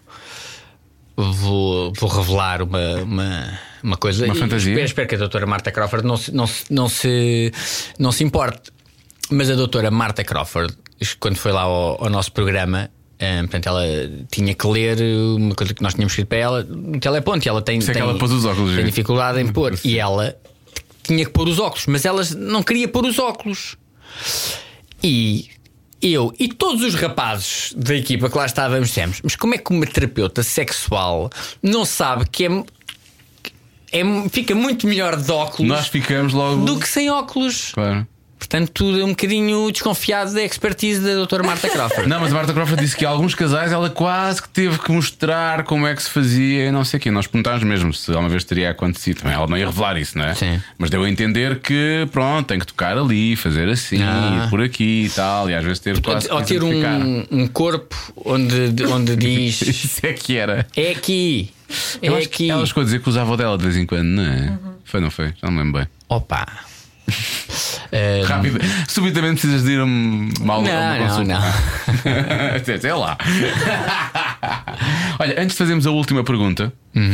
Vou, vou revelar uma, uma, uma coisa. Uma E fantasia? Espero, espero que a doutora Marta Crawford não se, não, se, não, se, não se importe. Mas a doutora Marta Crawford, quando foi lá ao, ao nosso programa, hum, portanto, ela tinha que ler uma coisa que nós tínhamos escrito para ela, um teleponto, e ela tem, Sei que tem- ela pôs os óculos, é tem gente. dificuldade em pôr. E ela tinha que pôr os óculos, mas ela não queria pôr os óculos. E eu e todos os rapazes da equipa que lá estávamos dissemos: Mas como é que uma terapeuta sexual não sabe que é. é- fica muito melhor de óculos Nós ficamos logo. do que sem óculos? Claro. Portanto, tudo é um bocadinho desconfiado da expertise da doutora Marta (laughs) Crawford. Não, mas a Marta Crawford disse que alguns casais ela quase que teve que mostrar como é que se fazia e não sei o quê. Nós perguntámos mesmo se alguma vez teria acontecido. Também ela não ia revelar isso, não é? Sim. Mas deu a entender que, pronto, tem que tocar ali, fazer assim, Ah. por aqui e tal. E às vezes teve quase. Ou que ter identificar. um, um corpo onde, de- onde diz (laughs) Isso é que era. é aqui, é Uhum. Eu acho que aqui. ela chegou a dizer que usava o dela de vez em quando, não é? Foi, não foi? Já não me lembro bem. Opa! Eh, Rápido. Subitamente precisas de ir a um- uma aula. a uma Não, não, consulta. não. (laughs) Até (laughs) lá. Olha, antes de fazermos a última pergunta,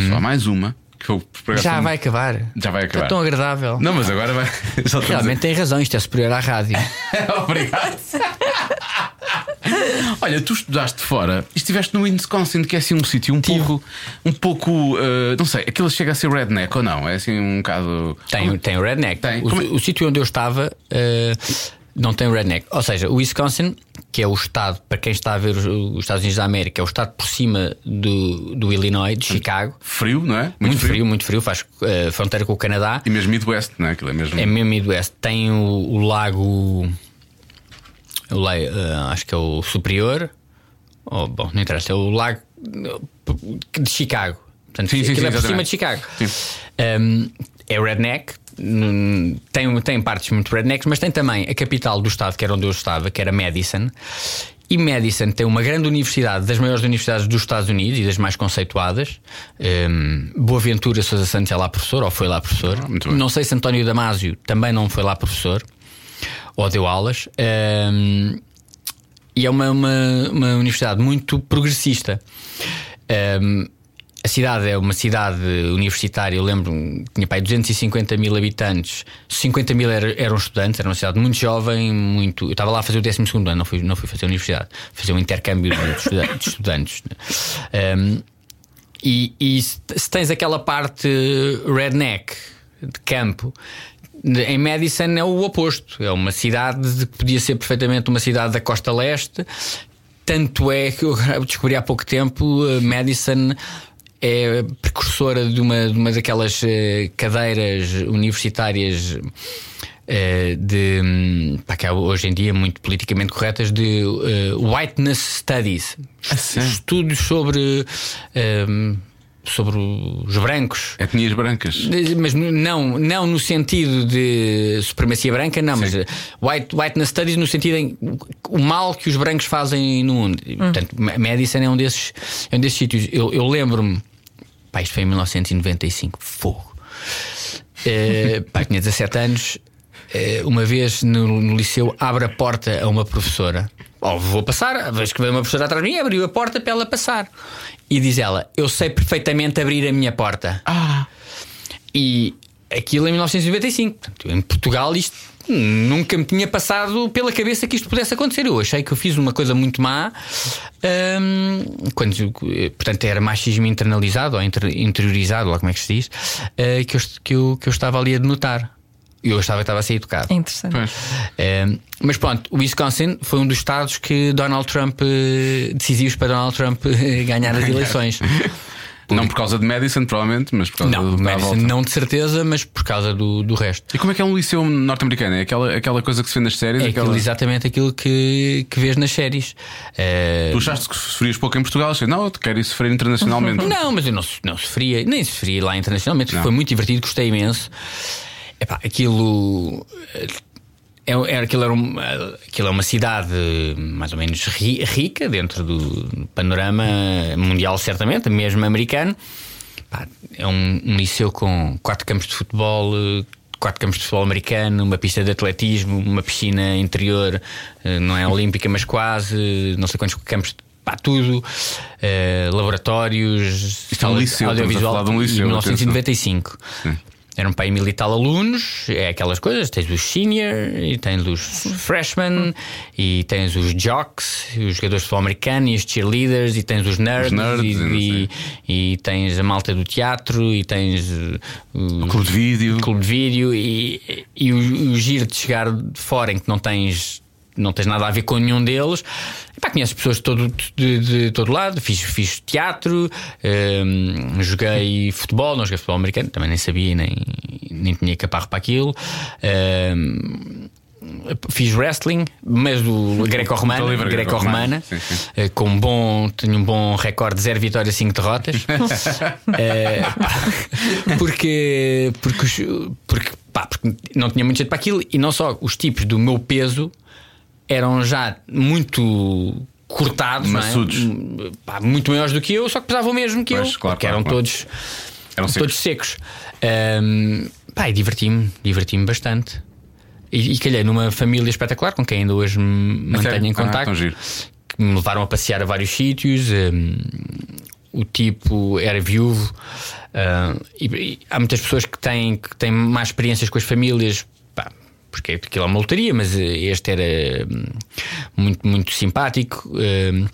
só mais uma, que eu por acaso, Uhum. Já não- vai acabar. Já vai Está acabar. tão agradável. Não, mas agora vai. (laughs) Só estamos a- Realmente tem razão, isto é superior à rádio. (laughs) Obrigado. Olha, tu estudaste fora e estiveste no Wisconsin, que é assim um sítio um pouco. Um pouco. eh, não sei, aquilo chega a ser redneck ou não? É assim um bocado. Tem, tem o redneck. Tem. O, Como é- um o sítio onde eu estava eh, não tem redneck. Ou seja, o Wisconsin que é o estado, para quem está a ver os, os Estados Unidos da América, é o estado por cima do, do Illinois, de Chicago. Frio, não é? Muito, Muito frio, muito frio, faz eh, fronteira com o Canadá. E mesmo Midwest, não é? Aquilo é mesmo. É mesmo Midwest. Tem o, o lago. o la- eh, acho que é o Superior. Oh, bom, não interessa. É o lago eh, de Chicago. Portanto, Sim, sim, aquilo sim, é por cima exatamente. de Chicago. Um, é redneck. Hum, Tem, tem partes muito rednecks, mas tem também a capital do estado, que era onde eu estava, que era Madison. E Madison tem uma grande universidade, das maiores universidades dos Estados Unidos e das mais conceituadas. Um, Boa Ventura Sousa Santos é lá professor, ou foi lá professor. Ah, muito bem. Não sei se António Damasio também não foi lá professor, ou deu aulas. Um, e é uma, uma, uma universidade muito progressista. Ahm, a cidade é uma cidade universitária, eu lembro, tinha pai 250 mil habitantes, 50 mil era- eram estudantes, era uma cidade muito jovem, muito. Eu estava lá a fazer o 12 ano, não fui, não fui fazer a universidade, fazer um intercâmbio de, estuda- de estudantes. né? Ehm, Ahm, e, e se se tens aquela parte redneck de campo, de- em Madison é o oposto. É uma cidade de- que podia ser perfeitamente uma cidade da costa leste. Tanto é que eu (laughs) descobri há pouco tempo eh, Madison é precursora de uma, de uma daquelas eh, cadeiras universitárias eh, de hum, pá, que há hoje em dia muito politicamente corretas de eh, whiteness studies estudos sobre hum, sobre os brancos Etnias brancas. mas n- não, não no sentido de supremacia branca, não, mas eh, white, whiteness studies no sentido em o mal que os brancos fazem no mundo. E, Portanto, Ma- Madison é um desses, é um desses sítios. Eu, eu lembro-me, pá, isto foi em 1995, fogo. Eh, pá, tinha 17 anos. eh, Uma vez no, no liceu, abre a porta a uma professora. Oh, vou passar. Vejo que veio uma professora atrás de mim, abriu a porta para ela passar. E diz ela: Eu sei perfeitamente abrir a minha porta. E aquilo em 1995. Portanto, em Portugal isto nunca me tinha passado pela cabeça que isto pudesse acontecer. Eu achei que eu fiz uma coisa muito má. hum, quando, portanto, era machismo internalizado ou inter- interiorizado, ou como é que se diz, eh, que, eu, est- que, eu, que eu estava ali a denotar. Eu achava que estava a ser educado. É interessante. Um, mas pronto, o Wisconsin foi um dos estados que Donald Trump eh, decisivos para Donald Trump (laughs) eh, ganhar as eleições. Não por causa de Madison, provavelmente, mas por causa é. Não, do da Madison, volta. não de certeza, mas por causa do, do resto. E como é que é um liceu norte-americano? É aquela, aquela coisa que se vê nas séries? É aquela... aquilo, exatamente aquilo que, que vês nas séries. Eh, Tu achaste que sofrias pouco em Portugal? Achei, não, eu quero ir sofrer internacionalmente. não, mas eu não, so- não sofria, nem sofri lá internacionalmente. Foi muito divertido, gostei imenso. Epá, aquilo. eh, É, é, aquilo, era um- eh, aquilo é uma cidade eh, mais ou menos ri- rica dentro do panorama mundial, certamente, mesmo americano. Pá, é um, um liceu com quatro campos de futebol, eh, quatro campos de futebol americano, uma pista de atletismo, uma piscina interior, eh, não é olímpica, mas quase, não sei quantos campos para tudo, eh, laboratórios, Isto é um liceu, estamos a falar de um liceu, em 1995. Eram para aí mil e tal um alunos, é aquelas coisas, tens os senior e tens os freshmen e tens os jocks, os jogadores de futebol americano e os cheerleaders e tens os nerds, Os nerds, e- eu não e, sei. e tens a malta do teatro e tens eh, o Clube de vídeo. clube de vídeo e, e o, o giro de chegar de fora em que não tens não tens nada a ver com nenhum deles Epá, conheces pessoas de todo, de, de todo lado fiz, fiz teatro hum, joguei futebol não joguei futebol americano também nem sabia nem, nem tinha caparro para aquilo Hum, Fiz wrestling, mas do greco-romana, Luta livre greco-romana, greco-romana, sim, sim. eh, com um bom, tenho um bom recorde de 0 vitórias, 5 derrotas. (laughs) Eh, pá, (laughs) porque, porque, os- porque, pá, porque não tinha muito jeito para aquilo e não só os tipos do meu peso eram já muito cortados, não é? Maçudos. M- pá, muito maiores do que eu, só que pesavam mesmo que Pois, eu, claro, porque claro, eram claro. todos Eram todos secos. secos. Ahm, pá, e diverti-me, diverti-me bastante. E, e calhei numa família espetacular com quem ainda hoje me mantenho sério? em Ah, contacto. tão giro. que me levaram a passear a vários sítios. ahm, o tipo era viúvo. ah, e, e há muitas pessoas que têm, que têm mais experiências com as famílias. pá, porque aquilo é uma lotaria, mas eh, este era hum, muito, muito simpático. ahm,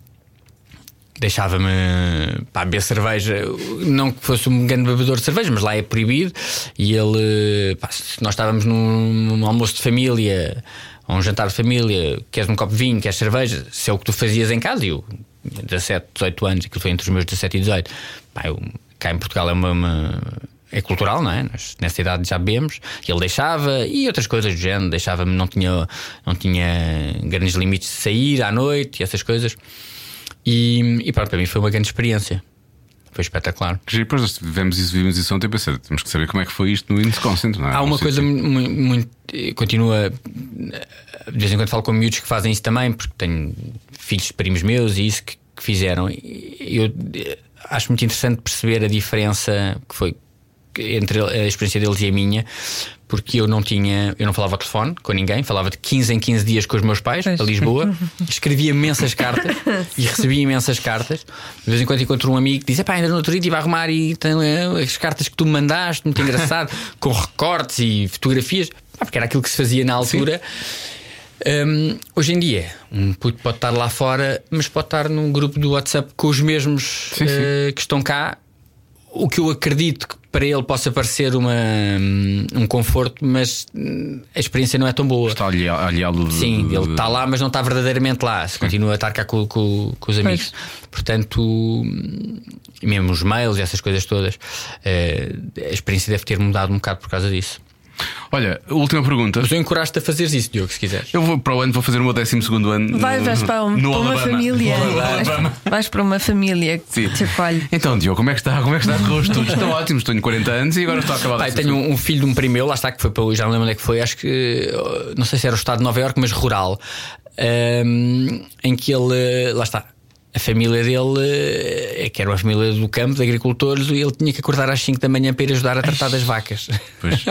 deixava-me pá, beber cerveja. Não que fosse um grande bebedor de cerveja, mas lá é proibido. E ele, pá, se nós estávamos num, num almoço de família, ou um jantar de família, queres um copo de vinho, queres cerveja, se é o que tu fazias em casa, e eu, 17, 18 anos, aquilo foi entre os meus 17 e 18, pá, eu, cá em Portugal é uma. uma- é cultural, não é? Nós, nessa idade já bebemos, e ele deixava, e outras coisas do género, deixava-me, não tinha, não tinha grandes limites de sair à noite e essas coisas. E, e pronto, para mim foi uma grande experiência. Foi espetacular. Que giro, depois nós vemos isso, vimos isso ontem e pensei, temos que saber como é que foi isto no Indesconsent, não é? Há uma Não sei coisa se- mu- mu- muito. eh, Continua. eh, De vez em quando falo com miúdos que fazem isso também, porque tenho filhos de primos meus e isso que, que fizeram. E Eu eh, acho muito interessante perceber a diferença que foi entre a experiência deles e a minha, porque eu não tinha, eu não falava ao telefone com ninguém, falava de 15 em 15 dias com os meus pais Pois. a Lisboa, escrevia imensas cartas e recebia imensas cartas. De vez em quando encontro um amigo que diz: "Epá, ainda no outro dia estive a arrumar e tem, eh, as cartas que tu me mandaste, muito engraçado, (laughs) com recortes e fotografias, Ah, porque era aquilo que se fazia na altura. Hum, hoje em dia, um puto pode estar lá fora, mas pode estar num grupo do WhatsApp com os mesmos Sim, sim. eh, que estão cá. O que eu acredito que para ele possa parecer uma, hum, um conforto, mas hum, a experiência não é tão boa. Está a olhar- a olhá-lo de- Sim, de- ele tá- está lá, mas não está verdadeiramente lá. Se continua a estar cá com, com- com os amigos. Portanto, hum, mesmo os mails e essas coisas todas, eh, a experiência deve ter mudado um bocado por causa disso. Olha, última pergunta. Mas eu encorajo-te a fazeres isso, Diogo, se quiseres. Eu vou para o ano, vou fazer o meu 12 segundo ano. Vai, no- vais para, um- no para uma Alabama. família. No Vais, Alabama. vais para uma família que Sim. te acolhe. Então, Diogo, como é que está? Como é que está? Os estudos estão ótimos, tenho 40 anos e agora estou a acabar Pá, eu décimo tenho um, um filho de um primo meu, lá está, que foi para o- já não lembro onde é que foi, acho que eh, não sei se era o estado de Nova Iorque, mas rural, ehm, em que ele, eh, lá está. A família dele, eh, é que era uma família do campo, de agricultores, e ele tinha que acordar às 5 da manhã para ir ajudar a tratar das vacas. (laughs) Pois.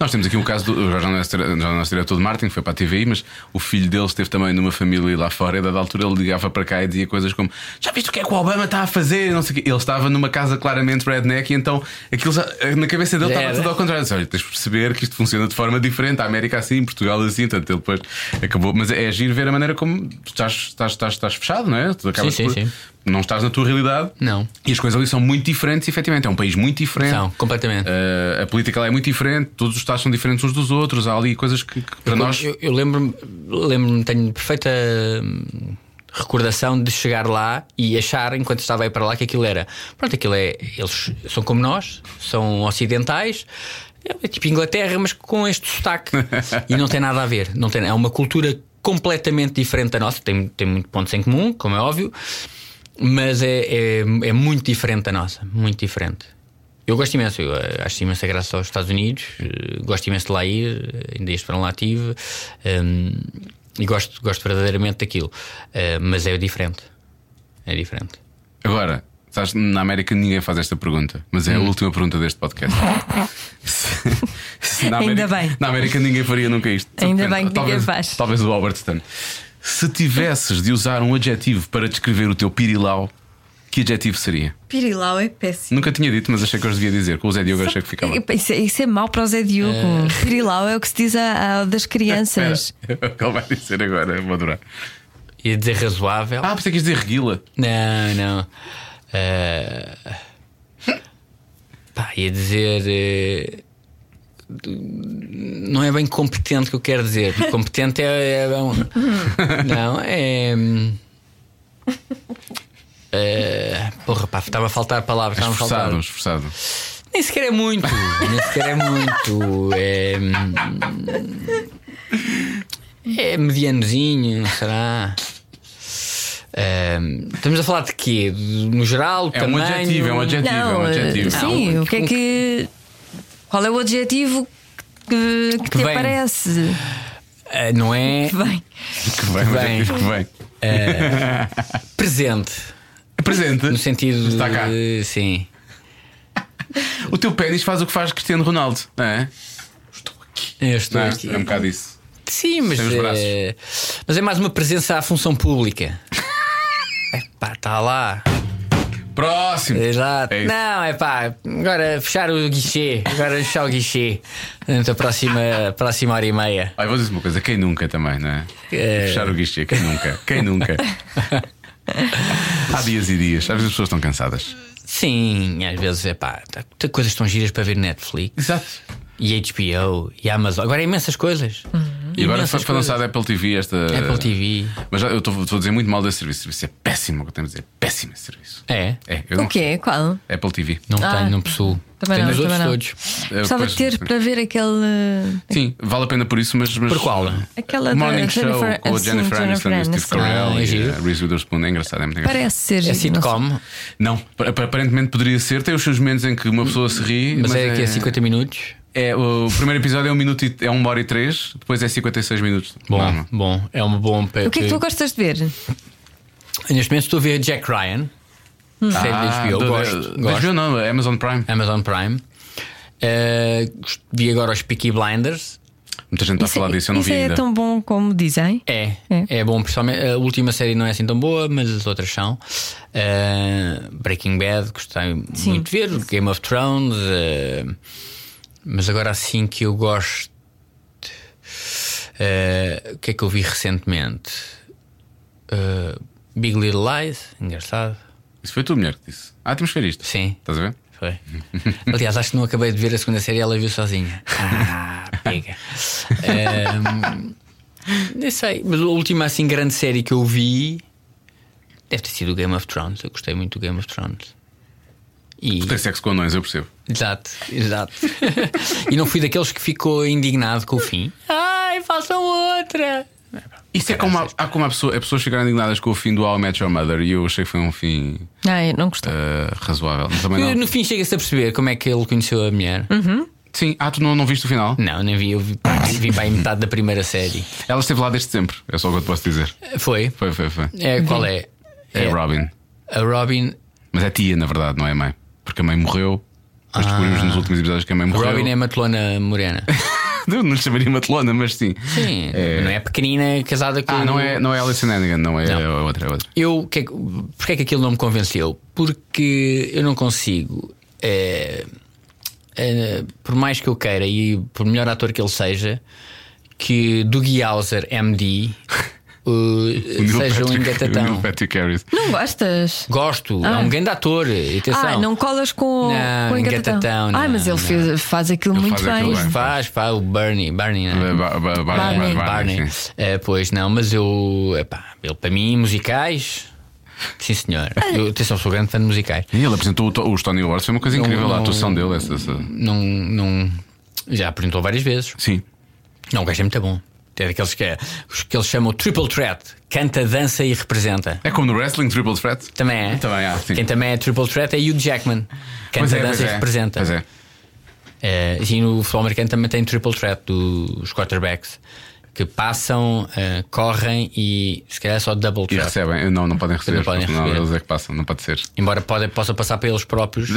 Nós temos aqui um caso do. Já não é dire- já não é diretor de marketing, foi para a TVI, mas o filho dele esteve também numa família lá fora. E a dada altura ele ligava para cá e dizia coisas como: Já viste o que é que o Obama está a fazer? Não sei o quê. Ele estava numa casa claramente redneck e então aquilo já- na cabeça dele Já estava era. tudo ao contrário. Disse, Olha, tens de perceber que isto funciona de forma diferente. A América assim, Portugal assim. Portanto, ele depois acabou. Mas é agir ver a maneira como tu estás, estás, estás, estás fechado, não é? Tu acabas sim, por- sim. Não estás na tua realidade. Não. E as coisas ali são muito diferentes, efetivamente. É um país muito diferente. Não, completamente. Uh, a política lá é muito diferente, todos os Estados são diferentes uns dos outros, há ali coisas que, que para Eu- nós. Eu, eu lembro-me, lembro-me, tenho perfeita hum, recordação de chegar lá e achar, enquanto estava aí para lá, que aquilo era. Pronto, aquilo é. Eles são como nós, são ocidentais. É tipo Inglaterra, mas com (laughs) este sotaque. e não tem nada a ver. Não tem, é uma cultura completamente diferente da nossa. Tem, tem muito pontos em comum, como é óbvio. Mas é, é, é muito diferente da nossa. Muito diferente. Eu gosto imenso, eu eh, acho imensa graça aos Estados Unidos, eh, gosto imenso de lá ir, eh, ainda este verão lá tive hum, e gosto, gosto verdadeiramente daquilo. Eh, mas é diferente. É diferente. Agora, sabes, na América ninguém faz esta pergunta, mas Hum. é a última pergunta deste (laughs) podcast. Se- se na Ainda América- bem. Na América ninguém faria nunca isto. Ainda bem que talvez, ninguém faz. Talvez o Albert Stone. Se tivesses de usar um adjetivo para descrever o teu pirilau, que adjetivo seria? Pirilau é péssimo. Nunca tinha dito, mas achei que eu os devia dizer. Com o Zé Diogo achei que ficava. Isso é, isso é mau para o Zé Diogo. Pirilau é o que se diz a- a- das crianças. É (laughs) o que ele vai dizer agora, vou adorar. Ia dizer razoável. Ah, pensei que ias dizer reguila. Não, não. Eh, pá, ia dizer. eh, não é bem competente que eu quero dizer. porque Competente é. é bom. Não, é. hum, eh, porra, pá, estava a faltar palavras. Estava a faltar. Esforçado, esforçado. Nem sequer é muito. Nem sequer é muito. É. hum, É medianozinho, será? Hum, estamos a falar de quê? De- No geral, É um tamanho? adjetivo, é um adjetivo, é um eh, adjetivo. sim, Não, o que é que. Qual é o adjetivo que, que te vem. aparece? Ah, não é Bem, Que bem, mas é Bem. que bem. presente. Presente. No sentido. Está cá. de- sim. O teu pênis faz o que faz Cristiano Ronaldo, não é? Eu estou Não, aqui. é um bocado isso. Sim, mas Sem os braços. é, mas é mais uma presença à função (laughs) pública. Pá, está lá. Próximo! Exato. É isso. não, é pá, agora fechar o guichê. Agora fechar o guichê. Durante a próxima, próxima hora e meia. Olha, vou dizer uma coisa, quem nunca também, não é? É. (laughs) Fechar o guichê, quem nunca? Quem nunca? Há dias e dias. Às vezes as pessoas estão cansadas. Sim, às vezes é pá, tá- tem coisas tão giras para ver Netflix Exato. e HBO e Amazon. Agora é imensas coisas. Uhum. E agora foi, Imensas foi lançada a Apple TV esta. Apple TV. Mas já- eu estou estou a dizer muito mal desse serviço. O serviço é péssimo, o que eu tenho a dizer. Péssimo esse serviço. É. É, eu O quê? Qual? não. Apple TV. Não Ah, tenho, não possuo. também tenho não, os outros também não. todos. Eu Gostava de depois- ter para ver aquele. Sim, vale a pena por isso, mas. mas... Por qual? Aquela da Morning Jennifer- Show com a sim, Jennifer Aniston e o Steve Aniston. Carell Ah, é e giro. a Reese Witherspoon. É engraçado, é muito engraçado. Parece ser. giro, É não sei. sitcom, Não, ap- aparentemente poderia ser. Tem os seus momentos em que uma pessoa se ri. mas é que é 50 minutos. é, o primeiro episódio é 1 um minuto e, é uma hora e 3, depois é 56 minutos. Bom, Não, não. bom, é um bom para O que é que tu gostas de ver? Neste momento estou a ver Jack Ryan, Hum. É série da HBO, Ah, do- gosto, do- gosto. HBO não, é Amazon Prime. Amazon Prime. Eh, gost- vi agora os Peaky Blinders. Muita gente está a falar disso, eu não isso vi é ainda. tão bom como dizem? É, é, bom, principalmente a última série não é assim tão boa, mas as outras são. Eh, Breaking Bad, gostei muito de ver, Game of Thrones, eh, mas agora assim que eu gosto. eh, o que é que eu vi recentemente? Eh, Big Little Lies, engraçado. Isso foi tu, mulher, que disse. Ah, temos que ver isto. Sim. Estás a ver? Foi. Aliás, acho que não acabei de ver a segunda série, ela viu sozinha. Ah, pega. (laughs) Ahm, não sei, mas a última assim grande série que eu vi deve ter sido o Game of Thrones. Eu gostei muito do Game of Thrones. E, Tem sexo com anões, eu percebo. exato, exato. (laughs) e não fui daqueles que ficou indignado com o fim. Ai, façam outra! Isso é como, há, há como há pessoa, as pessoas ficaram indignadas com o fim do How I Met Your Mother e eu achei que foi um fim Não, eu não gostei. eh, razoável. Também não. No fim chega-se a perceber como é que ele conheceu a mulher. Sim, ah, tu não, não viste o final? Não, nem vi, eu vi, pá, vi para aí metade da primeira série. Ela esteve lá desde sempre, é só o que eu te posso dizer. Foi. Foi, foi, foi. É, qual é? É, Robin. A Robin Mas é tia, na verdade, não é mãe. Porque a mãe morreu. Nós descobrimos nos últimos episódios que a mãe morreu. Ah. Robin é matelona morena. (laughs) Eu não lhe chamaria Matelona, mas sim. (laughs) Sim, não é pequenina, casada com. Ah, não é, não é Alison Hannigan, não é Não. é outra, é outra. Eu, que é que- porque é que aquilo não me convenceu? Porque eu não consigo, eh, eh, por mais que eu queira e por melhor ator que ele seja, que Dougie Hauser, (laughs) MD, eh, O Neil seja um Patrick- O Neil engatatão. Patrick Harris. Não gostas? Gosto, é um grande ator. e Atenção. Ah, não colas com, Não, com o engatatão. engatatão, Ai, não, mas ele não. fez- faz aquilo Ele muito faz aquilo bem. bem. Faz, pá, o Bernie. Bernie, não é? Ba- ba- ba- Barney, Barney, Barney, Barney. sim. Eh, pois não, mas eu, epá, ele para mim, musicais, sim senhor. Eu, atenção, sou grande fã de musicais. E ele apresentou o To- os Tony Awards, foi uma coisa incrível a não- atuação dele. Essa, essa- Não, não, já apresentou várias vezes. Sim. Não, o gajo é muito bom. É daqueles que, é, os que eles chamam Triple Threat: canta, dança e representa. É como no wrestling, Triple Threat. Também é. Também há, sim. Quem também é Triple Threat é Hugh Jackman. Pois Canta, é, pois dança e é. representa. Pois é. Eh, e no futebol americano também tem triple threat dos quarterbacks que passam, eh, correm e se calhar é só double E threat. recebem. Não, não podem receber. Não podem receber. eles é que passam, não pode ser. Embora pode, possa passar para eles (laughs) próprios.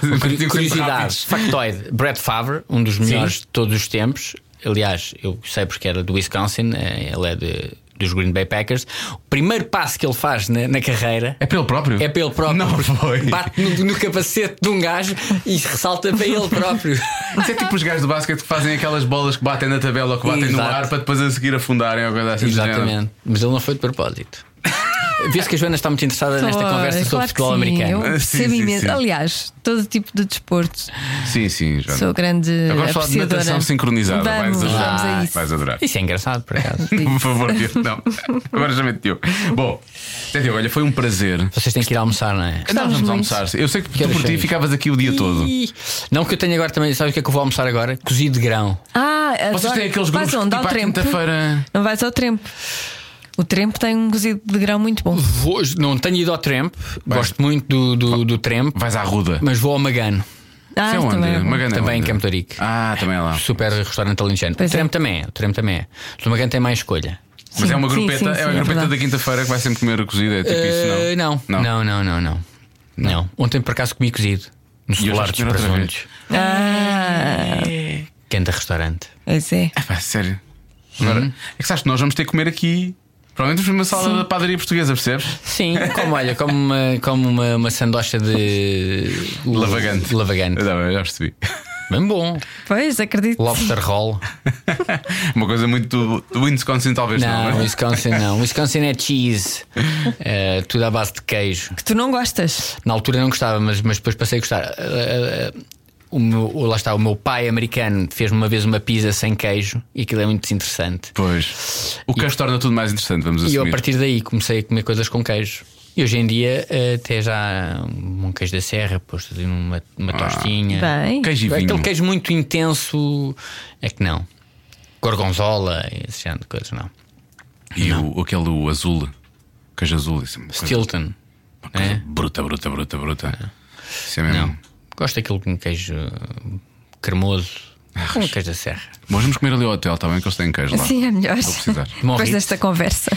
Mas tinham Curi- que ser Curiosidade, rápidos. factoide: Brett Favre, um dos melhores de todos os tempos. Aliás, eu sei porque era do Wisconsin, eh, ele é de- dos Green Bay Packers. O primeiro passo que ele faz na, na carreira É para ele próprio? é para ele próprio. Não foi. Bate no, no capacete de um gajo e ressalta para ele (laughs) próprio. Isso é tipo os gajos do basquete que fazem aquelas bolas que batem na tabela ou que batem no Exato. ar para depois a seguir afundarem ou coisa assim. do género. Exatamente. Mas ele não foi (laughs) de propósito. Vês que a Joana está muito interessada nesta Ai, conversa claro que sobre futebol sim, Eu americano. (laughs) Sim, percebo sim, imenso. sim. Aliás, todo tipo de desportos. Sim, sim, já. Sou grande. Agora vamos falar de apreciadora. natação sincronizada. Vamos, Vais adorar. vamos a isso. Vais adorar. Isso é engraçado, por (laughs) acaso. Por favor, Diogo, não. Agora já meteu. Bom, até Diogo, olha, foi um prazer. Vocês têm que ir almoçar, não é? Nós vamos muito. almoçar. Eu sei que tu Quero por ti cheiros. ficavas aqui o dia todo. Ih, Não que eu tenho agora também, sabes o que é que eu vou almoçar agora? Cozido de grão. Ah, Vocês adoro. têm aqueles grupos Vais onde? que Ao tipo, à trempo. quinta-feira. Não vais ao trempo. O trempo tem um cozido de grão muito bom. Vou- não tenho ido ao Tremp, gosto muito do, do, do Tremp, Vais à Ruda. mas vou ao Magano, Ah, Isso é onde? também. é bom. Magana é também em onde? Campo de Ourique. Ah, também é lá. super restaurante alentejano. O Pois é. Tremp também é, o Tremp também é. Mas o Magano tem mais escolha. Mas é uma Sim, grupeta, sim, é sim, uma é grupeta verdade. Uh, da quinta-feira que vai sempre comer a cozida. É tipo Eh, isso, não. Não. não, não, não, não. Ontem por acaso comi cozido no eu já celular dos comi outra vez. presuntos. Ah, Canta restaurante. pois é. Pá, sério. Agora, é que sabes que nós vamos ter que comer aqui. Provavelmente vamos numa sala da padaria portuguesa, percebes? Sim, (laughs) como olha, como uma, como uma, uma sandocha de (laughs) Lavagante. Lavagante. Eu também, já percebi. (laughs) Bem bom. Pois, acredito. Lobster roll. Uma coisa muito do Wisconsin, talvez não, Não, não é? Wisconsin não. Wisconsin é cheese. É, tudo à base de queijo. Que tu não gostas. Na altura não gostava, mas, mas depois passei a gostar. Eh, eh, eh, o meu- lá está, o meu pai americano fez-me uma vez uma pizza sem queijo e aquilo é muito desinteressante. Pois. O queijo torna tudo mais interessante, vamos E eu, a assumir. partir daí comecei a comer coisas com queijo. E hoje em dia eh, até já um queijo da serra, posto ali numa uma É. tostinha. Bem. Ah. Queijo e vinho. Aquele queijo muito intenso é que não. Gorgonzola, esse género de coisas, não. E o, aquele o azul, queijo azul, isso é uma coisa- Stilton, uma coisa é? bruta, bruta, bruta, bruta. Isso é mesmo. não. Gosto daquele com queijo eh, cremoso, com queijo da serra. Mas vamos comer ali ao hotel, está bem? Que eles têm queijo lá. Sim, é melhor. Vou precisar. Depois Morrito. desta conversa.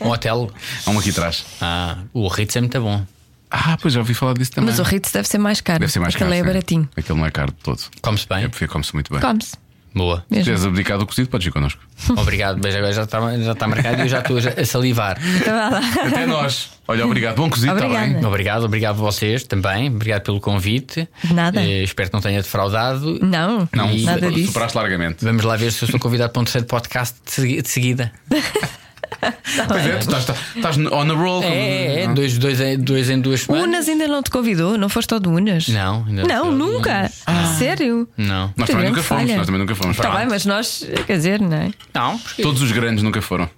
Um hotel, Há um aqui atrás. ah, o Ritz é muito bom. Ah, pois já ouvi falar disso também. Mas o Ritz deve ser mais caro. Deve ser mais Aquele caro. é sim. baratinho. Aquele não é caro de todo. Come-se bem, É porque come-se muito bem. Come-se. boa. Se mesmo. tiveres abdicado o cozido, podes ir connosco. Obrigado, beijo agora já está já está marcado e eu já estou a salivar. Então vá lá. Até nós. Olha, obrigado. Bom cozido, está Obrigada. bem? Obrigado, obrigado a vocês também. Obrigado pelo convite. De nada. Eh, espero que não tenha defraudado. Não, Não, nada super- disso. superaste largamente. Vamos lá ver se eu sou convidado para um terceiro podcast de segui- de seguida. Tá Pois é, tu estás, estás- estás on a roll. É, é, é. Não? Dois, dois, em- dois em duas O semanas. Unas ainda não te convidou? Não foste ao de Unas? Não, ainda Não, fui ao de nunca. Unas. Ah. Sério? Não. Nós Que também nunca grande fomos. falha. Nós também nunca fomos. Está bem, mas nós, quer dizer, não é? Não, porque- Todos os grandes nunca foram.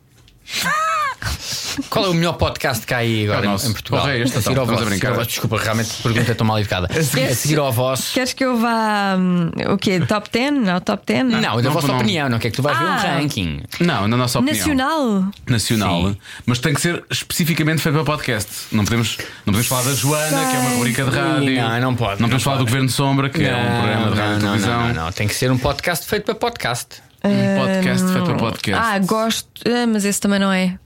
Qual é o melhor podcast que há aí É agora o em- nosso. em Portugal? Qual é este, a seguir então? ao Estamos vosso. a brincar. A seguir ao vosso. Desculpa, realmente a pergunta é tão (laughs) mal educada. A seguir- seguir ao vosso. Queres que eu vá. hum, o quê? Top 10? Ao top 10? Não, da Não, vossa não. opinião, não quer que tu vais ver um Ah. ranking. Não, na nossa opinião. Nacional? Nacional. Sim. Mas tem que ser especificamente feito para podcast. Não podemos, não podemos falar da Joana, que é uma rubrica de rádio. Não, não pode, Não não podemos falar do pode. Governo de Sombra, que é um programa de rádio e não, não, televisão. não, não, não. Tem que ser um podcast feito para podcast. Um podcast feito para podcast. Ah, gosto. ah, mas esse também não é.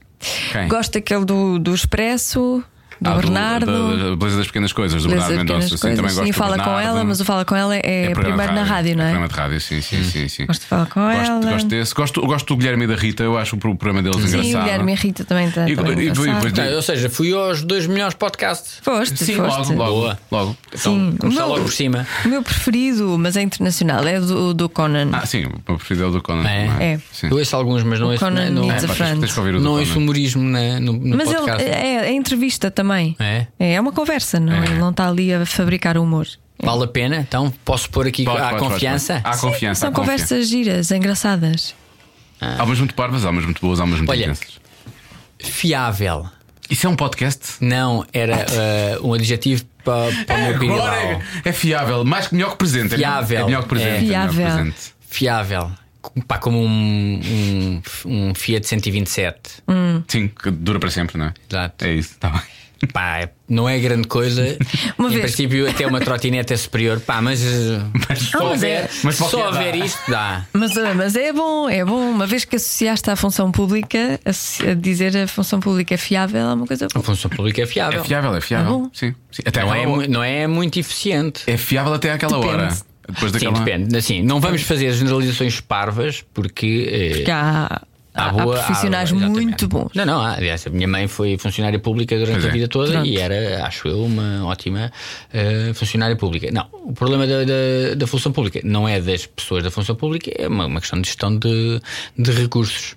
Quem? Gosto daquele do, do Expresso, do Ah, do- Bernardo. da- da- da Beleza das Pequenas Coisas, do das Bernardo pequenas Mendonça. Sim, coisas. também gosto Sim, do fala com Bernardo. ela, mas o fala com ela é, programa primeiro de na rádio, não é? programa de rádio, sim, sim, sim. sim. Gosto de falar com Gosto, ela. gosto desse. Gosto, gosto do Guilherme e da Rita, eu acho o programa deles Sim, engraçado. o Guilherme e a Rita também está. E- e- e- e- Não, ou seja, fui aos dois melhores podcasts. Foste, Sim, foste. logo, logo. Boa. logo. Sim, Então, começar o meu- logo por cima. O meu preferido, mas é internacional, é o do, do Conan. Ah, é sim, o meu preferido é o do Conan. É. não É. Sim. Eu ouço alguns, mas não O ouço. Conan não, Pá, Needs a tens- Friend. tens que ouvir o do não Conan. ouço humorismo na- no, no Mas ele podcast. é, é entrevista também. É? uma conversa, não, É. ele não está ali a fabricar humor. Vale a pena? Então posso pôr aqui Pode, à pode, pode, confiança? pode. Há confiança. São há confiança. conversas giras, engraçadas. Há umas muito parvas, há umas muito boas, há umas muito Olha. intensas. Ah. Fiável. Isso é um podcast? Não, era eh, um adjetivo para (laughs) o meu Agora pirilau. é, é fiável, mais que melhor que presente. É melhor- Fiável. É melhor que presente. É. é melhor que Fiável. presente. Fiável. Com- Pá, como um, um, um Fiat 127. Hum. Sim, que dura para sempre, não é? Exato. É isso, está bem. Pá, é- não é grande coisa. (laughs) Uma em vez. princípio, até uma trotineta é superior. Pá, mas, eh, Ah, só, mas haver, é- mas só qualquer haver dá. isto dá. Mas, ah, mas é bom, é bom. Uma vez que associaste à função pública, associ- a dizer a função pública é fiável é uma coisa A boa. função pública é fiável. É fiável, é fiável. Então, tá bom. sim, sim. Até Não, aquela é, hora. mu- não é muito eficiente. É fiável até àquela Depende. hora. Depois Sim, daquela. depende. Assim, não vamos fazer generalizações parvas porque. Porque eh, há, há há- há boa- há- profissionais exatamente. muito (laughs) bons. Não, não, há, aliás, a minha mãe foi funcionária pública durante Pois é. a vida toda Pronto. e era, acho eu, uma ótima eh, funcionária pública. Não, o problema da, da, da função pública não é das pessoas da função pública, é uma, uma questão de gestão de, de recursos.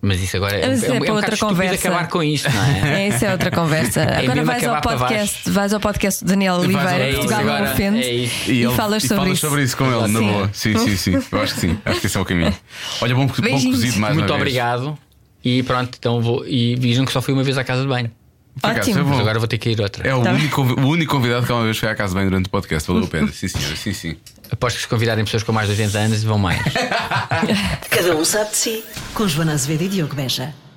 Mas isso agora é, Uhum. Mas isso é um, um para bocado outra estúpido conversa. acabar com isto, não é? (laughs) É, isso é outra conversa. Agora mesmo vais ao, acabar para podcast, vais ao podcast do Daniel Vais ao Oliveira, podcast Portugal agora, não ofende, é isso. e, falas sobre isso. isso com ele, na Sim. boa. Sim, sim, (laughs) sim. Eu acho que sim. Acho que esse é o caminho. Olha, bom, bom Beijinhos. cozido mais uma Muito vez. obrigado. E pronto, então vou. E vejam que só fui uma vez à casa de banho. Por acaso, Ótimo. é bom. Mas agora vou ter que ir outra. É Tá o, único, o único convidado que uma vez foi à casa bem durante o podcast. Valeu a (laughs) pena. Sim, senhor. Sim, sim. Aposto que se convidarem pessoas com mais de 80 anos vão mais. Cada um sabe de si. Com Joana Azevedo e Diogo Beja.